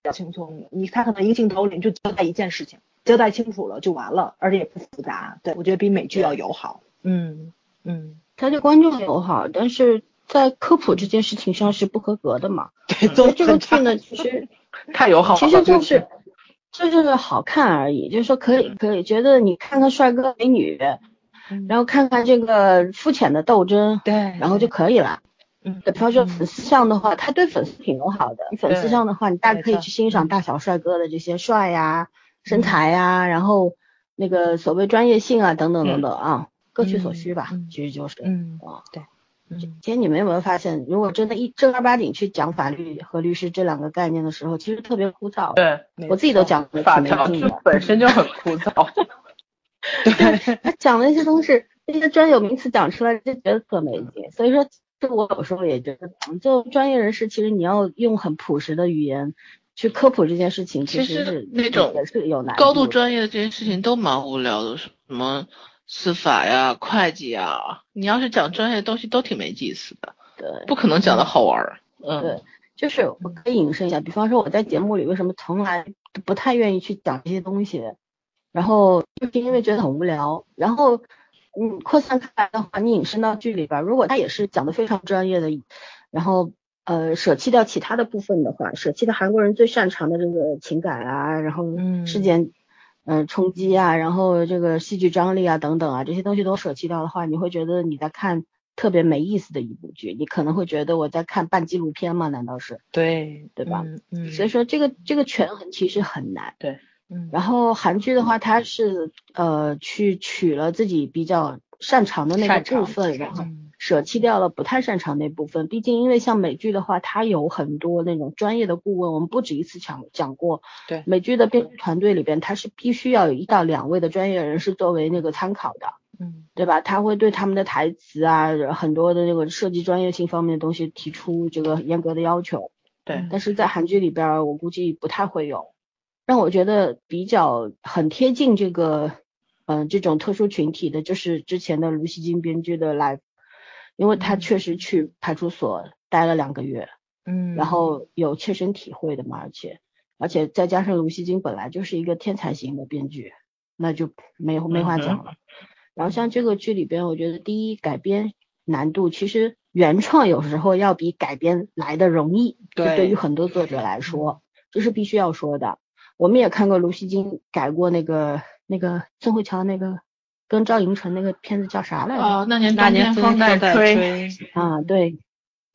[SPEAKER 3] 较轻松，你他可能一个镜头里就交代一件事情，交代清楚了就完了，而且也不复杂。对我觉得比美剧要友好。嗯嗯，
[SPEAKER 1] 他对观众友好，但是在科普这件事情上是不合格的嘛。
[SPEAKER 3] 对，
[SPEAKER 1] 所
[SPEAKER 3] 都
[SPEAKER 1] 以这个
[SPEAKER 3] 很
[SPEAKER 1] 剧
[SPEAKER 3] 差。
[SPEAKER 1] 呢，其实
[SPEAKER 2] 太友好了。
[SPEAKER 1] 其实
[SPEAKER 2] 这
[SPEAKER 1] 就
[SPEAKER 2] 个
[SPEAKER 1] 是这就是好看而已，就是说可以可以觉得你看看帅哥美女，
[SPEAKER 3] 嗯
[SPEAKER 1] 然后看看这个肤浅的斗争，
[SPEAKER 3] 对，
[SPEAKER 1] 然后就可以了。
[SPEAKER 3] 嗯
[SPEAKER 1] 对，飘就粉丝上的话，他对粉丝挺友好的。粉丝上的话，你大
[SPEAKER 3] 没
[SPEAKER 1] 家可以
[SPEAKER 3] 错嗯
[SPEAKER 1] 去欣赏大小帅哥的这些帅呀、身材呀，然后那个所谓专业性啊，等等等等啊，各取所需吧
[SPEAKER 3] 嗯嗯嗯，
[SPEAKER 1] 其实就是。
[SPEAKER 3] 嗯
[SPEAKER 1] 啊，
[SPEAKER 3] 嗯
[SPEAKER 1] 其实你们有没有发现，如果真的一正儿八经去讲法律和律师这两个概念的时候，其实特别枯燥。
[SPEAKER 2] 对
[SPEAKER 1] 我自己都讲的
[SPEAKER 2] 法
[SPEAKER 1] 挺没
[SPEAKER 2] 条
[SPEAKER 1] 劲
[SPEAKER 2] 就
[SPEAKER 1] 的。
[SPEAKER 2] 本身就很枯燥。
[SPEAKER 1] 他哎讲的一些东西，那些专有名词讲出来就觉得特没劲。所以说，这我有时候也觉得，嗯就专业人士其实你要用很朴实的语言去科普这件事情，
[SPEAKER 2] 其
[SPEAKER 1] 实
[SPEAKER 2] 实
[SPEAKER 1] 是
[SPEAKER 2] 那种
[SPEAKER 1] 也是有 难
[SPEAKER 2] 高度
[SPEAKER 1] 的
[SPEAKER 2] 专业的这些事情都蛮无聊的，什么司法呀、会计呀，你要是讲专业的东西都挺没意思的，
[SPEAKER 1] 对。
[SPEAKER 2] 不可能讲的好玩儿。嗯
[SPEAKER 1] 对，就是我可以引申一下，比方说我在节目里为什么从来不太愿意去讲这些东西，然后就是因为觉得很无聊。然后，嗯，扩散开来的话，你引申到剧里边儿，如果他也是讲的非常专业的，然后呃舍弃掉其他的部分的话，舍弃掉韩国人最擅长的这个情感啊，然后
[SPEAKER 3] 嗯
[SPEAKER 1] 事件。呃，冲击啊，然后这个戏剧张力啊，等等啊，这些东西都舍弃掉的话，你会觉得你在看特别没意思的一部剧，你可能会觉得我在看半纪录片嘛？难道是？
[SPEAKER 3] 对
[SPEAKER 1] 对吧？
[SPEAKER 3] 嗯嗯，
[SPEAKER 1] 所以说这个这个权衡其实很难。
[SPEAKER 3] 嗯
[SPEAKER 1] 然后韩剧的话，它是呃去取了自己比较擅长的那
[SPEAKER 3] 擅
[SPEAKER 1] 个
[SPEAKER 3] 长
[SPEAKER 1] 部分，然后
[SPEAKER 3] 嗯
[SPEAKER 1] 舍弃掉了不太擅长那部分。毕竟因为像美剧的话，它有很多那种专业的顾问，我们不止一次讲讲过。
[SPEAKER 3] 对
[SPEAKER 1] 美剧的编剧团队里边，它是必须要有一到两位的专业人士作为那个参考的。
[SPEAKER 3] 嗯
[SPEAKER 1] 对吧？他会对他们的台词啊，很多的这个设计专业性方面的东西提出这个严格的要求。
[SPEAKER 2] 对
[SPEAKER 1] 但是在韩剧里边儿，我估计不太会有。让我觉得比较很贴近这个，嗯、这种特殊群体的，就是之前的卢锡金编剧的《Life》，因为他确实去派出所待了两个月，
[SPEAKER 3] 嗯，
[SPEAKER 1] 然后有切身体会的嘛，而且而且再加上卢锡金本来就是一个天才型的编剧，那就没没话讲了。然后像这个剧里边，我觉得第一改编难度其实原创有时候要比改编来的容易，
[SPEAKER 2] 对
[SPEAKER 1] 就对于很多作者来说，这是必须要说的。我们也看过卢锡金改过那个那个宋慧乔那个跟赵寅成那个片子叫啥来着？
[SPEAKER 2] 啊，那年
[SPEAKER 5] 那
[SPEAKER 2] 冬
[SPEAKER 5] 年
[SPEAKER 2] 天
[SPEAKER 3] 嗯
[SPEAKER 2] 风
[SPEAKER 5] 风在
[SPEAKER 2] 在
[SPEAKER 5] 吹
[SPEAKER 2] 吹，
[SPEAKER 1] 啊，对，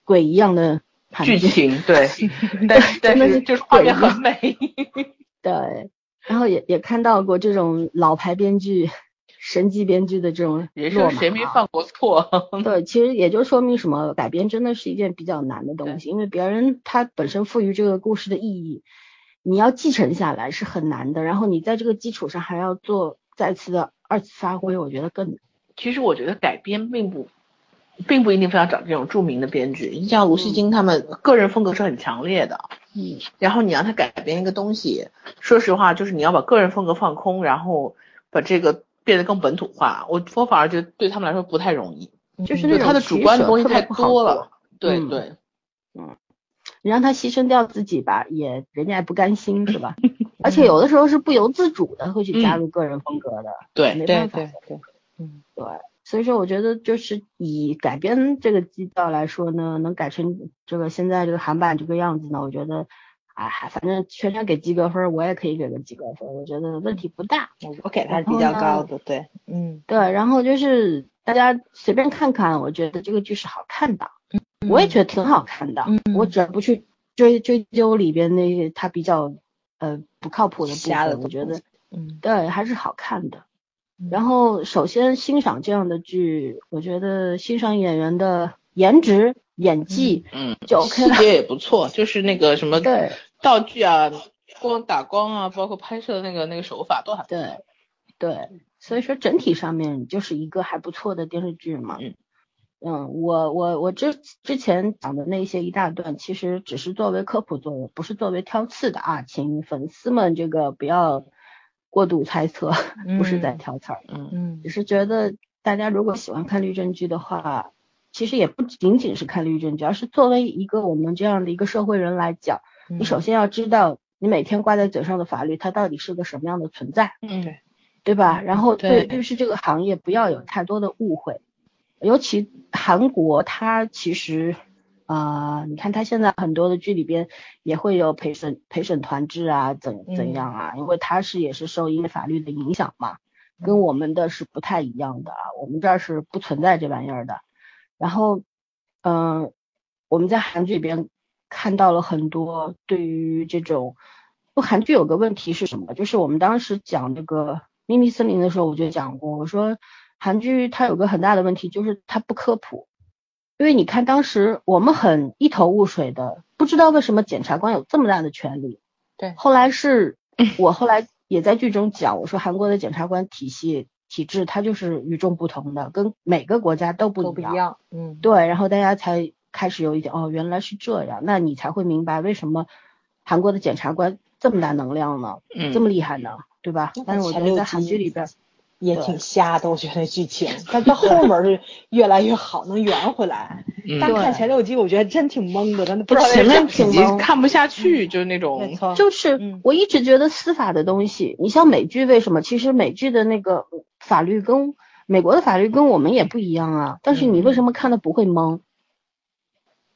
[SPEAKER 1] 鬼一样的惨
[SPEAKER 2] 剧
[SPEAKER 1] 剧。
[SPEAKER 2] 情对， 但是
[SPEAKER 1] 真
[SPEAKER 2] 但
[SPEAKER 1] 的
[SPEAKER 2] 是
[SPEAKER 1] 是
[SPEAKER 2] 就是画面
[SPEAKER 1] 诡异
[SPEAKER 2] 很美，
[SPEAKER 1] 对，然后也也看到过这种老牌编剧、神级编剧的这种
[SPEAKER 2] 人
[SPEAKER 1] 落
[SPEAKER 2] 生
[SPEAKER 1] 马
[SPEAKER 2] 谁没
[SPEAKER 1] 啊
[SPEAKER 2] 犯过错？
[SPEAKER 1] 对，其实也就说明什么，改编真的是一件比较难的东西，因为别人他本身赋予这个故事的意义，你要继承下来是很难的，然后你在这个基础上还要做再次的二次发挥，我觉得更
[SPEAKER 2] 其实我觉得改编并不，并不一定非要找这种著名的编剧。你像卢锡金他们个人风格是很强烈的，
[SPEAKER 1] 嗯，
[SPEAKER 2] 然后你让他改编一个东西，说实话，就是你要把个人风格放空，然后把这个变得更本土化。我我反而觉得对他们来说不太容易，
[SPEAKER 1] 就是
[SPEAKER 2] 就
[SPEAKER 1] 那
[SPEAKER 2] 是
[SPEAKER 1] 种
[SPEAKER 2] 他的主
[SPEAKER 1] 取
[SPEAKER 2] 观
[SPEAKER 1] 舍
[SPEAKER 2] 的东西
[SPEAKER 1] 特别
[SPEAKER 2] 太
[SPEAKER 1] 不好
[SPEAKER 2] 多
[SPEAKER 1] 做
[SPEAKER 2] 了。。对
[SPEAKER 1] 嗯
[SPEAKER 2] 对，
[SPEAKER 1] 你让他牺牲掉自己吧，也人家也不甘心是吧？而且有的时候是不由自主的会去加入个人风格的，
[SPEAKER 2] 对
[SPEAKER 1] 没
[SPEAKER 5] 对
[SPEAKER 1] 办法。
[SPEAKER 5] 对对，
[SPEAKER 1] 对，所以说我觉得就是以改编这个基调来说呢，能改成这个现在这个韩版这个样子呢，我觉得，哎，反正全程给及格分儿，我也可以给个及格分儿，我觉得问题不大。
[SPEAKER 5] 我给他
[SPEAKER 1] 然
[SPEAKER 5] 比
[SPEAKER 1] 后
[SPEAKER 5] 较
[SPEAKER 1] 呢
[SPEAKER 5] 高的，对，嗯，
[SPEAKER 1] 对，然后就是大家随便看看，我觉得这个剧是好看的，
[SPEAKER 5] 嗯
[SPEAKER 1] 我也觉得挺好看
[SPEAKER 3] 嗯
[SPEAKER 1] 的，我只要不去追追究里边那些它比较呃不靠谱的部
[SPEAKER 5] 瞎的
[SPEAKER 1] 分，我觉得
[SPEAKER 5] 嗯
[SPEAKER 1] 对，还是好看的。
[SPEAKER 2] 嗯
[SPEAKER 1] 然后首先欣赏这样的剧，我觉得欣赏演员的颜值、演技
[SPEAKER 2] 嗯，
[SPEAKER 1] 就 OK
[SPEAKER 2] 细
[SPEAKER 1] 了。
[SPEAKER 2] 节也不错，就是那个什么
[SPEAKER 1] 对
[SPEAKER 2] 道具啊、光打光啊，包括拍摄的那个那个手法都还不错。
[SPEAKER 1] 对对，所以说整体上面就是一个还不错的电视剧嘛。
[SPEAKER 2] 嗯
[SPEAKER 1] 嗯，我我我之之前讲的那些一大段，其实只是作为科普作用，不是作为挑刺的啊，请粉丝们这个不要过度猜测，不是在挑刺儿。
[SPEAKER 2] 嗯，
[SPEAKER 5] 嗯
[SPEAKER 1] 只是觉得大家如果喜欢看律政剧的话，其实也不仅仅是看律政剧，而是作为一个我们这样的一个社会人来讲，
[SPEAKER 3] 嗯
[SPEAKER 1] 你首先要知道你每天挂在嘴上的法律，它到底是个什么样的存在，
[SPEAKER 2] 嗯，
[SPEAKER 1] 对吧？然后对
[SPEAKER 2] 对
[SPEAKER 1] 律师这个行业不要有太多的误会，尤其韩国，它其实。啊、你看它现在很多的剧里边也会有陪审陪审团制啊，怎怎样啊？因为它是也是受因为法律的影响嘛，跟我们的是不太一样的啊，我们这儿是不存在这玩意儿的。然后，嗯、我们在韩剧里边看到了很多对于这种，不，韩剧有个问题是什么？就是我们当时讲那个《秘密森林》的时候，我就讲过，我说韩剧它有个很大的问题就是它不科普，因为你看当时我们很一头雾水的，不知道为什么检察官有这么大的权利。
[SPEAKER 5] 对
[SPEAKER 1] 后来是我后来也在剧中讲，我说韩国的检察官体系体制它就是与众不同的，跟每个国家都不
[SPEAKER 5] 都不一样，嗯，
[SPEAKER 1] 对，然后大家才开始有一点哦，原来是这样，那你才会明白为什么韩国的检察官这么大能量呢，
[SPEAKER 2] 嗯
[SPEAKER 1] 这么厉害呢，对吧？但是我觉
[SPEAKER 3] 前
[SPEAKER 1] 得
[SPEAKER 3] 六
[SPEAKER 1] 在韩
[SPEAKER 3] 集
[SPEAKER 1] 剧里边，
[SPEAKER 3] 也
[SPEAKER 1] 对
[SPEAKER 3] 挺瞎的，我觉得剧情，但到后面是越来越好，能圆回来。
[SPEAKER 2] 嗯
[SPEAKER 3] 但
[SPEAKER 1] 对
[SPEAKER 3] 看前六集，我觉得真挺懵的，真的不
[SPEAKER 2] 不
[SPEAKER 3] 知道
[SPEAKER 2] 是前面几
[SPEAKER 1] 挺
[SPEAKER 2] 集
[SPEAKER 1] 懵
[SPEAKER 2] 看不下去，就是那
[SPEAKER 5] 没
[SPEAKER 2] 种
[SPEAKER 5] 错，
[SPEAKER 1] 就是
[SPEAKER 5] 嗯
[SPEAKER 1] 我一直觉得司法的东西，你像美剧为什么？其实美剧的那个法律跟美国的法律跟我们也不一样啊，但是你为什么看的不会懵？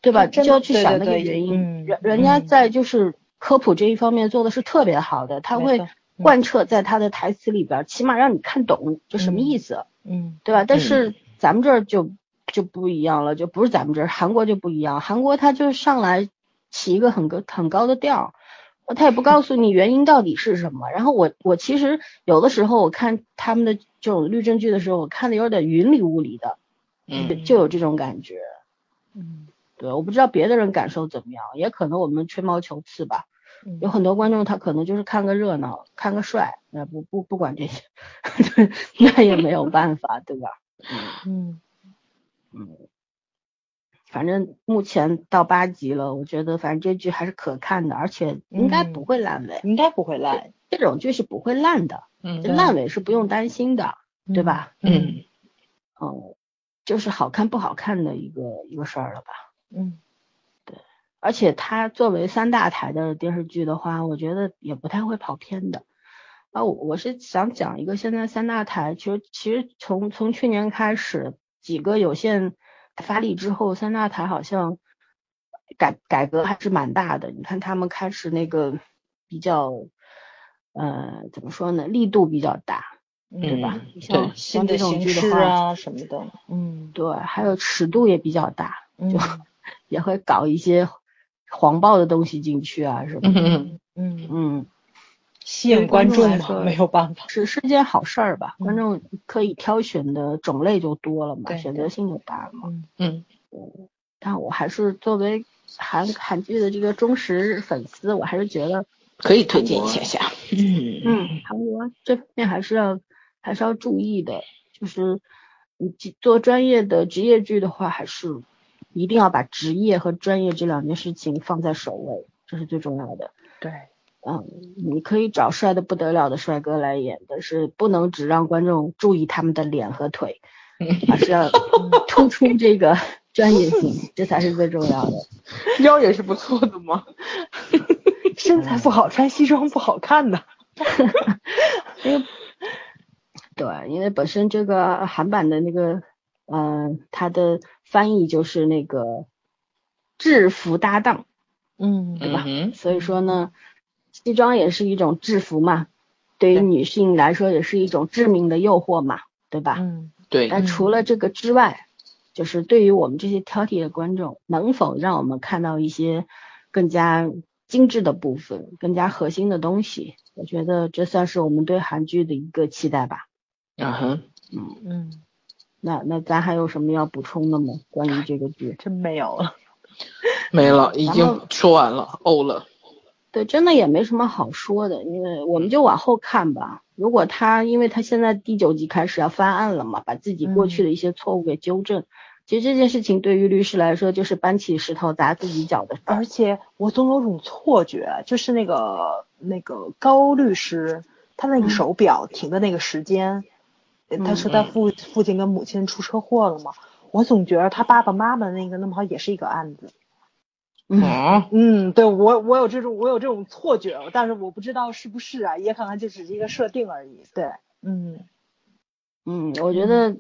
[SPEAKER 1] 对吧？
[SPEAKER 5] 嗯啊真
[SPEAKER 1] 就
[SPEAKER 5] 的
[SPEAKER 1] 要去
[SPEAKER 5] 对
[SPEAKER 1] 想
[SPEAKER 5] 对
[SPEAKER 1] 那个
[SPEAKER 5] 对
[SPEAKER 1] 原因，
[SPEAKER 5] 嗯
[SPEAKER 1] 人人家
[SPEAKER 5] 嗯
[SPEAKER 1] 在就是科普这一方面做的是特别好的，他
[SPEAKER 5] 没
[SPEAKER 1] 会
[SPEAKER 5] 错嗯
[SPEAKER 1] 贯彻在他的台词里边儿，起码让你看懂这什么意思。啊
[SPEAKER 5] 嗯
[SPEAKER 1] 对吧？但是咱们这儿就就不一样了，就不是咱们这儿，韩国就不一样，韩国它就上来起一个很高很高的调儿，他也不告诉你原因到底是什么。然后我我其实有的时候我看他们的这种律政剧的时候，我看的有点云里雾里的，
[SPEAKER 2] 嗯，
[SPEAKER 1] 就有这种感觉。
[SPEAKER 5] 嗯
[SPEAKER 1] 对，我不知道别的人感受怎么样，也可能我们吹毛求疵吧。
[SPEAKER 5] 嗯
[SPEAKER 1] 有很多观众他可能就是看个热闹，看个帅，那不不不管这些， 对，那也没有办法，对吧？
[SPEAKER 5] 嗯
[SPEAKER 1] 反正目前到八集了，我觉得反正这剧还是可看的，而且应该不会烂尾，
[SPEAKER 3] 应该不会烂。
[SPEAKER 1] 这种剧是不会烂的，
[SPEAKER 2] 嗯
[SPEAKER 1] 这烂尾是不用担心的，对吧？
[SPEAKER 2] 嗯，
[SPEAKER 1] 嗯，就是好看不好看的一个一个事儿了吧。
[SPEAKER 5] 嗯
[SPEAKER 1] 而且它作为三大台的电视剧的话，我觉得也不太会跑偏的。啊，我我是想讲一个，现在三大台其实其实从从去年开始，几个有限发力之后，三大台好像改改革还是蛮大的。你看他们开始那个比较，呃，怎么说呢，力度比较大，
[SPEAKER 2] 对吧？嗯对
[SPEAKER 1] 像
[SPEAKER 3] 嗯
[SPEAKER 5] 新
[SPEAKER 1] 像
[SPEAKER 5] 的
[SPEAKER 1] 这种
[SPEAKER 5] 形
[SPEAKER 1] 剧
[SPEAKER 5] 式
[SPEAKER 1] 的话，
[SPEAKER 5] 啊什么的，嗯
[SPEAKER 1] 对，还有尺度也比较大，
[SPEAKER 5] 嗯
[SPEAKER 1] 也会搞一些黄暴的东西进去啊什么的。
[SPEAKER 2] 嗯
[SPEAKER 5] 嗯，
[SPEAKER 1] 嗯，
[SPEAKER 5] 吸引观众嘛，没有办法，
[SPEAKER 1] 是是件好事儿吧？观
[SPEAKER 5] 嗯
[SPEAKER 1] 众可以挑选的种类就多了嘛，
[SPEAKER 5] 对
[SPEAKER 1] 选
[SPEAKER 5] 对
[SPEAKER 1] 择性就大了嘛。
[SPEAKER 5] 嗯
[SPEAKER 2] 嗯
[SPEAKER 1] 但我还是作为韩韩剧的这个忠实粉丝，我还是觉得，
[SPEAKER 2] 可以推荐一下下。嗯
[SPEAKER 1] 嗯，韩国这方面还是要还是要注意的，就是你去做专业的职业剧的话，还是一定要把职业和专业这两件事情放在首位，这是最重要的。
[SPEAKER 5] 对，
[SPEAKER 1] 嗯，你可以找帅的不得了的帅哥来演，但是不能只让观众注意他们的脸和腿，而是要突出这个专业性，这才是最重要的。
[SPEAKER 2] 腰也是不错的嘛。
[SPEAKER 4] 身
[SPEAKER 5] 嗯
[SPEAKER 4] 材不好，穿西装不好看的。
[SPEAKER 1] 对，因为本身这个韩版的那个，嗯、它的翻译就是那个制服搭档，
[SPEAKER 5] 嗯
[SPEAKER 2] 对吧？
[SPEAKER 1] 所以说呢，西装也是一种制服嘛，对于女性来说也是一种致命的诱惑嘛，对吧？
[SPEAKER 5] 嗯
[SPEAKER 2] 对，
[SPEAKER 1] 但除了这个之外，就是对于我们这些挑剔的观众，能否让我们看到一些更加精致的部分，更加核心的东西？我觉得这算是我们对韩剧的一个期待吧。
[SPEAKER 2] 嗯哼，
[SPEAKER 5] 嗯，
[SPEAKER 1] 那那咱还有什么要补充的吗？关于这个剧？
[SPEAKER 4] 真没有了，
[SPEAKER 2] 没了，已
[SPEAKER 1] 然后
[SPEAKER 2] 经说完了，哦了。
[SPEAKER 1] 对，真的也没什么好说的，因为我们就往后看吧。如果他，因为他现在第九集开始要翻案了嘛，把自己过去的一些错误给纠正。其实这件事情对于律师来说，就是搬起石头砸自己脚的事
[SPEAKER 3] 哦
[SPEAKER 1] 儿。
[SPEAKER 4] 而且我总有种错觉，就是那个那个高律师，他那个手表停的那个时间，呃他说他父父亲跟母亲出车祸了嘛，我总觉得他爸爸妈妈那个那么好也是一个案子。
[SPEAKER 1] 嗯，
[SPEAKER 2] 哦，
[SPEAKER 4] 嗯，对我我有这种我有这种错觉，但是我不知道是不是啊，也可能就只是一个设定而已。对，
[SPEAKER 5] 嗯
[SPEAKER 1] 嗯，我觉得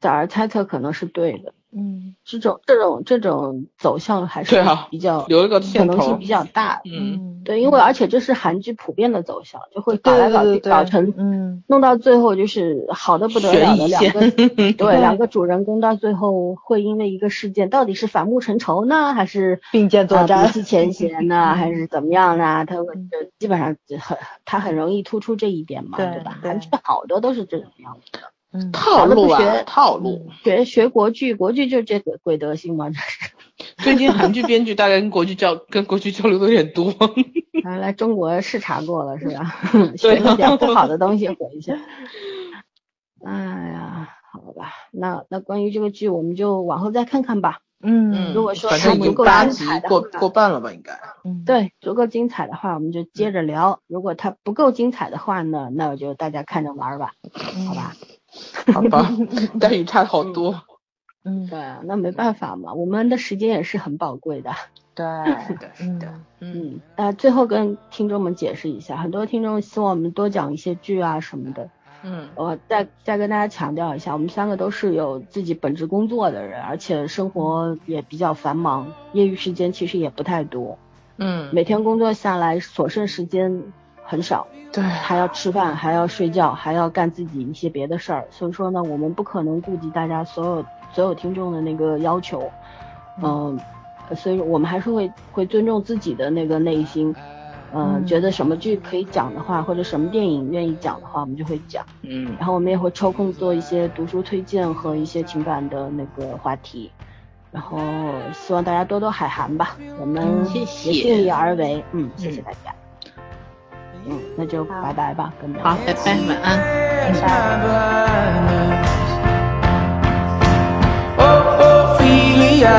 [SPEAKER 1] 早儿猜测可能是对的。
[SPEAKER 5] 嗯
[SPEAKER 1] 这种这种这种走向还
[SPEAKER 2] 对
[SPEAKER 1] 是
[SPEAKER 2] 啊
[SPEAKER 1] 比较、
[SPEAKER 2] 留了个
[SPEAKER 1] 可
[SPEAKER 2] 线
[SPEAKER 1] 能性
[SPEAKER 2] 头
[SPEAKER 1] 比。较大的。
[SPEAKER 2] 嗯，
[SPEAKER 1] 对，因为而且这是韩剧普遍的走向，就会搞来搞去
[SPEAKER 5] 对对对
[SPEAKER 1] 搞成
[SPEAKER 5] 嗯
[SPEAKER 1] 弄到最后就是好的不得了的两个，对两个主人公到最后会因为一个事件，到底是反目成仇呢，还是
[SPEAKER 4] 并肩作
[SPEAKER 1] 呃
[SPEAKER 4] 战
[SPEAKER 1] 不计前嫌呢，还是怎么样呢？他会就基本上就很他很容易突出这一点嘛，
[SPEAKER 5] 对
[SPEAKER 1] 对吧？
[SPEAKER 5] 对
[SPEAKER 1] 韩剧好多都是这种样子，
[SPEAKER 5] 嗯
[SPEAKER 2] 套路啊，套
[SPEAKER 5] 嗯
[SPEAKER 2] 路。
[SPEAKER 1] 学学国剧，国剧就这个鬼德行嘛，这是。
[SPEAKER 2] 最近韩剧编剧大概跟国剧交跟国剧交流的有点多。
[SPEAKER 1] 然 后来中国视察过了是吧？
[SPEAKER 2] 对
[SPEAKER 1] 学了点不好的东西回去。哎呀，好吧，那那关于这个剧，我们就往后再看看吧。
[SPEAKER 5] 嗯
[SPEAKER 1] 如果说
[SPEAKER 2] 反正
[SPEAKER 1] 还
[SPEAKER 2] 已
[SPEAKER 1] 不
[SPEAKER 2] 经
[SPEAKER 1] 够
[SPEAKER 2] 八
[SPEAKER 1] 精
[SPEAKER 2] 集
[SPEAKER 1] 彩的
[SPEAKER 2] 过
[SPEAKER 1] 话
[SPEAKER 2] 过半了吧，应该。
[SPEAKER 5] 嗯，
[SPEAKER 1] 对，足够精彩的话，我们就接着聊；如果它不够精彩的话呢，那我就大家看着玩儿吧，
[SPEAKER 4] 嗯
[SPEAKER 1] 好吧？
[SPEAKER 2] 好吧，待遇差好多。
[SPEAKER 5] 嗯
[SPEAKER 1] 对，那没办法嘛，我们的时间也是很宝贵的。
[SPEAKER 5] 对，
[SPEAKER 2] 对
[SPEAKER 5] 嗯
[SPEAKER 2] 嗯，
[SPEAKER 1] 嗯，那最后跟听众们解释一下，很多听众希望我们多讲一些剧啊什么的，
[SPEAKER 2] 嗯
[SPEAKER 1] 我再再跟大家强调一下，我们三个都是有自己本职工作的人，而且生活也比较繁忙，业余时间其实也不太多，
[SPEAKER 2] 嗯，
[SPEAKER 1] 每天工作下来所剩时间很少，
[SPEAKER 2] 对，
[SPEAKER 1] 还要吃饭，还要睡觉，还要干自己一些别的事儿，所以说呢，我们不可能顾及大家所有所有听众的那个要求，嗯、所以我们还是会会尊重自己的那个内心，嗯，
[SPEAKER 5] 嗯
[SPEAKER 1] 觉得什么剧可以讲的话，或者什么电影愿意讲的话，我们就会讲。
[SPEAKER 2] 嗯
[SPEAKER 1] 然后我们也会抽空做一些读书推荐和一些情感的那个话题，然后希望大家多多海涵吧，我们
[SPEAKER 5] 嗯
[SPEAKER 1] 也
[SPEAKER 5] 谢
[SPEAKER 2] 谢
[SPEAKER 1] 尽力而为，嗯，谢谢大家，嗯，那就拜拜吧，跟大家
[SPEAKER 2] 好，拜拜，晚安。
[SPEAKER 6] It's my blindness. Oh, Ophelia,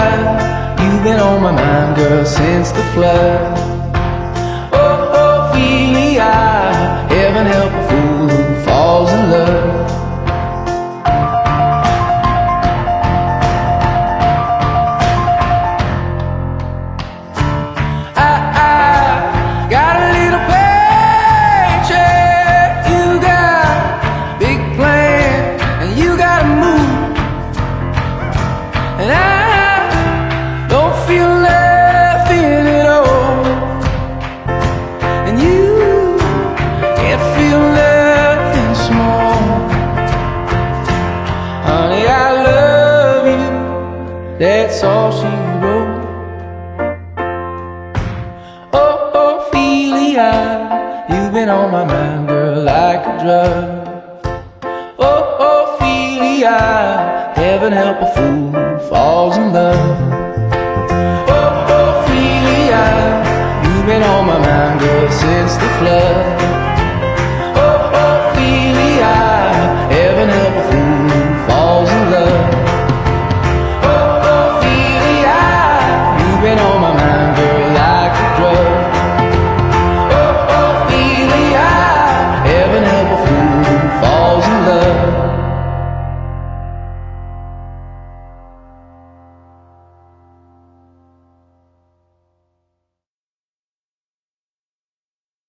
[SPEAKER 6] you've been on my mind, girl, since the flood. Oh, Ophelia, heaven help a fool who falls in love. I, I got a little paycheck. Oh, been on my mind, girl, like a drug. Oh, Ophelia, heaven help a fool who falls in love. Oh, Ophelia, you've been on my mind, girl, since the flood.